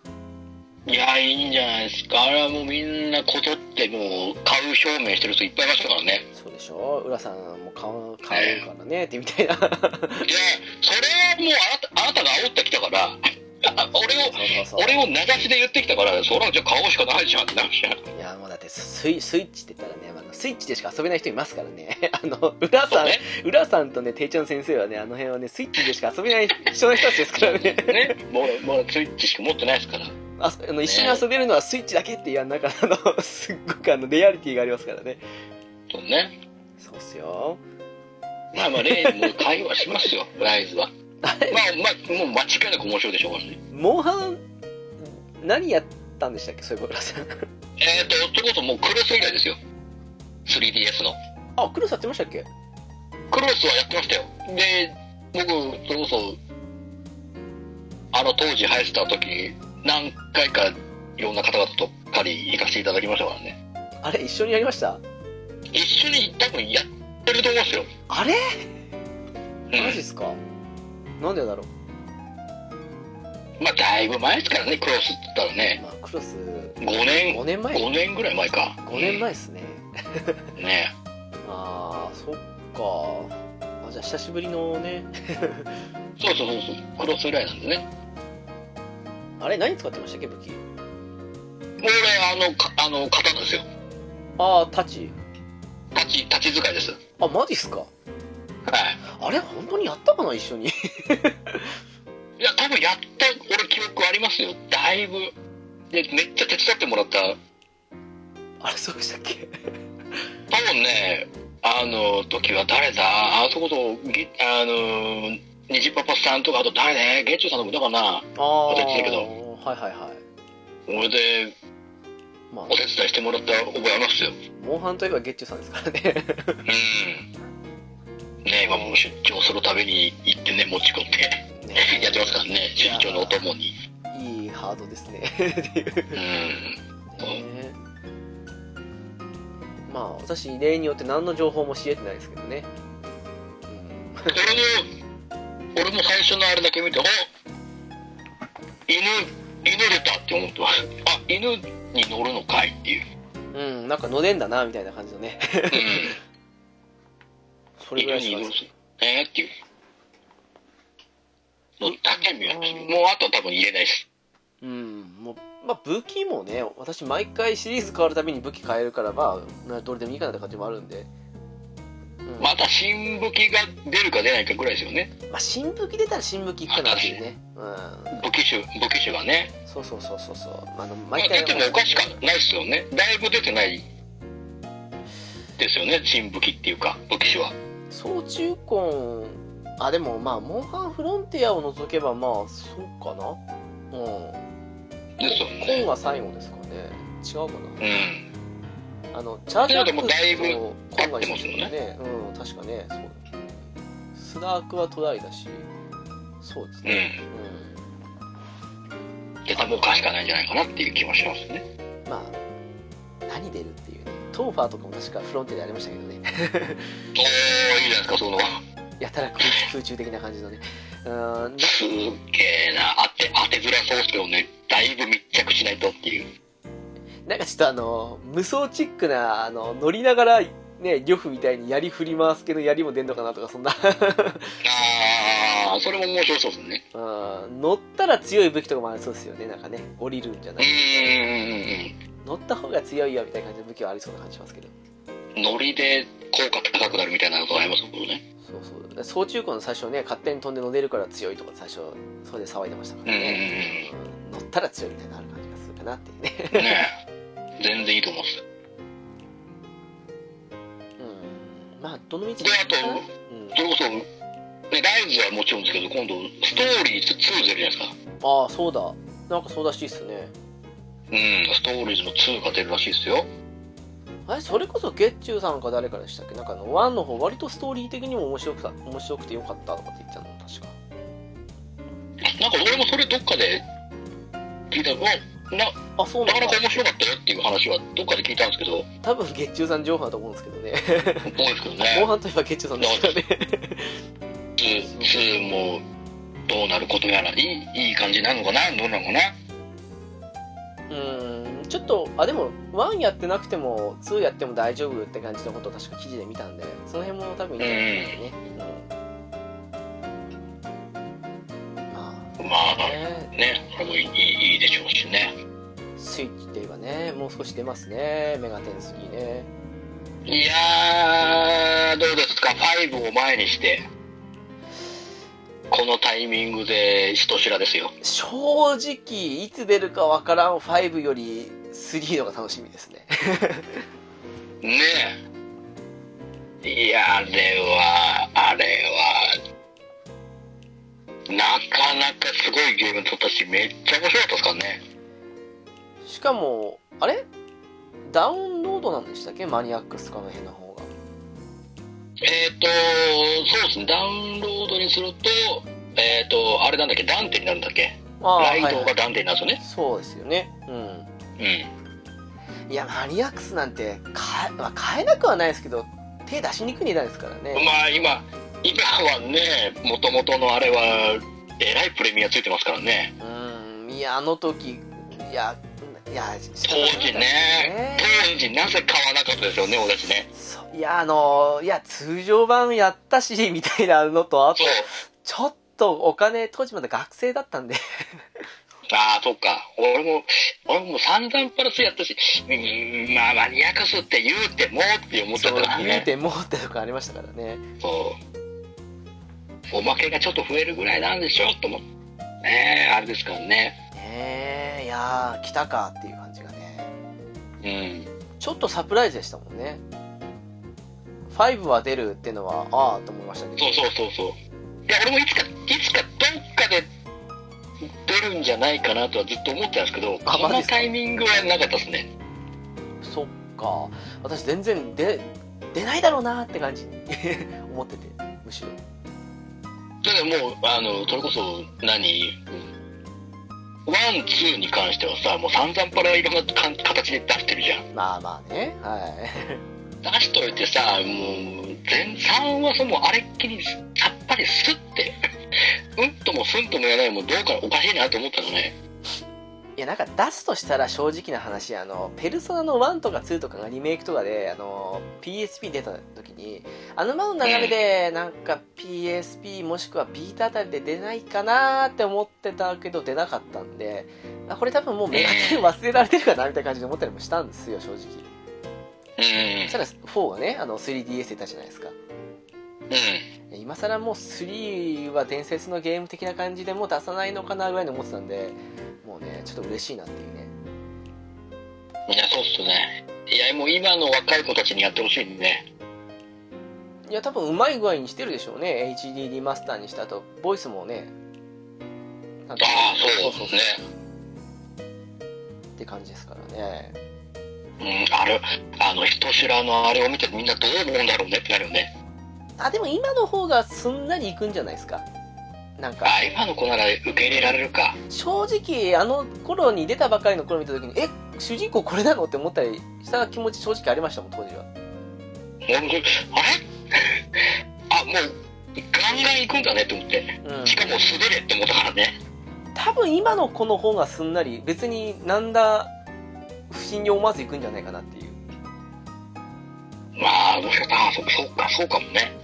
ん。いや、いいんじゃないですか。あれはもうみんなこぞってもう買う表明してる人いっぱいいましたからね。
そうでしょ浦さんも買う買うからねってみた いなそう
で、それをもうあなたあなたが煽ってきたから、 俺を、
そうそう
俺を名指しで言ってきたから、そらじゃあ買おうしかないじゃんってなるじゃん。
いやもうだってスイスイッチって言ったらねあのスイッチでしか遊べない人いますからね あの浦
そ
さ
うんね。
浦さんとねていちゃん先生はねあの辺はねスイッチでしか遊べない人の人たちですからね
ね、もう、もうスイッチしか持ってないですから。
ああの一緒に遊べるのはスイッチだけっていうなんかあの すっごくあのレアリティがありますからね
そうね。
そうっすよ
まあまあ、例にもう会話しますよ、 ライズは。まあ、まあ、もう間違いなく面白いでしょうからね。
モンハン何やったんでしたっけそういうことさん
えっ、ー、と、ということはもうクロス以来ですよ。3DS の。
あクロスやってましたっけ
クロスはやってましたよで僕それこそあの当時生えてた時に何回かいろんな方々と狩り行かせていただきましたからね
あれ一緒にやりました
一緒に多分やってると思いますよ、
あれ
うん
マジっすか、なんでだろ
まあだいぶ前ですからねクロスって言ったら
う、
ね
まあ、クロス
5年
5年前
5年ぐらい前か
5年前っすね
ね
あーそっかあじゃあ久しぶりのね
そうそうそうそうクロス以来なんでね
あれ何使ってましたっけ武器
俺あのかあの方なんですよ
ああタチ
立ち立ち使いですは
あマジっすかあれ本当にやったかな一緒に
いいや多分やった俺記憶ありますよだいぶでめっちゃ手伝ってもらった
あれそうでしたっ け
多分ねあの時は誰だあそことぎあのニジパパさんとかあと誰ねゲッチュさんのことかな
ああ
忘れてたけど
はいはいはい
俺で
まあ
お手伝いしてもらった覚えありますよ
モンハンといえばゲッチュさんですからね
うんね今もう出張するたびに行って ね持ち込んで
ね
やってますからね出張のお供に
いいハードですねっていうね
うん
まあ私例によって何の情報も知れてないですけどね、
俺も俺も最初のあれだけ見てお犬犬出たって思ってますあ犬に乗るのかいっていう
うん、うん、なんかのでんだなみたいな感じの ね
うん
それぐらいしか
犬
で
にどう
す
するえー、っていうのだけ見えますもうあとは多分言えないです
うんもう、まあ、武器もね私毎回シリーズ変わるたびに武器変えるからまあなどれでもいいかなって感じもあるんで、うんま
また新武器が出るか出ないかぐらいですよね
あ、新武器出たら新武器いくかなっていうね、うん、
武器種武器種がね、
そうそうそうそうそうあの
まあ、
毎回
出てもおかしくはないですよねだいぶ出てないですよね新武器っていうか武器種は
総中婚あでもまあモンハンフロンティアを除けばまあそうかなうん
ですよ
今
ね
が最後ですかね違うか
うん
なあのチャージャー
でも
ク
だいぶ
と今が一緒ですよ
合って
ねうん確かねそうスダークはトライだしそうですねう
出てもおかしくはないんじゃないかなっていう気はしますね
んまあ何出るっていうねトーファーとかも確かフロンティアでありましたけどね
おー、いいじゃないですか、その。
やたら空空中的な感じのねうーん
すっげえな。当て、当てづらそうですけどね。だいぶ密着しないとっていう。
なんかちょっとあの無双チックなあの乗りながらね漁夫みたいに槍振り回す系の槍も出んのかなとかそんな
あー、それも面白そうですね。
うん乗ったら強い武器とかもありそうですよねなんかね降りるんじゃ
う
ない
ーん。
乗った方が強いよみたいな感じの武器はありそうな感じしますけど
ノリで効果高くなるみたいなことありますもんね。
そうそう総中古の最初ね勝手に飛んで乗れるから強いとか最初それで騒いでましたからね、うん乗ったら強いみたいなのある感じがするかなっていうね
ねえ。全然いいと思うんです。
うんまあどの道
で、あと、
うん、
それこそ、ね、ライズはもちろんですけど、今度、ストーリーズ2出るじゃないですか。
ああそうだなんかそうらしいっすね
うん、ストーリーズの2が出るらしいですよ。
あれそれこそ月中さんか誰かでしたっけなんかあの1の方割とストーリー的にも面白くさ面白くてよかったとかって言ってたの確か
なんか俺もそれどっかで聞いた、うわな
あそう
な
なん
か
だ
なか面白かったよっていう話はどっかで聞いたんですけど、
多分月中さん情報だと思うんですけ どね
どうですけど
後
ね、
半といえば月中さんですよね
2, 2もどうなることやら、いいいい感じなのかな、どうなのかな。
うんちょっとあでも1やってなくても2やっても大丈夫って感じのことを確か記事で見たんでその辺も多分いいんじゃないですかね、うんま
ま
あ
あ
ね
ね、これもいいいいでしょうしね。
スイッチといえばねもう少し出ますねメガテン3ね
いやー、どうですか、5を前にして、このタイミングで人知らですよ。
正直いつ出るかわからん5より3のが楽しみですね
ねえいやあれはあれはなかなかすごいゲームだったしめっちゃ面白かったですからね
しかもあれダウンロードなんでしたっけマニアックスとかの辺の方が
えっ、とそうですねダウンロードにするとえっ、とあれなんだっけダンテになるんだっけ
あ
ラ
ー
イ
はい
ド
は
が
い
ダンテになるんで
そうですよねう
すよね、
んいやマニアックスなんて買え,、まあ、買えなくはないですけど手出しにくい値段ですから
うん
ね
まあ今今はねもともとのあれはえらいプレミアついてますからね
うんいやあの時いやいや仕
当
方なかったで
時
す
ね当時なぜ買わなかったですよね俺たちね
そういやあのいや通常版やったしみたいなのとあと
そう
ちょっとお金当時まだ学生だったんで
ああ、そっか。俺も、俺も散々プラスやったし、うーん、まあ、マニアカスって言うてもって思っちゃ
そ
っ
う
たから
言う
ね。
てもうってとこありましたからね
そう。おまけがちょっと増えるぐらいなんでしょと思って。ねえ、あれですからね。
ねえいやー来たかっていう感じがね
うん。
ちょっとサプライズでしたもんね5は出るっていうのはああと思いましたけど
そうそうそうそう。いや、俺もいつか、いつかどっかで出るんじゃないかなとはずっと思ってたんですけど、
あ
こ
マジ
の
ですか
タイミングはなかったですね。
そっか私全然出出ないだろうなって感じ 思っててむしろ
だからもうあのそれこそ何ワンツーに関してはさもう散々パラいろんなかん形で出してるじゃん
まあまあねはい
出しといてさもう全3はそのあれっきりさっぱりスッて うんともすんともやらないもうどうかおかしいなと思ったのね
いやなんか出すとしたら正直な話あのペルソナの1とか2とかがリメイクとかであの PSP 出た時にあのままの流れでなんか PSP もしくはビータあたりで出ないかなーって思ってたけど出なかったんであこれ多分もうメガテン忘れられてるかなみたいな感じで思ったりもしたんですよ正直
う
そ
ん
したら4がねあの 3DS 出たじゃないですか
う
今更もう3は伝説のゲーム的な感じでもう出さないのかなぐらいに思ってたんでもうねちょっと嬉しいなっていうね
んいやそうっすねいやもう今の若い子たちにやってほしいね
いや多分うまい具合にしてるでしょうね HD リマスターにした後ボイスもねなんか
ああそうですね
って感じですからね
うんあれあの人知らのあれを見てみんなどう思うんだろうねってなるよね
あでも今の方がすんなりいくんじゃないですかなんか
あ今の子なら受け入れられるか
正直あの頃に出たばかりの頃見た時にえ主人公これなのって思ったりした気持ち正直ありましたもん当時は
うん俺もこれあれあもうガンガン行くんだねと思って
うん
しかも素手でって思ったからね
多分今の子の方がすんなり別になんだ不審に思わず行くんじゃないかなっていう
まあもしかしたらあそそうかそうかもね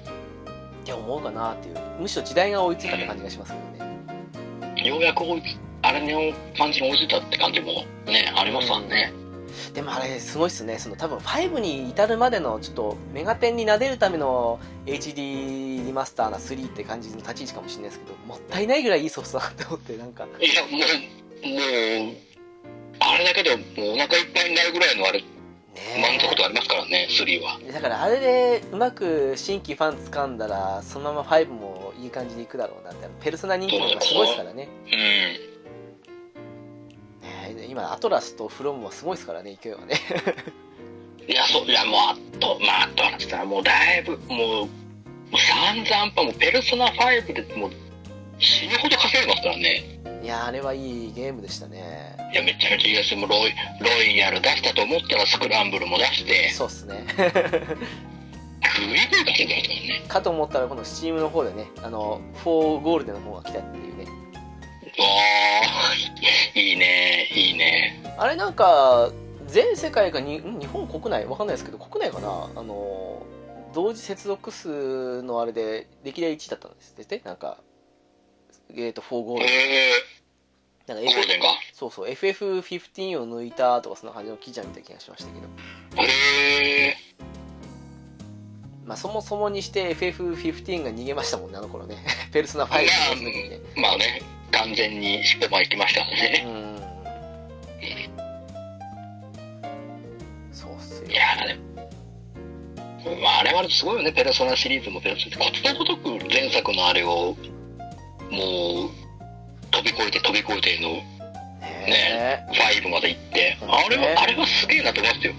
って思うかなっていうむしろ時代が追いついたって感じがしますけどね
ようやく追いつあれの感じに追いついたって感じもねありますわね、
でもあれすごいっすねその多分5に至るまでのちょっとメガテンに撫でるための HD リマスターな3って感じの立ち位置かもしれないですけどもったいないぐらいいいソフトだなって思ってなんか
いやもうもうあれだけでもうお腹いっぱいになるぐらいのあれ満
ね
足度ありますからね3は
えだからあれでうまく新規ファン掴んだらそのまま5もいい感じでいくだろうなってペルソナ人気の方がすごいですからね
うん
ねえ今アトラスとフロムはすごいですからね勢いはね
いやそういやもうあとまあどうなんですかもうだいぶもう散々パもうペルソナ5でもう死ぬほど稼いでますからね
いやあれはいいゲームでしたね
いやめちゃめちゃいいですよもうロイロイヤル出したと思ったらスクランブルも出して
そうっすね
グイグイ稼いでますからね
かと思ったらこの Steam の方でねあの4ゴールデンの方が来たっていうね
おーいいねいいね
あれなんか全世界がにん日本国内わかんないですけど国内かなあの同時接続数のあれで歴代1位だったんですってなんかえーと4ゴールデン
え
なんか
ー、ゴール
FF
デンが
そうそう FF15 を抜いたとかそんな感じの記事は見た気がしましたけど
へえ
まあ、そもそもにして FF15 が逃げましたもんね、あの頃ね。 ペルソナ5に出す時にね。
ー、まあね完全に尻尾ま行きましたもんね
うーん。そうっすよ
い。やーでもまああれはすごいよねペルソナシリーズもペルソナことのごとく前作のあれをもう飛び越えて飛び越えての
ねえ
5まで行ってあれはあれはすげえなと思いましたよ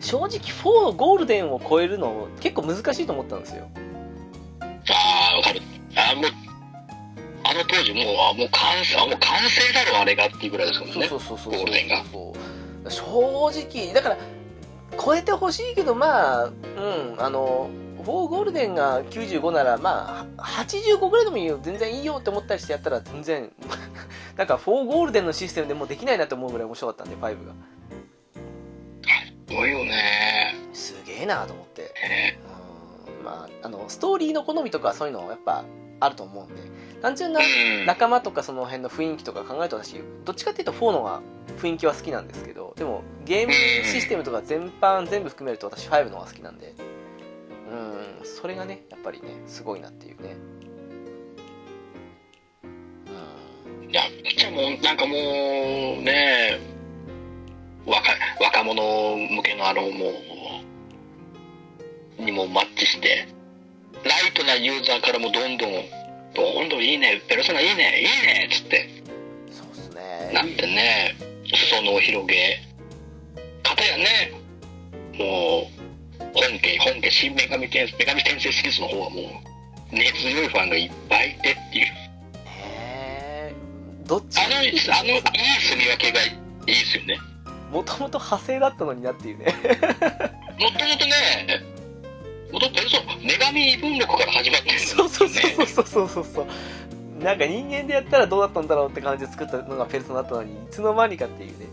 正直4ゴールデンを超えるの結構難しいと思ったんですよ。
ああわかるあーもうあの当時もうあもう完成あもう完成だろあれがっていうぐらいですもんね
そうそうそうそう。
ゴールデンが
そう正直、だから、超えてほしいけど、まあ、うん、あの、4ゴールデンが95なら、まあ、85ぐらいでもいいよ、全然いいよって思ったりしてやったら、全然、 なんか4ゴールデンのシステムでもうできないなと思うぐらい面白かったんで、5が。
すごいよね
すげえなと思って。
ね
うんまあ、あの、ストーリーの好みとかそういうのはやっぱあると思うんで、単純な
うん
仲間とかその辺の雰囲気とか考えて私どっちかっていうと4の方が雰囲気は好きなんですけどでもゲームシステムとか全般全部含めると私5の方が好きなんでうんそれがねやっぱりねすごいなっていうねうん
いや、じゃあもう、なんかもう、ね若、若者向けのあの、もう、にもマッチして、ライトなユーザーからもどんどん、どんどんいいね、ペルソナいいね、いいね、つって、
そうっすね
なってね、裾野を広げ、かたやね、もう、本家、本家、新女神転生、女神転生シリーズの方はもう、根強いファンがいっぱいいてっていう。
へえどっち
あの、あの、いい住み分けがいいですよね。
もともと派生だったのになっていうね
もともとね、もともとそう、女神異文録から始まってるんですよ
そ
ね
うそうそうそうそうそうそうなんか人間でやったらどうだったんだろうって感じで作ったのがペルソナだったのにいつの間にかっていうね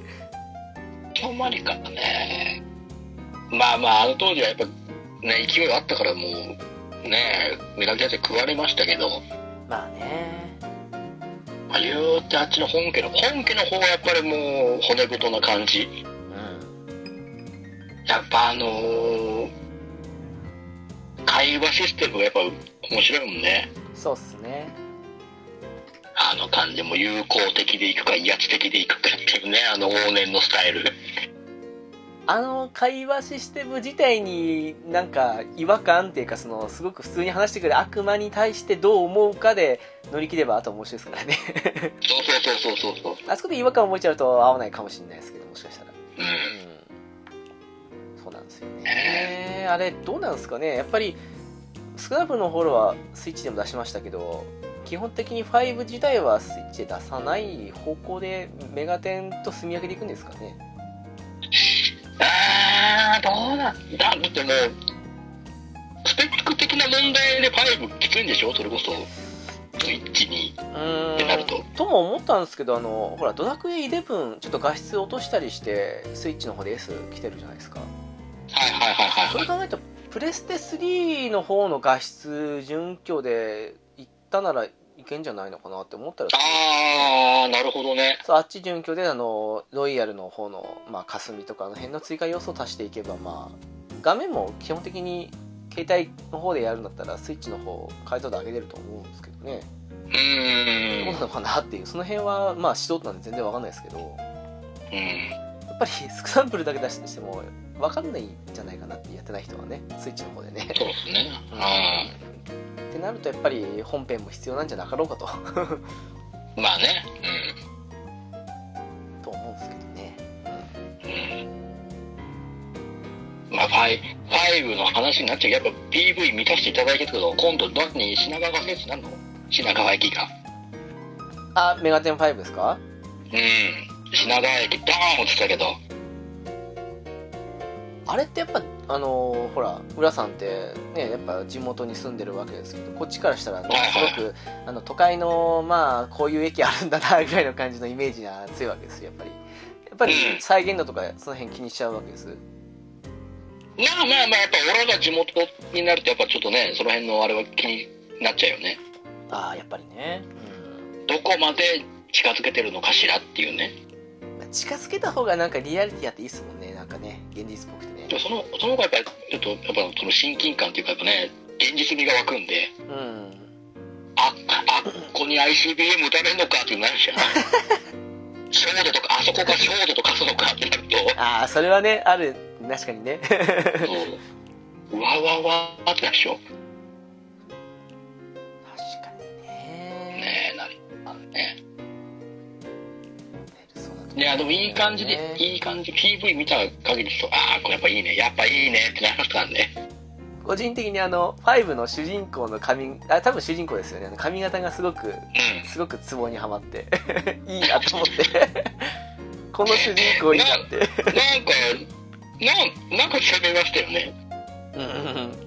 いつの間にかね、まあまあ、あの当時はやっぱ、ね、勢いあったからもう、ね、女神先生食われましたけど、
まあね
まあ、言うてあっちの本家の、本家の方はやっぱりもう骨太な感じ。
うん
やっぱあのー会話システムがやっぱ面白いもんね。
そうっすね
あの感じも友好的でいくか威圧的でいくかっていうね、あの往年のスタイル。
あの会話システム自体になんか違和感っていうかそのすごく普通に話してくる悪魔に対してどう思うかで乗り切ればあとは面白いですからね
そうそうそうそうそうそう。
あそこで違和感を覚えちゃうと合わないかもしれないですけどもしかしたら
うん。
うんそうなんですよねあれどうなんですかねやっぱりスクラブルのフォローはスイッチでも出しましたけど基本的に5自体はスイッチで出さない方向でメガテンと積み上げていくんですかね
あー、どうなんだ、だってもう、スペック的な問題で5きついんでしょそれこそ。と一気に。
うーん
ってなると
とも思ったんですけどあのほらドラクエ11ちょっと画質落としたりしてスイッチの方で S 来てるじゃないですか
はいはいはいはい
それ
はい。
考えるとプレステ3の方の画質準拠で行ったならいけんじゃないのかなって思ったら
あー、なるほどね。
そうあっち準拠であのロイヤルの方の、まあ、霞とかあの辺の追加要素を足していけば、まあ、画面も基本的に携帯の方でやるんだったらスイッチの方解像度上げれると思うんですけどねどう
うーん。
なのかなっていうその辺はまあ素人なんで全然わかんないですけど
うん。
やっぱりサンプルだけ出してもわかんないんじゃないかなってやってない人はねスイッチの方でね
そうですね。は
ってなるとやっぱり本編も必要なんじゃなかろうかと
い。まあね。
と思うんですけどね
うん。うん。まあ、5の話になっちゃうけど、やっぱ PV 満たしていただいてるけど、今度何品川が聖地になるの品川駅が。
あメガテン5ですか
うん。品川駅、ドーン落ちたけど。
あれってやっぱあのーほら浦さんってねやっぱ地元に住んでるわけですけどこっちからしたらねす
はいはい
ごくあの都会のまあこういう駅あるんだなぐらいの感じのイメージが強いわけですよやっぱりやっぱり
うん
再現度とかその辺気にしちゃうわけです
まあまあまあ、やっぱ俺らが地元になると、やっぱちょっとね、その辺のあれは気になっちゃうよね。
ああやっぱりね、
どこまで近づけてるのかしらっていうね。
うん、近づけた方がなんかリアリティあっていいっすもんねなんかね現実っぽくてね
でもその、その方がやっぱり、ちょっと、やっぱその親近感っていうか、やっぱね、現実味が湧くんで、
うん
あ、あ、ここに ICBM 打たれるのかっていうのになるじゃ ん。ショートとか、あそこがショートとかそのかってなると、
ああそれはねある確かにね
そううわわわってなるでしょ。
確かにね
ねえ、なるね。い
い
や、でもいい感じで、いい感じ、PV 見た限りと、ああ、これやっぱいいね、やっぱいいねってなりますからね。
個人的にあの5の主人公の髪あ多分主人公ですよねあの髪型がすごく
う
すごくツボにはまって いいなと思って この主人公いいなって
ん。なんか、なんなんか攻めましたよね。
うんうんう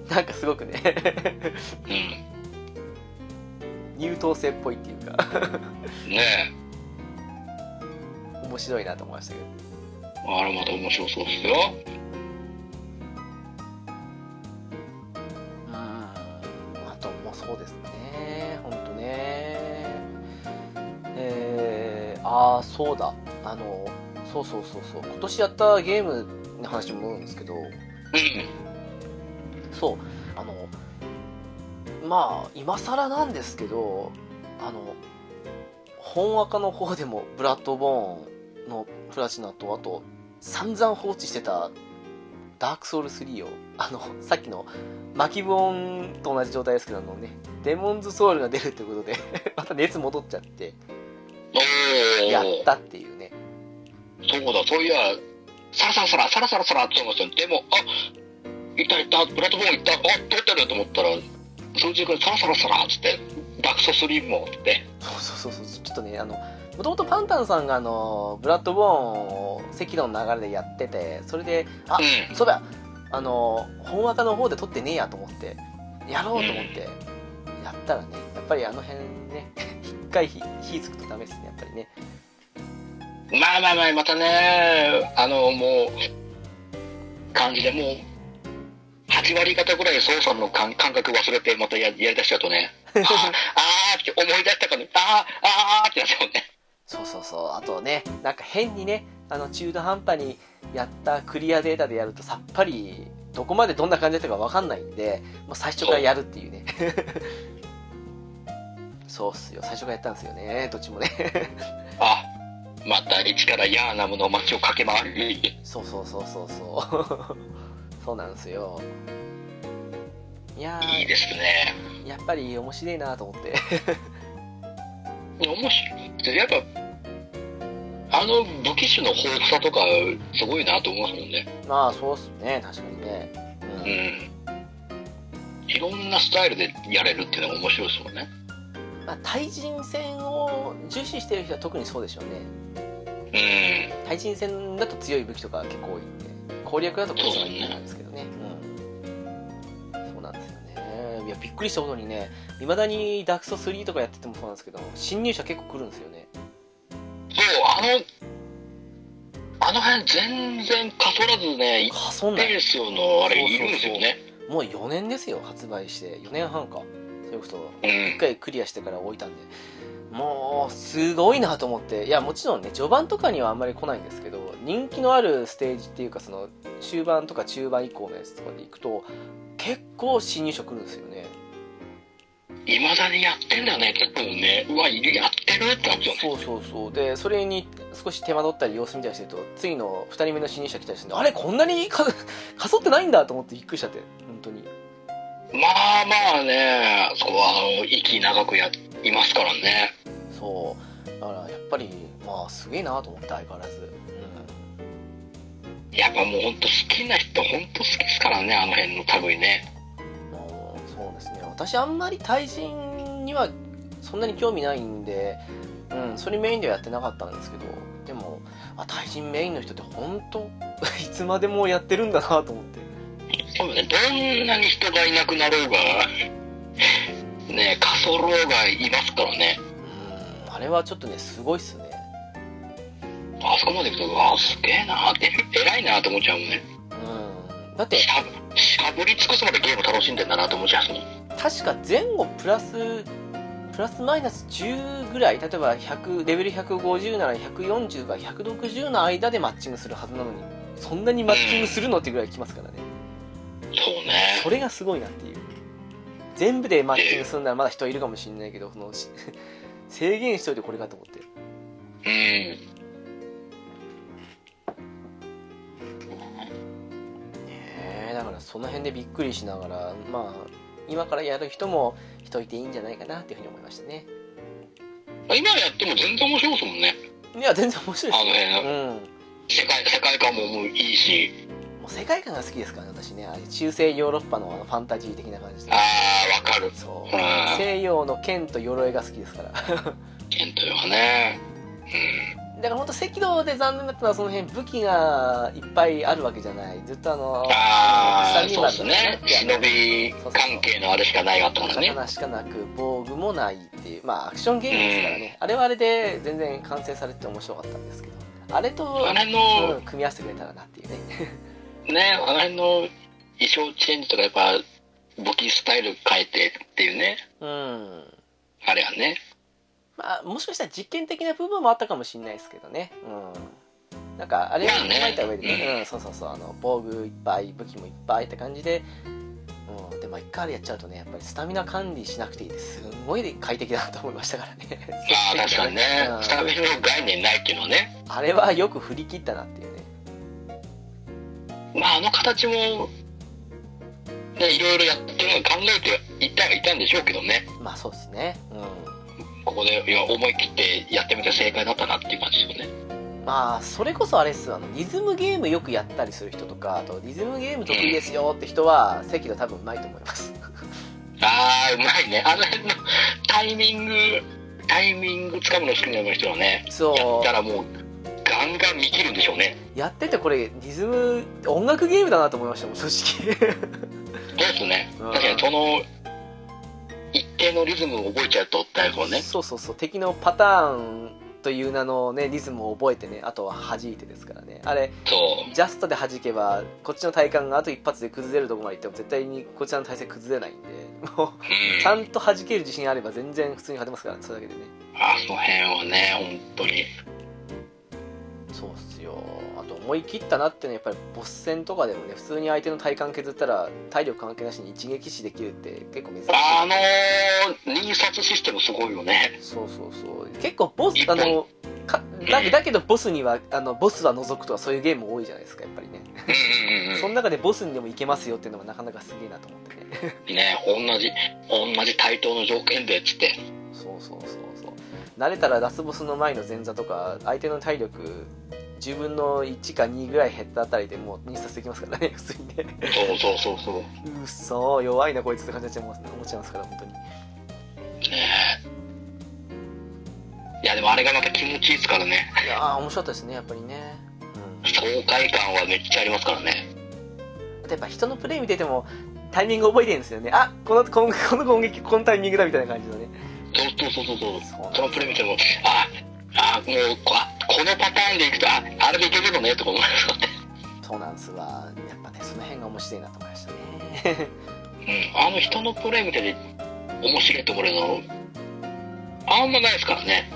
ん なんかすごくね
うん。
優等生っぽいっていうか
ね
面白いなと思いましたけど
え。あれまた面白そうですよ。
うんあともうそうですね本当ねえー、ああそうだあのそうそうそうそう今年やったゲームの話も思うんですけど
うん。
そうあのまあ今更なんですけどあの本赤の方でもブラッドボーンのプラチナとあと散々放置してたダークソウル3をあのさっきのマキブオンと同じ状態ですけどあのねデモンズソウルが出るってことで また熱戻っちゃって
おー。
やったっていうね
そうだ、そういや、サラサラサラ、サラサラサラって思ってたよでも、あいったいった、プラットフォームいった、あ撮ってると思ったら、数字がサラサラサラっつって、ダークソスリーもって。
そうそうそうそうちょっとねあのもともとパンタンさんがあのブラッドボーンを赤道の流れでやっててそれであ
うん。
そうだあの本赤の方で撮ってねえやと思ってやろうと思ってやったらねやっぱりあの辺ね 一回火火つくとダメですねやっぱりね
まあまあまあ、またね、あの、もう、感じでもう、8割方ぐらい操作の感感覚忘れて、またややりだしちゃうとね、あーあーって思い出したかね、あーあーってなっちゃうね。
そうそうそうあとねなんか変にねあの中途半端にやったクリアデータでやるとさっぱりどこまでどんな感じだったか分かんないんでもう最初からやるっていうねそうっすよ最初からやったんですよねどっちもね
あ、また一からヤーナムの街を駆け回る。
そうそうそうそうそうそうなんですよいやー
いいですね。
やっぱり面白いなと思って
面白い。やっぱ、あの武器種の豊富さとか、すごいなと思いますもんね。
まあそうっすね確かにねうん、
うん。いろんなスタイルでやれるっていうのが面白いですもんね。
まあ、対人戦を重視してる人は特にそうでしょうね
う
対人戦だと強い武器とか結構多いんで攻略だとこっちがいいんですけどねうんそうなんですよねびっくりしたことにねいまだにダークソ3とかやっててもそうなんですけど新入社結構来るんですよね
そう、あの、あの辺全然かそらずね、一
かそんない
定数のあれいるんですよね。
もう4年ですよ発売して4年半かそれこそ
うん。
1回クリアしてから置いたんでもうすごいなと思っていやもちろんね序盤とかにはあんまり来ないんですけど人気のあるステージっていうかその終盤とか中盤以降のやつとかで行くと結構新入者来るんですよね
いまだにやってんだね、結構ね。うわ、いるやってるってなっちゃうね。
そうそうそうでそれに少し手間取ったり様子見たりしてると次の2人目の新入者来たりしてあれこんなにか かそってないんだと思ってびっくりしちゃって本当に
まあまあね、そこは、あの、息長くや、いますからね。
そうだからやっぱりまあすげえなと思って相変わらず、
やっぱもうほんと好きな人、ほんと好きですからね、あの辺の類ね。
うん、まあそうですね私あんまり対人にはそんなに興味ないんでうんそれメインではやってなかったんですけどでもあ対人メインの人って本当 いつまでもやってるんだなと思って
多分ね、どんなに人がいなくなろうが、 ね、かそろうがいますからね。
うんあれはちょっとねすごいっすね
あそこまで行くと、うわすげえなーって、偉いなーって思っちゃうもんね。
うんだって
しゃぶしゃぶり尽くすまでゲーム楽しんでんだなって思っちゃうもん。
確か前後プラスプラスマイナス10ぐらい例えば100レベル150なら140か160の間でマッチングするはずなのにそんなにマッチングするのってぐらい来ますからね
そうね。
それがすごいなっていう全部でマッチングするならまだ人いるかもしれないけどそのし 制限しといてこれかと思って
うん。
ねえだからその辺でびっくりしながらまあ今からやる人も人いていいんじゃないかなっていうふうに思いましたね
今やっても全然面白いですもんね。
いや全然面白い
あの
です
辺
よ、
の
うん
世界、世界観ももういいし。
もう世界観が好きですからね私ねあれ中世ヨーロッパのあのファンタジー的な感じで
あー、わかる。
そう
うん
西洋の剣と鎧が好きですから だか
剣というかね。
ら本当赤道で残念だったのはその辺武器がいっぱいあるわけじゃないずっとあの
あー、
サ
そうですね。
な
忍
んて
び関係のあれしかないわったからね。
刀しかなく防具もないっていうまあアクションゲームですからね、あれはあれで全然完成されてて面白かったんですけどあれと
あれ
う
の
ん、組み合わせてくれたらなっていうね
ね、あの辺の衣装チェンジとかやっぱ、武器スタイル変えてっていうね。
うん
あれはね。
まあ、もしかしたら実験的な部分もあったかもしれないですけどね、うん、なんかあれを
まあね
踏まえた上でね、うん、そうそうそうあの防具いっぱい武器もいっぱいって感じで、うん、でも一回あれやっちゃうとねやっぱりスタミナ管理しなくていいですんごい快適だなと思いましたからね
まあ確かにね
う、ん
スタミナの概念ないっていうのはね、
あれはよく振り切ったなっていうね
まああの形も、ね、いろいろやってるの考えていたはいたんでしょうけどね、
まあそうですね、
ここでいや思い切ってやってみて正解だったなっていう感じですよね。
うん、まあそれこそあれっすあのリズムゲームよくやったりする人とかあとリズムゲーム得意ですよって人は赤道多分うまいと思います
ああ、うまいね。あの辺のタイミング、タイミングつかむの好きな人はね、
そう
やったらもう、ガンガン見切るんでしょうね。
やっててこれリズム音楽ゲームだなと思いましたもん正直
そうですね。
うん
確かにその、一定のリズムを覚えちゃうと、だいぶね。
そうそうそう敵のパターンという名のねリズムを覚えてねあとは弾いてですからねあれ
そう。
ジャストで弾けばこっちの体幹があと一発で崩れるとこまで行っても絶対にこちらの体勢崩れ ないんでも
う
うんちゃんと弾ける自信あれば全然普通に勝てますからねそれだけでね
あの辺はね、本当に。
そうっすよあと思い切ったなっていうのはやっぱりボス戦とかでもね普通に相手の体幹削ったら体力関係なしに一撃死できるって結構珍しい
あのー、印刷システムすごいよね。
そうそうそう結構ボス
一
あ
本
のかだだけどボスにはあのボスは除くとかそういうゲーム多いじゃないですかやっぱりね、
うん
その中でボスにでもいけますよっていうのがなかなかすげえなと思ってね
ね、同じ、同じ対等の条件で、つって。
そうそうそうそう慣れたらラスボスの前の前座とか相手の体力10分の1か2ぐらい減ったあたりでもう印刷できますからね普 通にね
そうそうそうそう。
うっそー弱いなこいつって感じで思っちゃいますから本当に
ねいや、でもあれがまた気持ちいいですからね。
いやー面白かったですねやっぱりねうん
爽快感はめっちゃありますからね。
やっぱ人のプレイ見ててもタイミング覚えてるんですよね。あ、この、この、この攻撃、このタイミングだみたいな感じのね。
そうそうそうそうそう。そのプレイ見ても、あ、あ、もう、こあこのパターンでいくと、あ、あれでいけるのねとか思いますよね。
そうなんですわ。やっぱね、その辺が面白いなと思いましたね。
うん。あの人のプレイ見てて、面白いところの、あんまないですからね。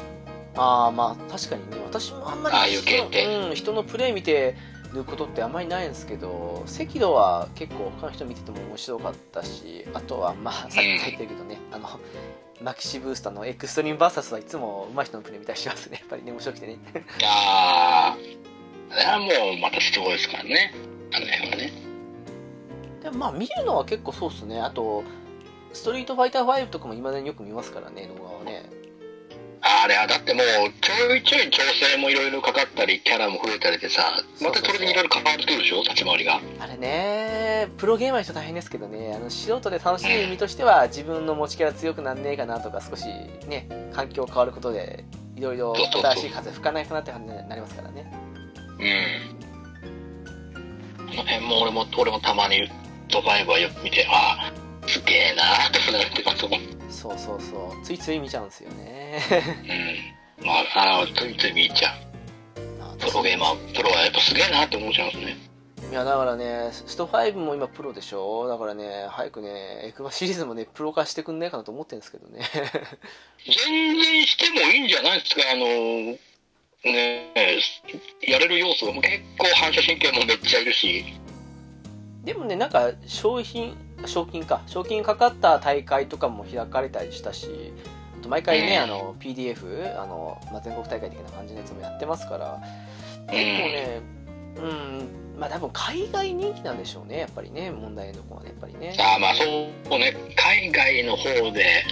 ああ、まあ、確かにね、私もあんまり
ああいう系って
人のうん、人のプレイ見てることってあんまりないんですけど、赤道は結構他の人見てても面白かったし、あとは、まあ、さっき書いてるけどね、あの、マキシブースターのエクストリームバーサスはいつも上手い人のプレイ見たりしますね。やっぱりね、面白くてね。
あー、あれはもう、またすごいですからね。あの辺はね。
でもまあ見るのは結構そうっすねあと「ストリートファイター5」とかもいまだによく見ますからね動画はね
あれはだってもうちょいちょい調整もいろいろかかったりキャラも増えたりでさまたそれでいろいろ変わってくるでしょ立ち回りが
あれねプロゲーマーの人大変ですけどねあの素人で楽しむ身として は自分の持ちキャラ強くなんねえかなとか少しね環境変わることでいろいろ新しい風吹かないかなって感じになりますからね
うんこの辺も俺も俺もたまにドバイバーよく見てああすげえなーってなってますもんうん
そうそうそうついつい見ちゃうんですよね
まああーついつい見ちゃ
あ
うプロゲーマープロはやっぱすげえなって思っちゃいますね
いやだからねスト5も今プロでしょだからね早くねエクマシリーズもねプロ化してくんないかなと思ってるんですけどね
全然してもいいんじゃないですかあのーねえやれる要素も結構反射神経もめっちゃいるし
でもねなんか賞品賞金か賞金かかった大会とかも開かれたりしたしあと毎回ね、
うん
あの PDF あの、まあ、全国大会的な感じのやつもやってますから結構ねうんまあ多分海外人気なんでしょうねやっぱりね問題のとこはねやっぱりね
あーまあそうね海外の方で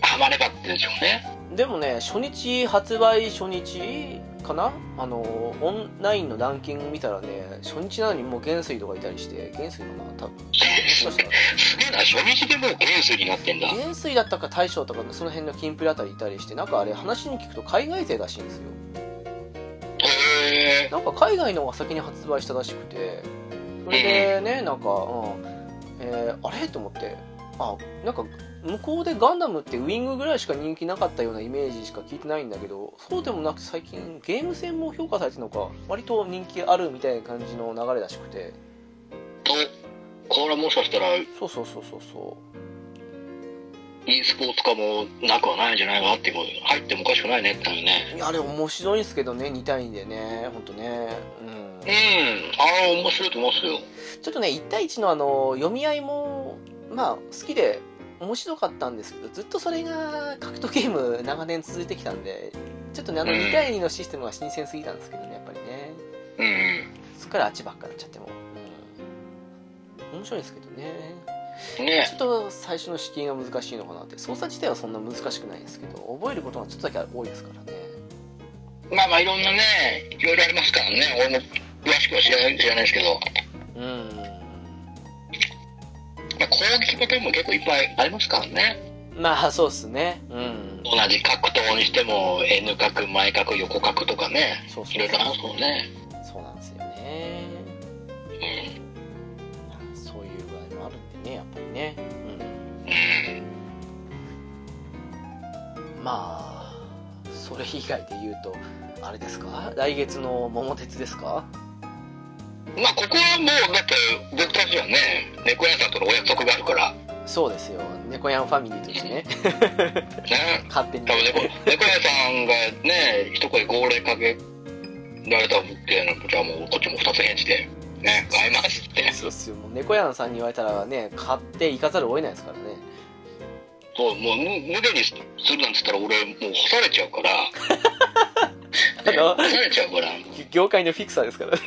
ハマればってんでしょうね
でもね初日発売初日かなあのオンラインのランキング見たらね初日なのにもう元帥とかいたりして元帥かな多分 もしかしたら
すげえな初日でもう元帥になってんだ
元帥だったか大将とかその辺のキンプリあたりいたりしてなんかあれ話に聞くと海外勢らしいんですよ
へえ
なんか海外のが先に発売したらしくてそれでねなんか、うんえーあれと思ってあなんか向こうでガンダムってウィングぐらいしか人気なかったようなイメージしか聞いてないんだけどそうでもなく最近ゲーム戦も評価されてるのか割と人気あるみたいな感じの流れらしくて
とこれはもしかしたら e
そうそうそうそうそう
スポーツ化もなくはないんじゃないかっても入ってもおかしくないねっていうね
いやあれ面白いんですけどね2対2でね本当ねうん
うんああ面白いと思いますよ
ちょっとね1対1のあの読み合いもまあ好きで面白かったんですけどずっとそれが格闘ゲーム長年続いてきたんでちょっとねあの
うん
2対2のシステムが新鮮すぎたんですけどねやっぱりね
うん
すっからあっちばっかになっちゃっても、うん、面白いんですけどねちょ
ね
っと最初の資金が難しいのかなって操作自体はそんな難しくないんですけど覚えることがちょっとだけ多いですからね
まあまあいろんなねいろいろありますからね俺も詳しくは知らない知らないですけど、
うん
まあ、攻撃パターンも結構いっぱいありますからね
まあそうっすねうん
同じ格闘にしても N 角前角横角とかね
そう
い
そ
ろ
う
いろあるもんね
そうなんですよね
うん
そういう具合もあるんでねやっぱりね、
うん
うん、まあそれ以外で言うとあれですか来月の桃鉄ですか
まあここはもうだって僕たちはね猫屋さんとのお約束があるから
そうですよ猫やんファミリーとして ね
ね
勝手に
多分猫 猫屋さんがね一声号令かけられたっていうのはじゃあもうこっちも二つ返事でね買いますって
そうっすよもう猫やんさんに言われたらね買って行かざるを得ないですからね
そうもう無無理にするなんつったら俺もう干されちゃうから
あの
干されちゃうからや
業界のフィクサーですからね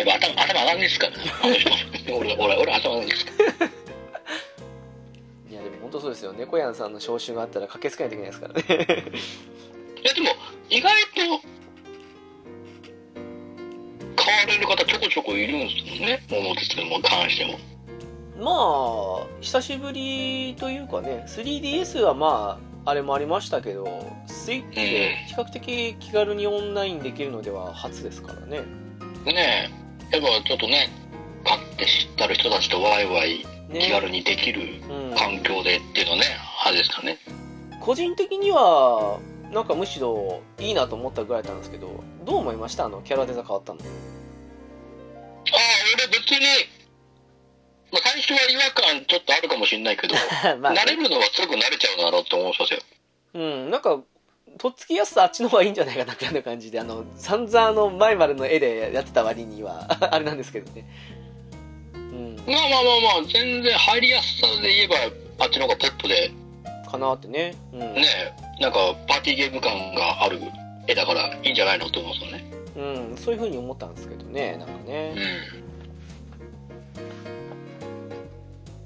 っぱ頭頭上がんねえっすから あの人俺俺俺頭上がんねえっすから
いやでも本当そうですよ猫やんさんの招集があったら駆けつけないといけないですからね
いやでも意外と買われる方ちょこちょこいるんですよね桃鉄にも関しても
まあ久しぶりというかね 3DS はまああれもありましたけどスイッチで比較的気軽にオンラインできるのでは初ですからね
ねえやっぱちょっとねかって知ったる人たちとワイワイ気軽にできる
うん、
環境でっていうのね、派ですかね。
個人的にはなんかむしろいいなと思ったぐらいだったんですけどどう思いましたあのキャラデザ変わったの
ああ、俺別に、まあ、最初は違和感ちょっとあるかもしれないけど、
まあね
慣れるのはすぐ慣れちゃうだろうと思うんですよ。
うんなんかとっつきやすさあっちの方がいいんじゃないかなみたいな感じであの散々あの前までの絵でやってた割には あれなんですけどねうん
まあまあまあまあ、全然入りやすさで言えば、あっちの方がポップで、
かなってね,、うん、
ね、なんかパーティーゲーム感がある絵だからいいんじゃないのと思うんですよね。
うん、そういうふうに思ったんですけどねなんかね
う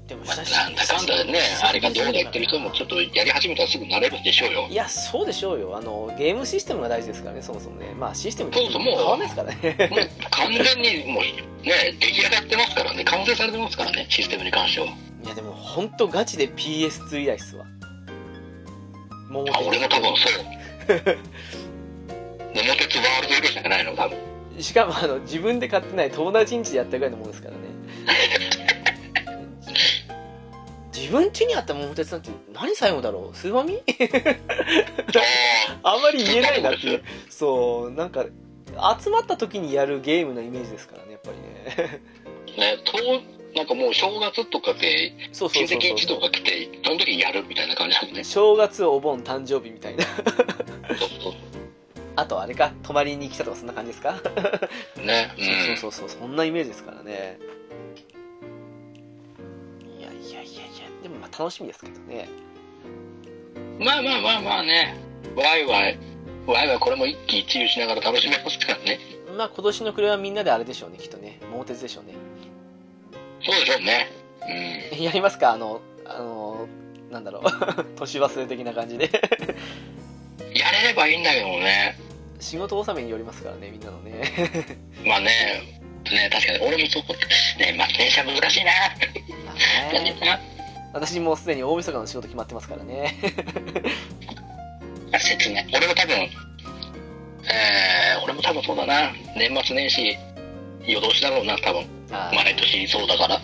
でも
ん。まあ、なんだかんだでね、あれがどうだ言ってる人もちょっとやり始めたらすぐ慣れるんでしょうよ。
いやそうでしょうよあのゲームシステムが大事ですからねそもそもねまあシステム
そうそうもう
変わんないですからね
もう完全にもうね、出来上がってますからね、完成されてますからね、システムに関しては。
いやでも本当ガチで PS2 以来っすわもう
あ俺も多分 そう。桃鉄ワールドエディションじゃないの、 多分。
しかもあの自分で買ってない友達ん家でやったぐらいのもんですから ね自分家にあった桃鉄なんて何最後だろうスーファミ
あ
あんまり言えないなっていう そうなんか集まった時にやるゲームのイメージですからねやっぱりね
あ、ね、と、なんかもう正月とかで
そうそ
親
うそう
戚一
そ
同
う
が来て、その時にやるみたいな感じだもんね。
正月お盆誕生日みたいな
そうそ
あとあれか泊まりに来たとかそんな感じですか
う。ね、うん。
そうそうそうそうそんなイメージですからねいやいやいやいやでもまあ楽しみですけどね
まあまあまあまあね、ワイワイ、ワイワイこれも一喜一憂しながら楽しめますからね。
まあ今年の暮れはみんなであれでしょうねきっとね桃鉄でしょうね
そうでしょうね。うん。
やりますかあのあのなんだろう 年忘れ的な感じで
やれればいいんだけどね。
仕事納めによりますからねみんなのね
まあね、ね、確かに俺もそう、ね、まあ電車難しいな。
まあ
大変
ね
だな
私もうすでに大晦日の仕事決まってますからね
あ説明。俺も多分、えー、俺も多分そうだな。年末年始、夜通しだろうな、多分。
あー
毎年そうだから。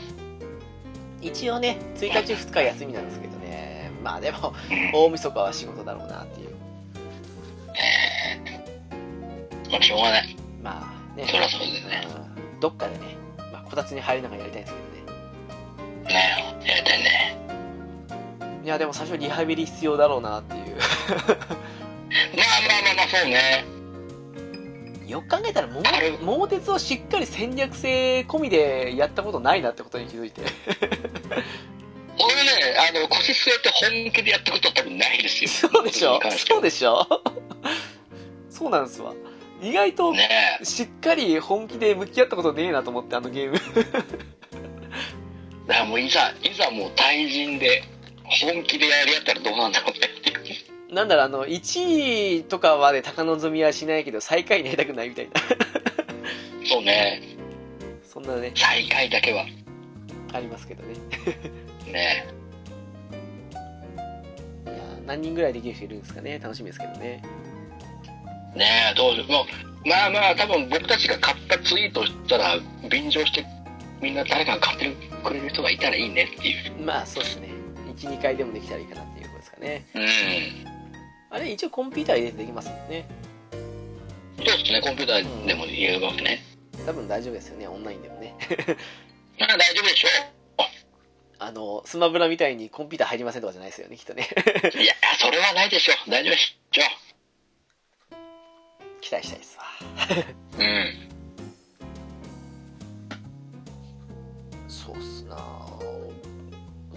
一応ね1日2日休みなんですけどねまあでも
うん。
大晦日は仕事だろうなっていう
まあしょうがない。
まあね
そりゃそうだよね。
うんどっかでね、まあ、こたつに入りながらやりたいんですけどね
ね、やりたいね。
いやでも最初リハビリ必要だろうなっていう
まあまあまあまあ、そうね。
よく考えたら桃
あれ
桃鉄をしっかり戦略性込みでやったことないなってことに気づい て
俺ね、あの、腰据えて本気でやったことは多分ないですよ。
そうでしょそうで
し
しょ そうなんですわ意外と
ね
しっかり本気で向き合ったことねえなと思ってあのゲーム
え。だからもういざ、いざもう対人で、本気でやり合ったらどうなんだろうねっていう。
なんだろうあの1位とかまで高望みはしないけど最下位になりたくないみたいな
そうね、
そんなね
最下位だけは。
ありますけどね
ね
いやー何人ぐらいできる人いるんですかね楽しみですけどね
え。ねえ、どうしもう、まあまあ、多分僕たちが買ったツイートしたら、便乗して、みんな誰かが買ってくれる人がいたらいいねっていう。
まあそうですね12回でもできたらいいかなっていうことですかね
うん。
あれ一応コンピューター入れてできますもんね
そうですね、コンピューターでも言えばね。
多分大丈夫ですよねオンラインでもね
まあ大丈夫でしょ
あのスマブラみたいにコンピューター入りませんとかじゃないですよねきっとね
う。いや、それはないでしょう。大丈夫でしょ
期待したいですわ
う。うん。
そうっすな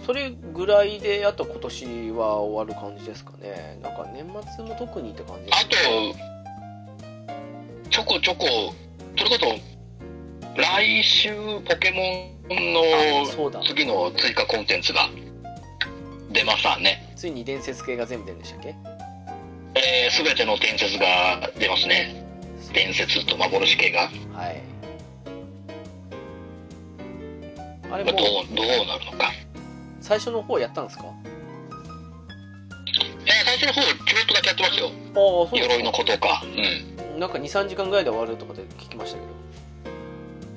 それぐらいであと今年は終わる感じですかねなんか年末も特にって感じです
あと、ちょこちょこ、それこそ、来週、ポケモ
あ
ン
そうだ
の次の追加コンテンツが出ましたね。
ついに伝説系が全部出るんでしたっけ
えー、全ての伝説が出ますね。伝説と幻系が。
はいあれ
ま
も
あ、ど
う
う、どうなるのか。
最初の方やったんですか
えー、最初の方、ちょっとだけやってますよ。
ああそうですか
鎧の子とか。うん。
なんか23時間ぐらいで終わるとかで聞きましたけど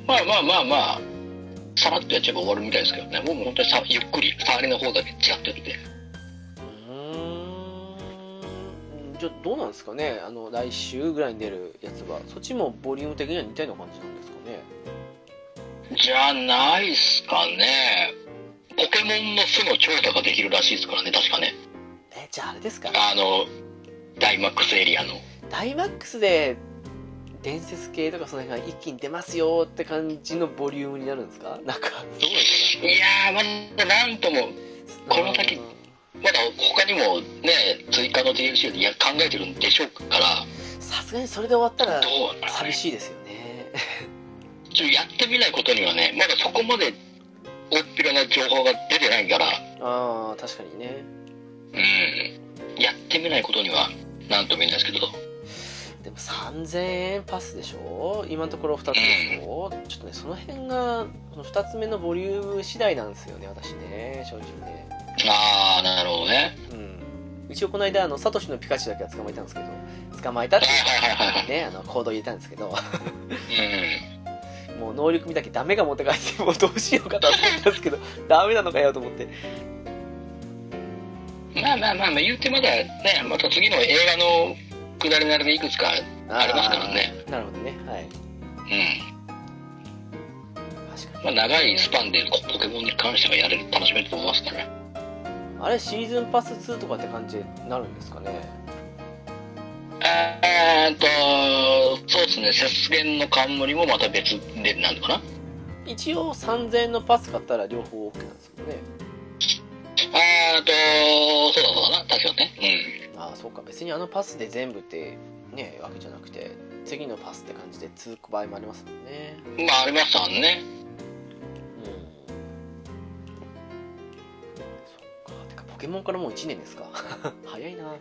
まあまあまあまあ、さらっとやっちゃえば終わるみたいですけどね、僕も本当にさゆっくり、触りの方だけちらっとやって、
うーんじゃあどうなんですかねあの来週ぐらいに出るやつはそっちもボリューム的には似たような感じなんですかね
じゃないっすかね、ポケモンの巣の調査ができるらしいですからね、確かね、
えじゃああれですか
あの、ダイマックスエリアの。
ダイマックスで伝説系とかその辺が一気に出ますよって感じのボリュームになる んですかなんかそう
いやー、まだなんとも、
なのかな
この先
うん
まだ他にもね、追加の DLC でいや考えてるんでしょうから、
さすがにそれで終わったら
どうなの
寂しいですよね
ちょっとやってみないことにはね、まだそこまで大っぴらな情報が出てないから、
ああ確かにね
うん、やってみないことには、なんとも言えないですけど、
でも3000円パスでしょ今のところ2つでしょちょっとねその辺がこの2つ目のボリューム次第なんですよね私ね正直ね
あー、なるほどね。
うん一応この間あのサトシのピカチュウだけは捕まえたんですけど捕まえたっていう
はいはいはいはい。
ねあの行動入れたんですけど
うん。
もう能力見だけダメが持って帰ってもうどうしようかなと思ったんですけどダメなのかよと思って
まあまあまあまあ、言うてまだね、また次の映画の下りなりでいくつか、ありますからね
あーなるほどねはい
うん。
確かに
まあ、長いスパンでポケモンに関してはやれる、楽しめると思いますから。
あれシーズンパス2とかって感じになるんですかね
えーっと、そうですね、節減の冠もまた別でなんのかな。
一応3000円のパス買ったら両方 OK なんですけどね
えーっと、そうだそうだな、確かね。うん。
ああそうか別にあのパスで全部ってねわけじゃなくて次のパスって感じで続く場合もありますもんね
まあ、ありましたね。
うんそっかてかポケモンからもう1年ですか 早いな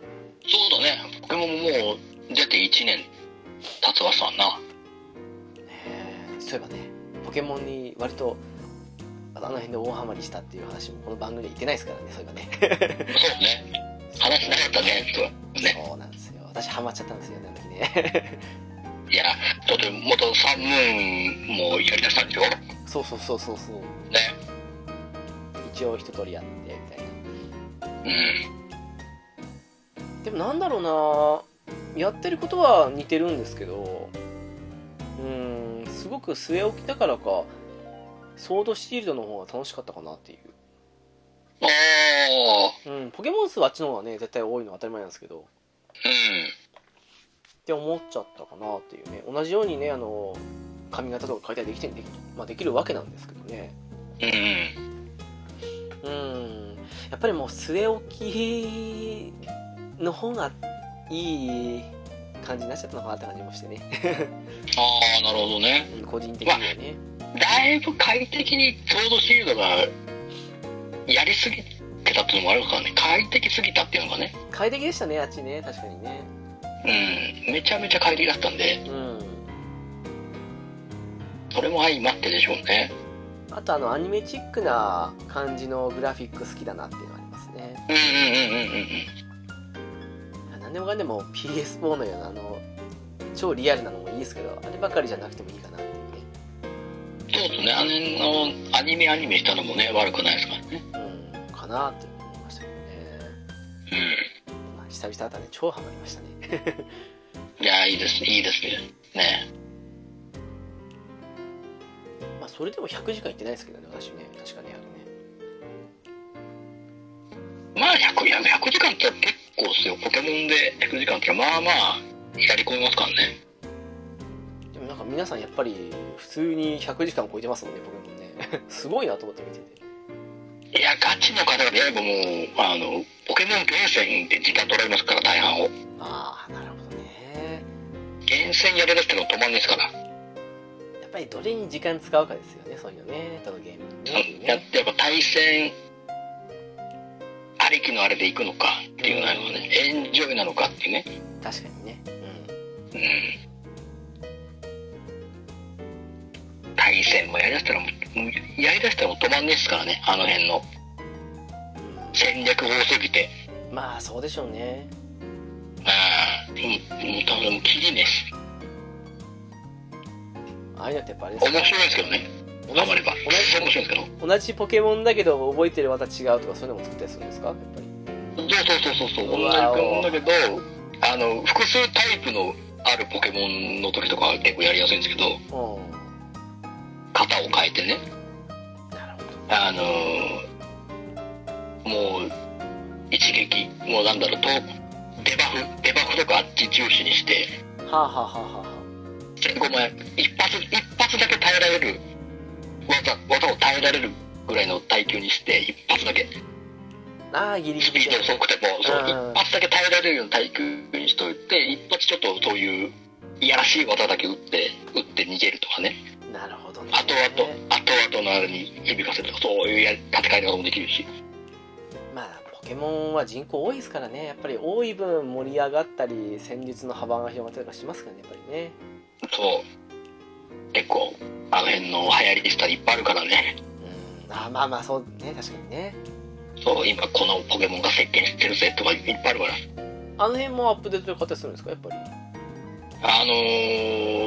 そうだね、ポケモンももう出て1年経つわさんな。
ねえそういえばねポケモンに割とあの辺で大ハマりしたっていう話もこの番組で言ってないですからねそういえばね
そうね、話しなかったね、そうね。
そうなんですよ私ハマっちゃったんですよねあの時ね
いや、ちょっと元サンムーンもやりだしたんでしょね。
そうそうそうそうそう一応一通りやってみたいな
うん。
でもなんだろうなやってることは似てるんですけどうーんすごく据え置きだからかソードシールドの方が楽しかったかなってい
おー、
う、うん、ポケモン数はあっちの方がね絶対多いのは当たり前なんですけどって思っちゃったかなっていうね同じようにねあの髪型とか変えたりできてでき,、まあ、できるわけなんですけどね
うん。
う
うん。
んやっぱりもう据え置きの方がいい感じになっちゃったのかなって感じもしてね
あー、なるほどね。
うん個人的にはね、
だいぶ快適にソードシールドがやりすぎてたっていうのもあるからね快適すぎたっていうのがね
快適でしたねあっちね確かにね
うんめちゃめちゃ快適だったんで
うん
それも相まってでしょうね
あとあのアニメチックな感じのグラフィック好きだなっていうのはありますね
うんうんうんうんうん
何でもかんでも PS4 のようなあの超リアルなのもいいですけどあればかりじゃなくてもいいかなっていう
そうですねあのアニメアニメしたのもね悪くないですからね
ねうんかなって思いましたけどね、まあ、久々だったね超ハマりましたね
うんいやいいですいいですねね
まあそれでも100時間いってないですけどね私ね確かね100ね
まあ 100, 100 100時間って結構ですよポケモンで100時間ってまあまあやり込みますからね
でもなんか皆さんやっぱり普通に100時間超えてますもんねポケモンね すごいなと思って見てて
いやガチの方であればもうあのポケモン厳選で時間取られますから大半を
ああなるほどね
厳選やれるってのは止まんですから、
やっぱりどれに時間使うかですよね、そういうのね、どのゲームに
やっ
ね。
てやっぱ対戦ありきのあれでいくのかっていうのはね、エンジョイなのかっていうね、
確かにね。うん。
うん、対戦もやりだしたらもうもうやりだしたらもう止まんねえっすからねあの辺の戦略多すぎて
うんまあ、そうでしょうね。
うんもうもう多分もう切りねえっす
ああいうのってやっぱあれです
面
ね。
白いですけどね頑張れば
同じ
面白いんですけど
同じポケモンだけど覚えてるまた違うとかそういうのも作ったりするんですかやっぱり
そうそうそうそうそう同
う
じ
わお
ポケモンだけどあの複数タイプのあるポケモンの時とかは結構やりやすいんですけど
うん
型を変えてね
なるほど
あのもう一撃もうなんだろうとデバフデバフとかあっち重視にして
はあはあはあはあは
ごめん一発一発だけ耐えられる技技を耐えられるぐらいの耐久にして一発だけ
あああギリギ
スピ
リ
ード遅くてもそう
うん
一発だけ耐えられるような耐久にしといて一発ちょっとそういういやらしい技だけ打って打って逃げるとかね
なるほどね
後々後々のあれに響かせるとかそういうや戦い方もできるし
まあポケモンは人口多いですからねやっぱり多い分盛り上がったり戦術の幅が広がったりとかしますからねやっぱりね
そう結構あの辺の流行りしたいっぱいあるからね
うんあーまあまあそうね確かにね
そう今このポケモンが席巻してるぜとかいっぱいあるから
あの辺もアップデートで形するんですかやっぱり
あの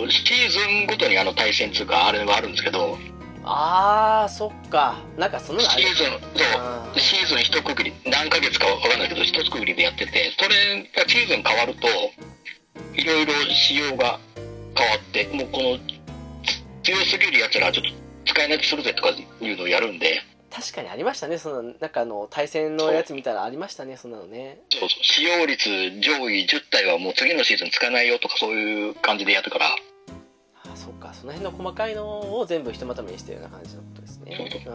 ーシーズンごとにあの対戦というかあれはあるんですけど
ああそっかなんかそんなのあ
シ
り
ーズンそう
あ
シーズン一括り何ヶ月かわかんないけど一括りでやっててそれがシーズン変わるといろいろ仕様が変わってもうこの強すぎるやつらはちょっと使えなくするぜとかいうのをやるんで
ー確かにありましたねそのなんかあの対戦のやつ見たらありましたねそんなのね
そうそう使用率上位10体はもう次のシーズン使えないよとかそういう感じでやるから
あーそっかその辺の細かいのを全部ひとまとめにしてるような感じのことですね
そう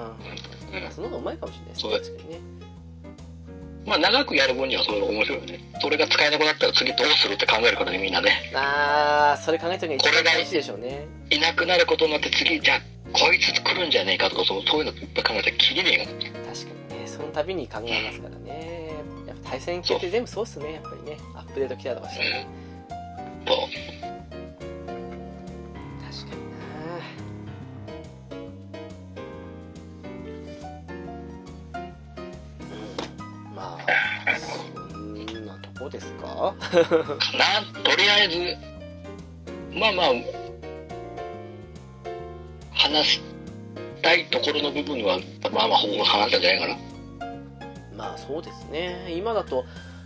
うん、まあその方がうまいかもしれないですね
そう
確かにね
まあ長くやる分にはそれが面白いよねそれが使えなくなったら次どうするって考えるからねみんなね
ああそれ考えた時が一番
これが
大事でしょうね
いなくなることになって次じゃあこいつ来るんじゃねえかとかそうそういうのいっぱい考えたらきりねえから
確かにねその度に考えますからねやっぱ対戦系って全部そうっすねやっぱりねアップデート来たりとかしたらね
と
確かになうんまあそんなとこですか
かなとりあえずまあまあ話したいところの部分はまあまあほぼ話したんじゃないかな
まあそうですね今だと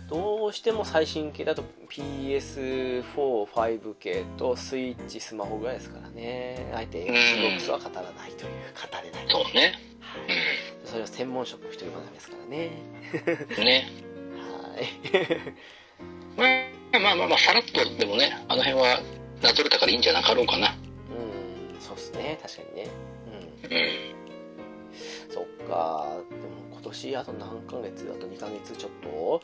どうしても最新系だと PS45 系とスイッチスマホぐらいですからねあえて Xbox は語らないという語れない
そうね
はいそれは専門職の人にもダメですからね
うんね
はい
まあまあまあまあさらっとでもねあの辺はなぞれたからいいんじゃなかろうかな
うんそうっすね確かにね
うん
うんそっかでも今年あと何ヶ月あと2ヶ月ちょっと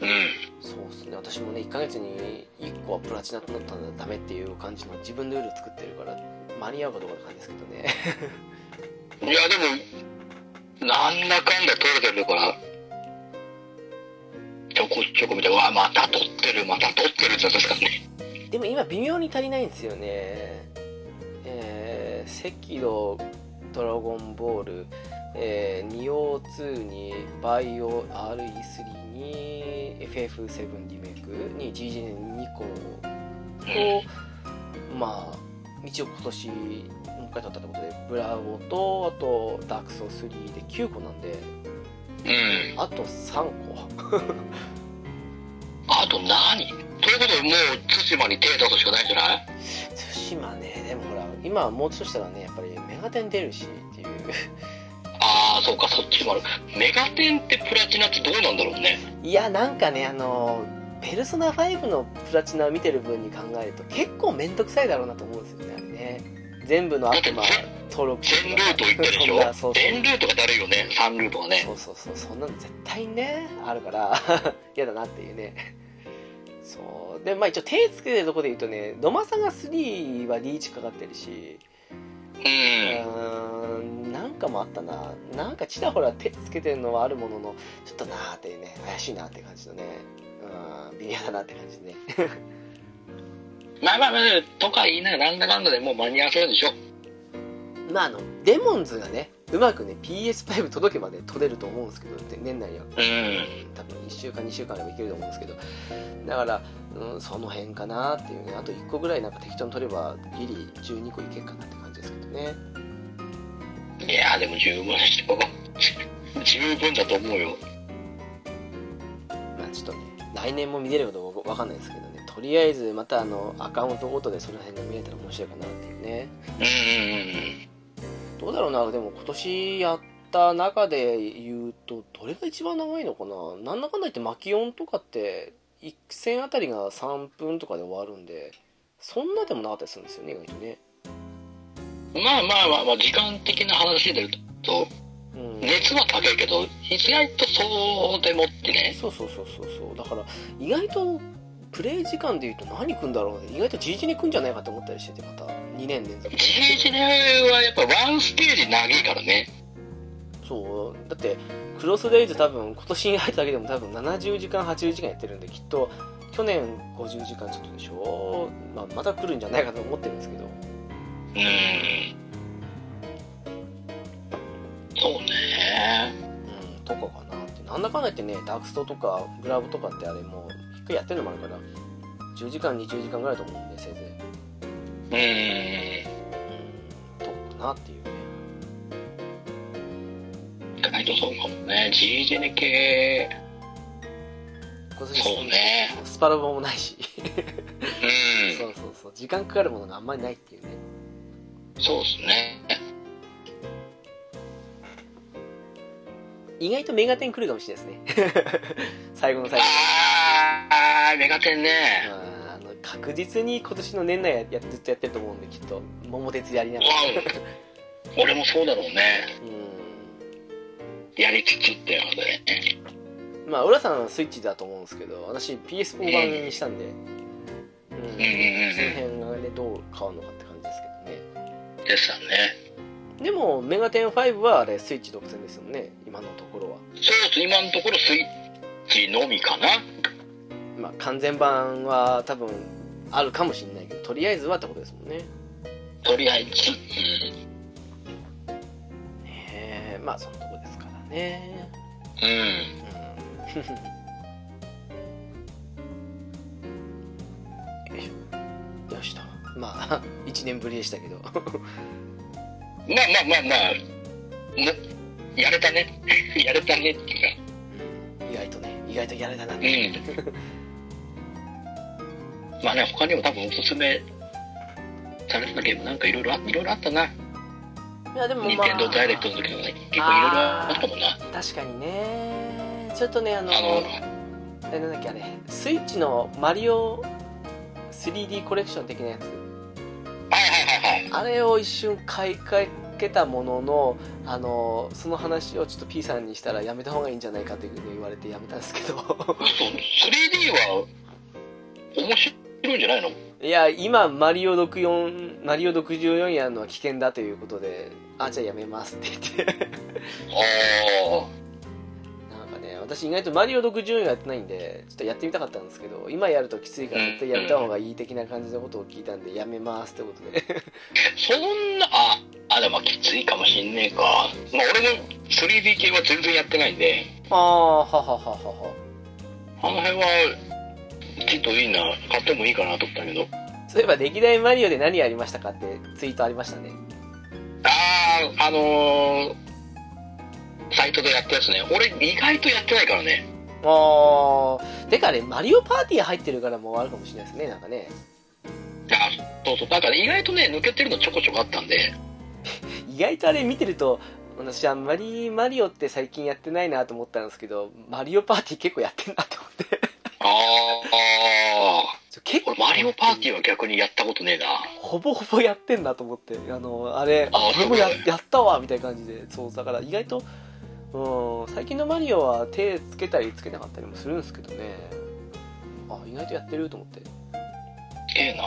うん
そうっすね私もね1ヶ月に1個はプラチナとなったらダメっていう感じの自分のルール作ってるから間に合うかどうかって感じですけどね
いやでもなんだかんだ取れてるからちょこちょこ見てうわまた取ってるまた取ってるって確かにね
でも今微妙に足りないんですよねえー、赤道ドラゴンボール、えー、ニオ2にバイオ RE3 に FF7 リメイクに GJ2 個と、まあ一応今年もう一回取ったってことでブラボーとあとダークソウル3で9個なんで
うん
あと3個
あと何ということはもう対馬に手出すしかないんじゃない
対馬ねでもほら今はもうちょっとしたらねやっぱりメガテン出るしっていう
ああそうかそっちもあるメガテンってプラチナってどうなんだろうね
いやなんかねあのペルソナ5のプラチナを見てる分に考えると結構面倒くさいだろうなと思うんですよねあれね全部の悪魔
だって
登録
全ルート行ってるでし
そんなそ
ょ
うそう
全ルートがだるいよね3ルートがね
そうそうそうそんなの絶対にねあるから 嫌だなっていうねそうでまあ一応手つけてるとこで言うとね野間さんが3はリーチかかってるし
うん
うーんなんかもあったななんかちらほら手つけてるのはあるもののちょっとなーってね怪しいなって感じのねうん微妙だなって感じでね
まあまあまあとか言いながらなんだかんだでもう間に合わせるでしょ
まああのデモンズがねうまくね PS5 届けばね取れると思うんですけどで年内には
うん
多分1週間2週間でもいけると思うんですけどだから、うん、その辺かなっていうねあと1個ぐらいなんか適当に取ればギリ12個いけるかなって感じですけどね
いやーでも十分でしょ 十分だと思うよ
まあちょっとね来年も見れるかどうかわかんないですけどねとりあえずまたあのアカウントごとでその辺が見れたら面白いかなっていうね
うんうん
どうだろうなでも今年やった中で言うとどれが一番長いのかななんだかんだ言ってマキオンとかって1戦あたりが3分とかで終わるんでそんなでもなかったりするんですよね意外とね
うんまあまあまあ、まあ、時間的な話で言うと
うん
熱は高いけど意外とそうでもってね
そうそうそうそうそうだから意外とプレイ時間でいうと何組んだろうね意外と GG に組んじゃないかと思ったりしててまた2年連続
GHD はやっぱワンステージ長いからね
そうだってクロスレイズ多分今年に入っただけでも多分70時間80時間やってるんできっと去年50時間ちょっとでしょ、まあ、また来るんじゃないかと思ってるんですけど
うんそうね
うんとかかなってなんだかんだ言ってねダークストとかグラブとかってあれもう一回やってるのもあるから10時間20時間ぐらいだと思うんでせいぜい
うん
うんとかなっていうね
意外とそうかもね GHD 系
今年
そうね
スパラボもないし
うん
そうそうそう時間かかるものがあんまりないっていうね
そうですね。
意外とメガテン来るかもしれないですね 最後の最後
あー、メガテンね。
まああの確実に今年の年内ややずっとやってると思うんできっと桃鉄やりな
う
が
わ
ら
お俺もそうだろうね。
う
やりつつってやのでね。
んまあ浦さんはスイッチだと思うんですけど私 PS4 版にしたんでうん
うんうん
その辺がねどう変わるのかって感じですけどね
うん。でしたね。
でもメガテン5はあれスイッチ独占ですよね今のところは
そうです。今のところスイッチのみかな。
まあ完全版は多分あるかもしれないけどとりあえずはってことですもんね
とりあえず。
ねえまあそのとこですからね
うん。うん。
うんよいしょよしとまあ1 年ぶりでしたけど
まあまあまあまあ。なやれたね。 やれたねっていうか。
意外とね意外とやれたなっていう
うん。まあね、他にも多分おすすめされてたゲームなんかいろいろあいろいろあったな。
いやでも
任
まあ
天堂ダイレクトの時もね、結構いろいろあったもんな。
確かにねちょっとねあの
あの、
えなんだっけあれスイッチのマリオ 3D コレクション的なやつ
はいはいはいはい。
あれを一瞬買いかけたもののあのその話をちょっと P さんにしたらやめた方がいいんじゃないかというふうに言われてやめたんですけど
嘘、3D は面白いんじゃないの
いや今マリオ64マリオ64やるのは危険だということであじゃあやめますって言って
あ
なんかね私意外とマリオ64やってないんでちょっとやってみたかったんですけど今やるときついから絶対やめた方がいい的な感じのことを聞いたんでやめますってことで
あ、そんな、あ、あ、でもきついかもしんねえか。まあ俺も 3D 系は全然やってないんで、
ああははははは
あの辺は、きっといいな、買ってもいいかなと思ったけど。
そういえば歴代マリオで何やりましたかってツイートありましたね
ああ、あのー、サイトでやったやつね。俺意外とやってないからね。
あーてかねマリオパーティー入ってるからもうあるかもしれないですねなんかね
あそうそう。だから意外とね、抜けてるのちょこちょこあったんで。
意外とあれ見てると私あんまりマリオって最近やってないなと思ったんですけどマリオパーティー結構やってんなと思って
ああ。
ちょ結構
俺マリオパーティーは逆にやったことねえな
ほぼほぼやってんなと思ってあのあれ
あ
俺もや
そう
やったわみたいな感じでそうだから意外とうん最近のマリオは手つけたりつけなかったりもするんですけどねあ意外とやってると思って
ええな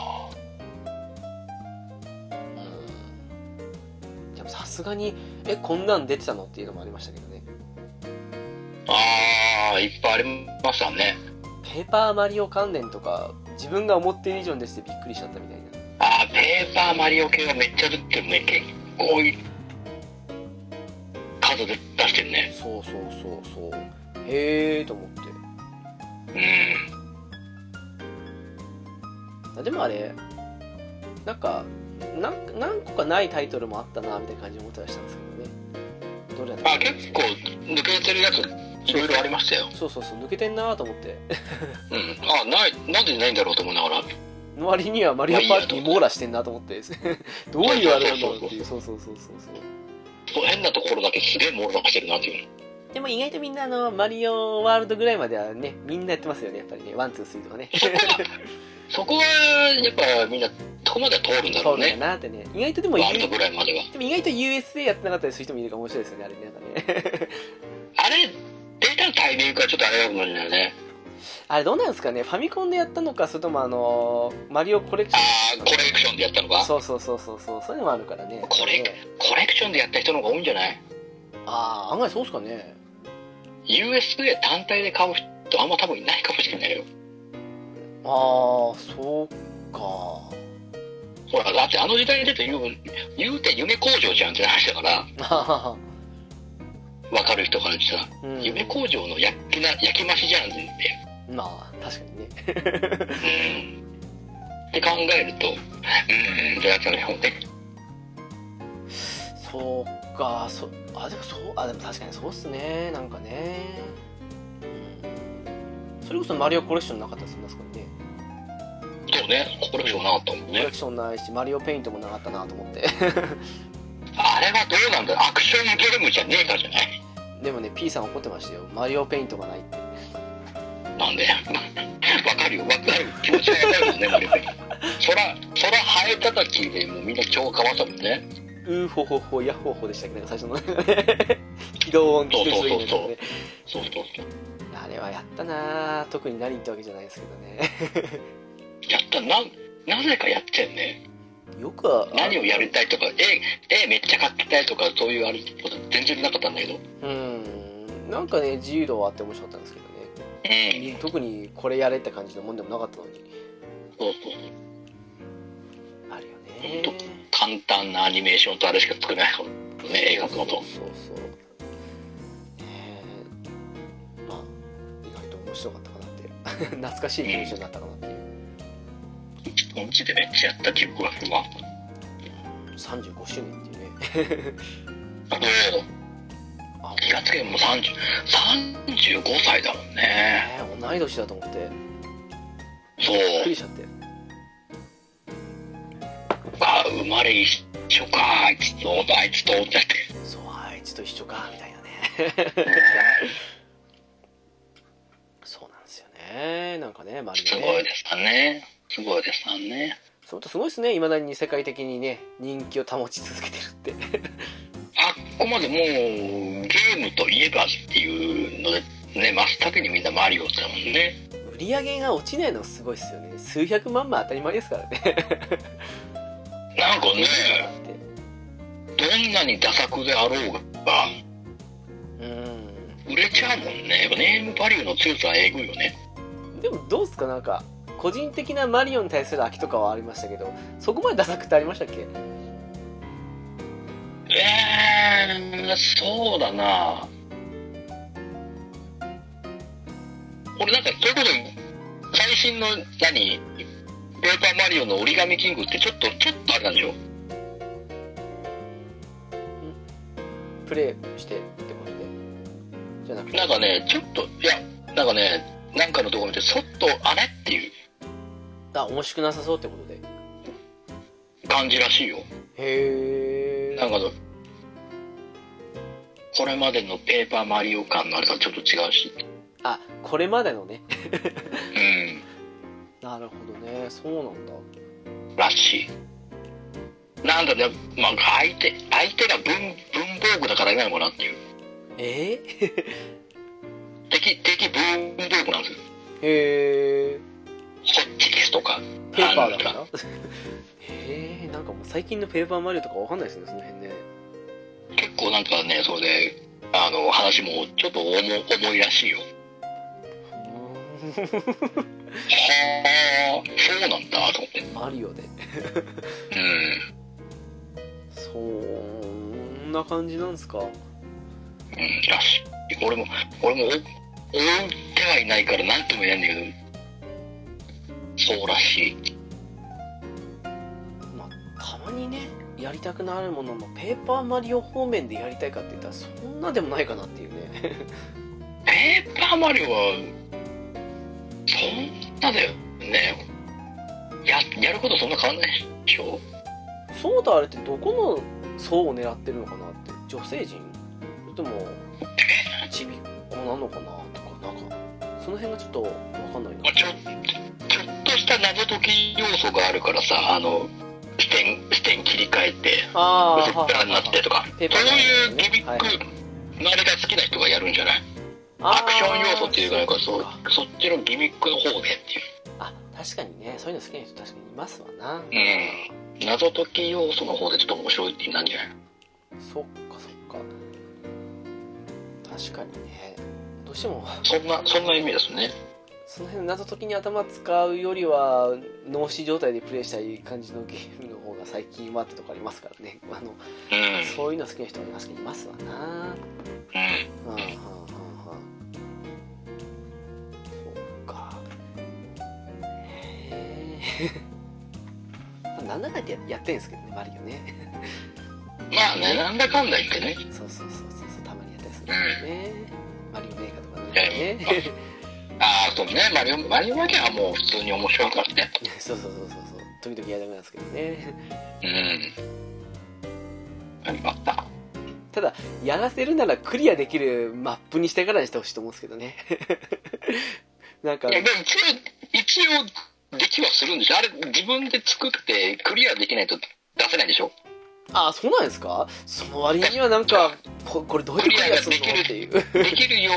うんでもさすがにえこんなん出てたのっていうのもありましたけどね
あーいっぱいありましたね
ペーパーマリオ関連とか自分が思っている以上に出ててびっくりしちゃったみたいな
あーペーパーマリオ系はめっちゃ出てるね結構い数で出してるね
そうそうそうそうへえと思って
うん
あでもあれなんかなん何個かないタイトルもあったなみたいな感じで思ったりしたんですけどねどれだった
あ結構抜けてるやついろいろありましたよ
そうそうそう抜けてんなと思って
うんあないなんでないんだろうと思いながら
の割にはマリオパーティー網羅してんなと思って どういうあれなんだろうっていうそうそうそうそうそう
そう変なところだけすげえ網羅してるなっていう
でも意外とみんなあのマリオワールドぐらいまではねみんなやってますよねやっぱりねワンツースリーとかね
そこはそこはやっぱみんなそこまでは通るんだろ
そううだよ
ね
なってね意外とでも
ワールドぐらいまでは
でも意外と USA やってなかったりする人もいるから面白いですよねあれね なんかね
あれ出たタイミングがちょっとあれだと思うんだよね
あれどうなんですかねファミコンでやったのかそれともあのマリオコレクシ
あ
ョン
あコレクションでやったのか
そうそうそうそうそうそういうのもあるからね
コレク
ね
コレクションでやった人の方が多いんじゃない
ああ案外そうっすかね
?USA 単体で買う人あんま多分いないかもしれないよ
ああそうか
ほらだってあの時代に出て言う言うて夢工場じゃんって話だから
あ
分かる人からしたら、
ーうん
夢工場の焼きな焼き増しじゃんって
まあ確かにね
って考えるとうんってなっちゃうよね
そうかそあでもそうあでも確かにそうっすねなんかねうんそれこそマリオコレクションなかったですよね確かにね
そうねコレクションなかったもん
コレ
ね
クションないしマリオペイントもなかったなと思って
あれはどうなんだアクションゲームじゃねえからじゃない
でもね P さん怒ってましたよマリオペイントがないって
なんで わかるよわかる気持ちがわかるよねマリオペインそらそらハエたたきでもうみんな超かわったもんね
うーほほほやっほほでしたっけなんか最初の ね起動音起動音
そうそうそうそうそうそう
あれはやったなぁ特に何ってわけじゃないですけど ね
やったななぜかやってんね
よくは
何をやりたいとか絵絵めっちゃ描きたいとかそういうあれこと全然なかったんだけど
うんなんかね自由度はあって面白かったんですけどね
うん
特にこれやれって感じのもんでもなかったのに
そうそう
あるよね
本簡単なアニメーションとあれしか作れないからね映画のと
そうそうそうねえまあ意外と面白かったかなって 懐かしい気持ちになったかなっていう
本気でめっちゃやった記憶があるわ
35周年っていうね
あと
あ
気がつけばもう30 35歳だもんね
ねえ同い年だと思って
そう
びっくりしちゃって
あ生まれ一緒かあいつとあいつと思っちゃって
そうあいつと一緒かみたいなね そうなんですよねなんかねマリ
す
オ
ごい
ね
ですかねすごいですかね
そのとすごいですねいまだに世界的にね人気を保ち続けて るって
あっこまでもうゲームといえばっていうのでね真っ先にみんなマリオってだもんね
売り上げが落ちないのがすごいですよね数百万枚当たり前ですからね
なんかね
って
どんなにダ作であろうが
うん
売れちゃうもんねやっぱネームバリューの強さはえぐいよね
でもどうっすかなんか個人的なマリオに対する飽きとかはありましたけどそこまでダサくってありましたっけ
えー、そうだな俺なんかそういうこと最新の何ペーパーマリオの折り紙キングってちょっとちょっとあれなんでしょ
プレイしてってことでじゃなくて
なんかねちょっといやなんかねなんかのとこ見てそっとあれっていう
あ面白くなさそうってことで
感じらしいよ
へ
なん
え
かのこれまでのペーパーマリオ感のあれとはちょっと違うし
あこれまでのね
うん
なるほどねそうなんだ
らしいなんだね、まあ、相手相手が文文房具だからいないのかなっていう
え
敵敵文房具なんですよ
ー、へえ
ホッチキスとか
ペーパーだか
なん
ら へえんかもう最近のペーパーマリオとかわかんないですねその辺ね
結構なんかねそれであの話もちょっと重重いらしいよはあそうなんだと思ってう
マリオで
ん
そんな感じなんですか
うんらしい俺も俺も追追ってはいないから何とも言えないんだけどそうらしい
まあたまにねいやりたくなるものもペーパーマリオ方面でやりたいかって言ったらそんなでもないかなっていうね
ペーパーマリオは、そんなだよね。や、やることそんな変わんないでしょ
ソーダあれってどこの層を狙ってるのかなって女性陣それともちびっ子なのかなとかなんかその辺がちょっと分かんないな
まあちょ、ちょっとした謎解き要素があるからさ、あの、視点、視点切り替えて、
あ
薄
ー
っぺらになってとか、
ペーパー
そ
マリ
うい
オ
う
ね
ギミッ
はい
ク、あれが好きな人がやるんじゃない
あー
アクション要素っていうか、なんか
そ
そうう
か、
そっちのギミックの方でって
あ確かにねそういうの好きな人確かにいますわな
いう。うん。謎解き要素の方でちょっと面白いってなんじゃない
そっかそっか確かにねどうしても
そんな、そんな意味ですね。
その辺謎解きに頭使うよりは脳死状態でプレイしたい感じのゲームの方が最近はってとこありますからねあの
うん。うん。
そういうの好きな人も確かにいますわなうんうんうんうんそっかへえなんだかんだ言ってやってんですけどねマリオね
まあね、なんだかんだ言ってね。
そうそうそうそうそうたまにやったりするんですよねマリオメーカーとかね
ええああ、そうね、マリオ、マリオマキアはもう普通に面白かったね。
そうそうそうそうそう時々やりたくなるんですけどね
うん。何かあった
ただやらせるならクリアできるマップにしてからにしてほしいと思うんですけどね なんか
いや、でも一応、一応、できはするんでしょあれ、自分で作ってクリアできないと出せないんでしょ
あそうなんですかその割にはなんかここれどうやってクリアするのっていう
できるよう、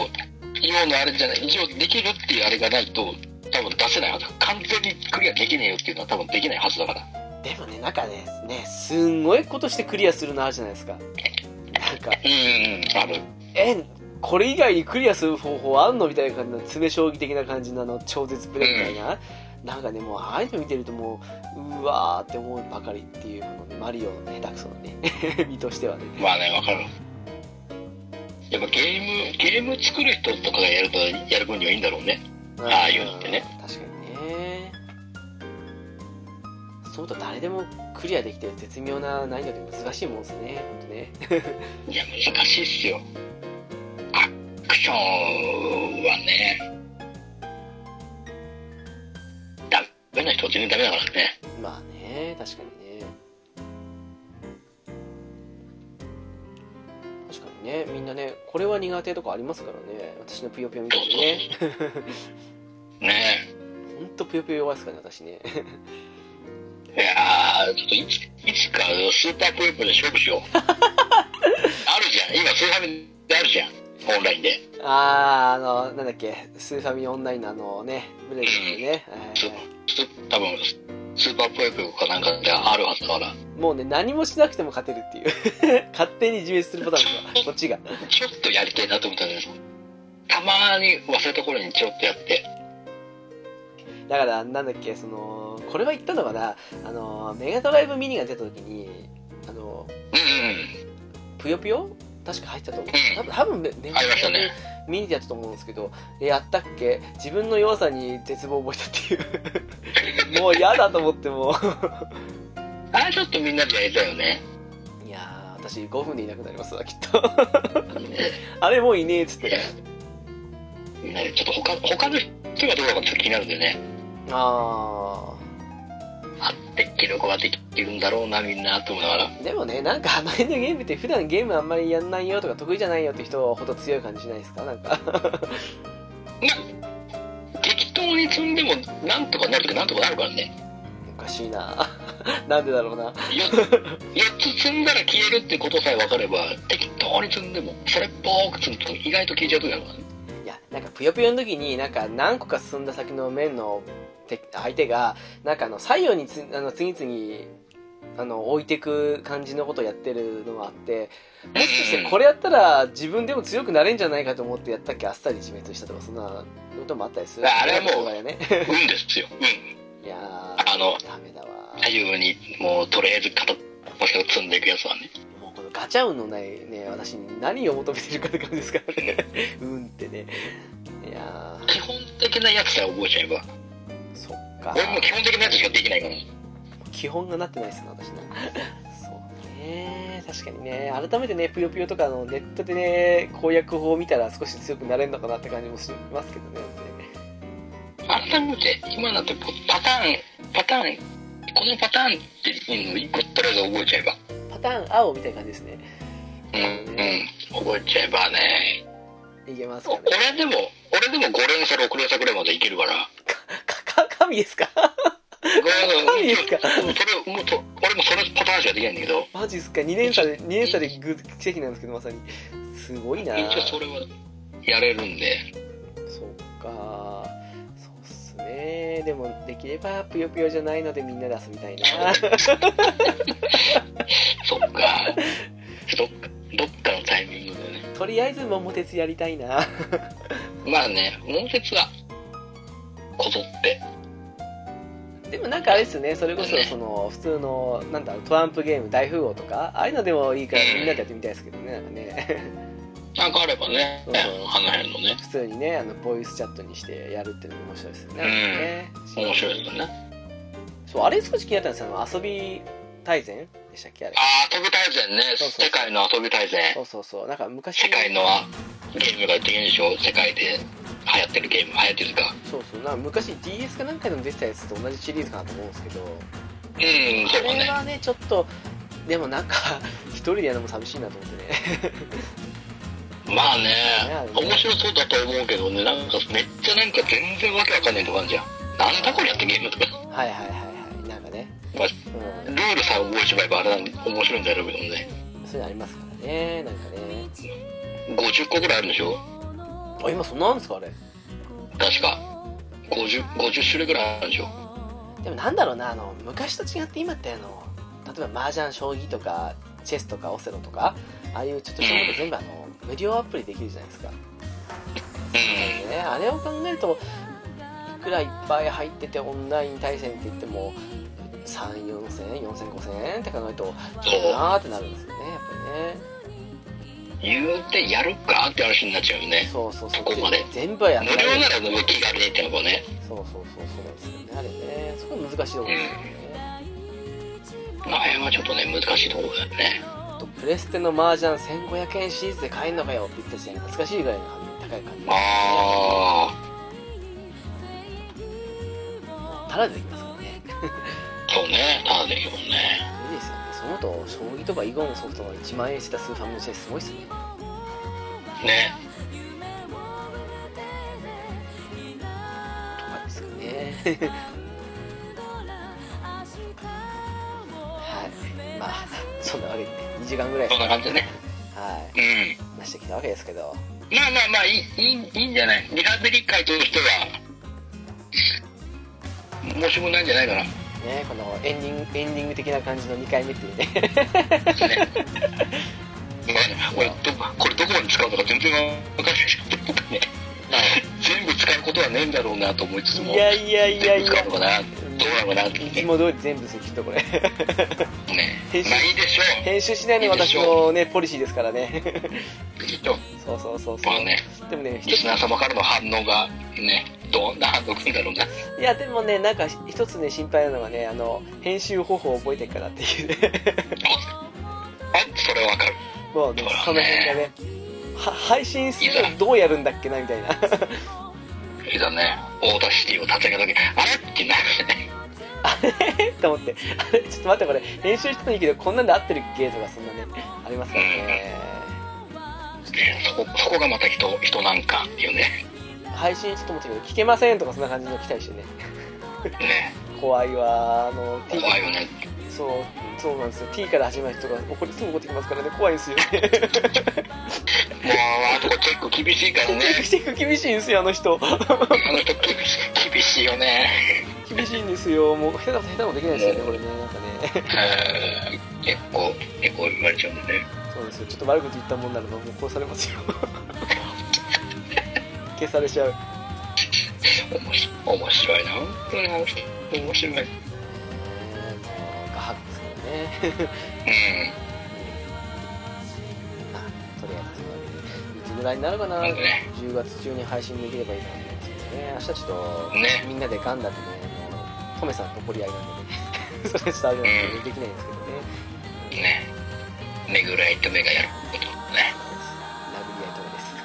ようなあれじゃない。一応、できるっていうあれがないと、多分出せないはず。完全にクリアできねえよっていうのは多分できないはずだから。
でもねなんかねねすんごいことしてクリアするのあるじゃないですかなんか
うん、うん、ある。
えこれ以外にクリアする方法あんのみたいな感じの詰め将棋的な感じのあの超絶プレイみたいな、なんかねもうああいうの見てるともううわーって思うばかりっていうこの、ね、マリオのね下手くそのね 身としてはね
まあね、わかる。やっぱゲーム、ゲーム作る人とかがやると、やる分にはいいんだろうね。ああいうのってね
確かにねそうだ誰でもクリアできてる絶妙な難易度で難しいもんですねほんとね
いや、難しいっすよ。アクションはね、ダメな人は全然ダメだからね。
まあね確かにね確かにねみんなねこれは苦手とかありますからね私のぷよぷよみたいにね
ね
ほんとぷよぷよ弱いですからね私ね
え。いやー、ちょっといついつかスーパープレプで勝負しよう。あるじゃん。今、スーファミであるじゃん。オンラインで。
あーあのなんだっけスーファミオンラインのあのねブレイブでね、
ス
はい
ス多分スーパープレプかなんかであるはずだから。
もうね何もしなくても勝てるっていう 勝手に自滅するパターンがこっちが
ちょっとやりたいなと思ったんですたまに忘れた頃にちょっとやって。
だからなんだっけそのこれは言ったのかなあのメガドライブミニが出た時にあの
うんうん。
ぷよぷよ確か入ったと思う、
うん
多分多分ねね
ありましたね
ミニでやったと思うんですけどえやったっけ自分の弱さに絶望を覚えたっていう もう嫌だと思っても
あれちょっとみんなでやりたいよね。
ういやー私5分でいなくなりますわきっと
ね
あれもういねえっつって
ねちょっと他他の人がどうかちょっと気になるんでね。
あ
あって記録ができるんだろうな、みんな、と思いながら。
ーでもねなんかあの辺のゲームって普段ゲームあんまりやんないよとか得意じゃないよって人ほど強い感じしないですかなんか
適当に積んでも、なんとかなるとかなんとかなるからね。
おかしいな なんでだろうな
4, つ積んだら消えるってことさえ分かれば、適当に積んでも、それっぽく積むと意外と消えちゃうときあるからね。
いやなんかぷよぷよの時になんか何個か進んだ先の面の敵相手がなんかあの左右につあの次々あの置いてく感じのことをやってるのがあってもしかしてこれやったら自分でも強くなれんじゃないかと思ってやったっけあっさり自滅したとかそんなこともあったりする
ああれ はもう
そうだよね
運ですよ。うん。
いやー
あの
ダメだわ
左右に、もうとりあえず片っ端から積んでいくやつはね。
もうこのガチャ運のないね私に何を求めてるかって感じですからね運ってねいやー
基本的なやつさえ覚えちゃえば。
そっか
俺も基本的なやつしかできないから。
基本がなってないですね私ねそうね確かにね改めてねぷよぷよとかあのネットでね攻略法を見たら少し強くなれるのかなって感じもしますけどね
改めて今だとこうパターンパターンこのパターンっていうのを一個とりあえず覚えちゃえば
パターン青みたいな感じですね
うんうん覚えちゃえばね
いけますか
お
ね
俺でも俺でも5連鎖6連鎖ぐらいまでいけるから
かか神ですか
5
いいですか
それもうと俺もそのパターンしかできないんだけど
マジっすか2年差で2年差でグ奇跡なんですけどまさにすごいな
一応それはやれるんで
そっかそうっすねでもできればぷよぷよじゃないのでみんなで遊びたいな
そっかどっかどっかのタイミングでね
とりあえず桃鉄やりたいな
まあね桃鉄はこぞって
でもなんかあれですよねそれこそその普通のなんだろうトランプゲーム大富豪とかああいうのでもいいからみんなでやってみたいですけどねなんかね
なんかあればね、
う
うんん、あの辺のね
普通にねあのボイスチャットにしてやるっていうのも面白いですよね,、ね
面白いですよね
そうあれ少し気になったんですよあの遊び大全でしたっけあれ
ああ遊び大全ね
そうそう
世界の遊び大全
そうそうそうなんか昔
世界のはゲームが現象世界で流行ってるゲーム流行ってるか
そうそうなんか昔 DS かなんかでも出てたやつと同じシリーズかなと思うんですけど
うんそう
こ
だ
れ
ね
はねちょっとでもなんか一人でやるのも寂しいなと思ってね
まあ
ね
ね面白そうだと思うけどねなんかめっちゃなんか全然わけわかんないとかあるじゃんなんだこれやってゲームとか
はいはいはいはいなんかね、
まあ
うん
ルールさえ覚えちまえばあれなん面白いんだろうけどね
そういうのありますからねなんかね
50個ぐらいあるんでしょ
あ今そんなんですかあれ
確か 50, 50種類ぐらいあるんでしょ
でもなんだろうなあの昔と違って今ってあの例えば麻雀将棋とかチェスとかオセロとかああいうちょっとしたこと全部あの無料アプリできるじゃないですか、
うん
ね、あれを考えるといくらいっぱい入っててオンライン対戦って言っても34000 40005000円って考えるとちょっとなーってなるんですよねやっぱ
言うてやるかって話になっちゃうよ
りね
ね
そうそうそう
ここまで
全部はや
無
ら
料
ない
ならもう気軽にってのがね
そうそうそうそうなんですよねあれねそこ難しいところですよね、
あの辺はちょっとね難しいところだよね
あとプレステの麻雀1500円シリーズで買えんのかよって言った時代に懐かしいぐらいの高い感じ
ああ
ただでできますからね
そうねただでいいもんね
いいですよねその後将棋とか囲碁のソフトが1万円してたスーファミの時代すごいっすね
ね
とかですかねはいまあそんなわけでね2時間ぐらい
そんな感じでね
は
うん
い話してきたわけですけど
まあまあまあいいいいいいんじゃないリハビリ会としては申し分ないんじゃない かな
ねこのエンディングエンディング的な感じの2回目っていうね
ねまあね俺どこれどこまで使うのか全然分かんない全部使うことはねえんだろうなと思いつつも
いやいやいやい
全部使
や
うのかなどうなのかなって
い
ね
つも通り全部ですよきっとこれ
ね
編集
まあいいでしょ
編集しないのが私のねポリシーですからね
うきっと
そうそうそうそう、
まあね
でもね
リ
一つ
スナー様からの反応がねどんな反応くるんだろうない
やでもねなんか一つね心配なのがねあの編集方法を覚えてるからっていうね
あそれはわかる
もうねそ
そう
の
だ
辺がね
ね
は配信するのどうやるんだっけなみたいな
いざねオーダーシティを立ち上げた時あれってなるね
あれと思ってあれちょっと待ってこれ編集してもいいけどこんなんで合ってるっけとかそんなねありますからね
ねそこそこがまた人人なんかっていうね
配信ちょっと思ったけど聞けませんとかそんな感じの期待してね
ね
怖いわあの T
怖いよね
そうそうなんですよ T から始まる人が怒りすぐ怒ってきますからね怖いんですよね
もうあとこチェック厳しいからね
チェック 厳しいんですよあの人
あの人厳しい厳しいよね
厳しいんですよもう下手なこと下手なことできないですよねこれねなんかね
うん結構結構言われちゃうんでね
そうなんですよちょっと悪いこと言ったもんならばもう殺されますよ 消されちゃう
面白面白いな本当にあの人面白い
えーもう画伯ですからね
う
まあとりあえずそんなわけでいつぐらいになるかな
なんかね
10月中に配信できればいいかなと思うんですけどね明日ちょっと
んね
みんなでガンダムでね あのトメさんと取り合いなんでねそれちょっとあれなんでできないんですけどね
ね巡り合いと目がやることね。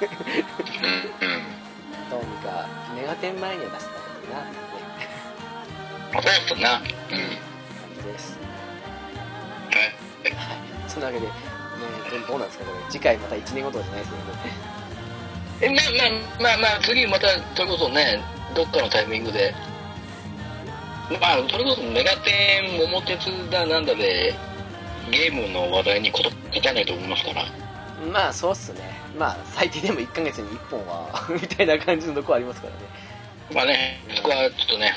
殴り合いとかです
うんうん。
どうにかメガテン前には出せたらいいなってね
そうだったな。うん。
感じです
はい。
はいそんなわけで、ね、どどうなんですかこれ次回また1年後とかじゃないですよね
え、まあまあまあまあ、次また、それこそね、どっかのタイミングで、まあ、それこそメガテン、桃鉄だなんだで、ゲームの話題にこといかないと思いますから。
まあそうっすねまあ最低でも1ヶ月に1本は みたいな感じのとこありますからね
まあね、そこはちょっとね、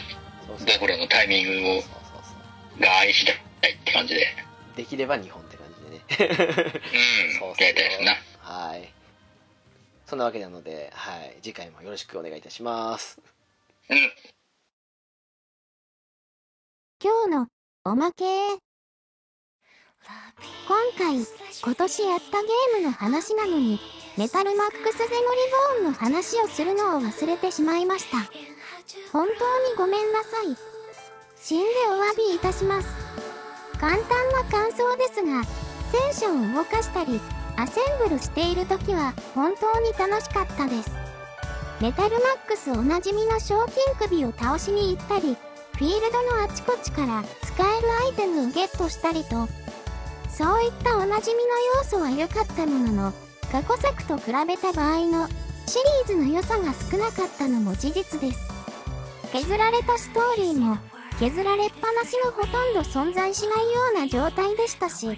そうそう
どこらのタイミング
そうそ
を
うそう
が愛したいって感じで。
できれば2本って感じでね
うん。
そうっす
やり
ね
たいですな。
はいそんなわけなので、はい、次回もよろしくお願いいたします
うん。
今日のおまけ今回今年やったゲームの話なのにメタルマックスゼノリボーンの話をするのを忘れてしまいました本当にごめんなさい死んでお詫びいたします簡単な感想ですが戦車を動かしたりアセンブルしている時は本当に楽しかったですメタルマックスおなじみの賞金首を倒しに行ったりフィールドのあちこちから使えるアイテムをゲットしたりとそういったおなじみの要素は良かったものの過去作と比べた場合のシリーズの良さが少なかったのも事実です削られたストーリーも削られっぱなしのほとんど存在しないような状態でしたし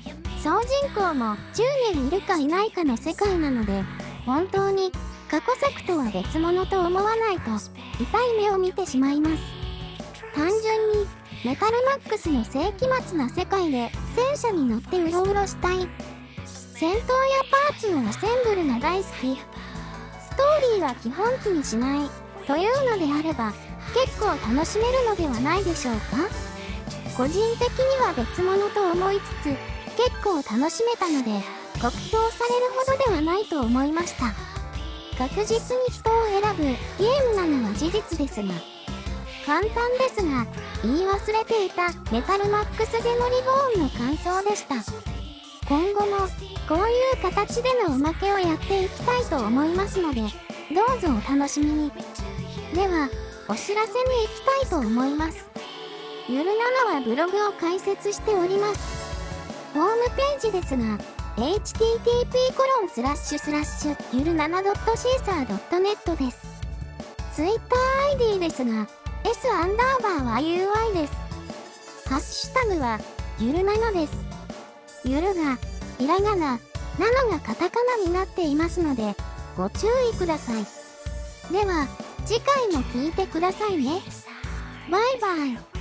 総人口も10人いるかいないかの世界なので本当に過去作とは別物と思わないと痛い目を見てしまいます単純にメタルマックスの世紀末な世界で戦車に乗ってうろうろしたい戦闘やパーツのアセンブルが大好きストーリーは基本気にしないというのであれば結構楽しめるのではないでしょうか個人的には別物と思いつつ結構楽しめたので酷評されるほどではないと思いました確実に人を選ぶゲームなのは事実ですが簡単ですが言い忘れていたメタルマックスゼノリボーンの感想でした今後もこういう形でのおまけをやっていきたいと思いますのでどうぞお楽しみにではお知らせに行きたいと思いますゆるななはブログを開設しておりますホームページですが http コロンスラッシュスラッシュゆる 7.caesar.net です TwitterID ですが S アンダーバーは UI です。ハッシュタグは、ゆるなのです。ゆるが、ひらがな、なのがカタカナになっていますので、ご注意ください。では、次回も聞いてくださいね。バイバイ。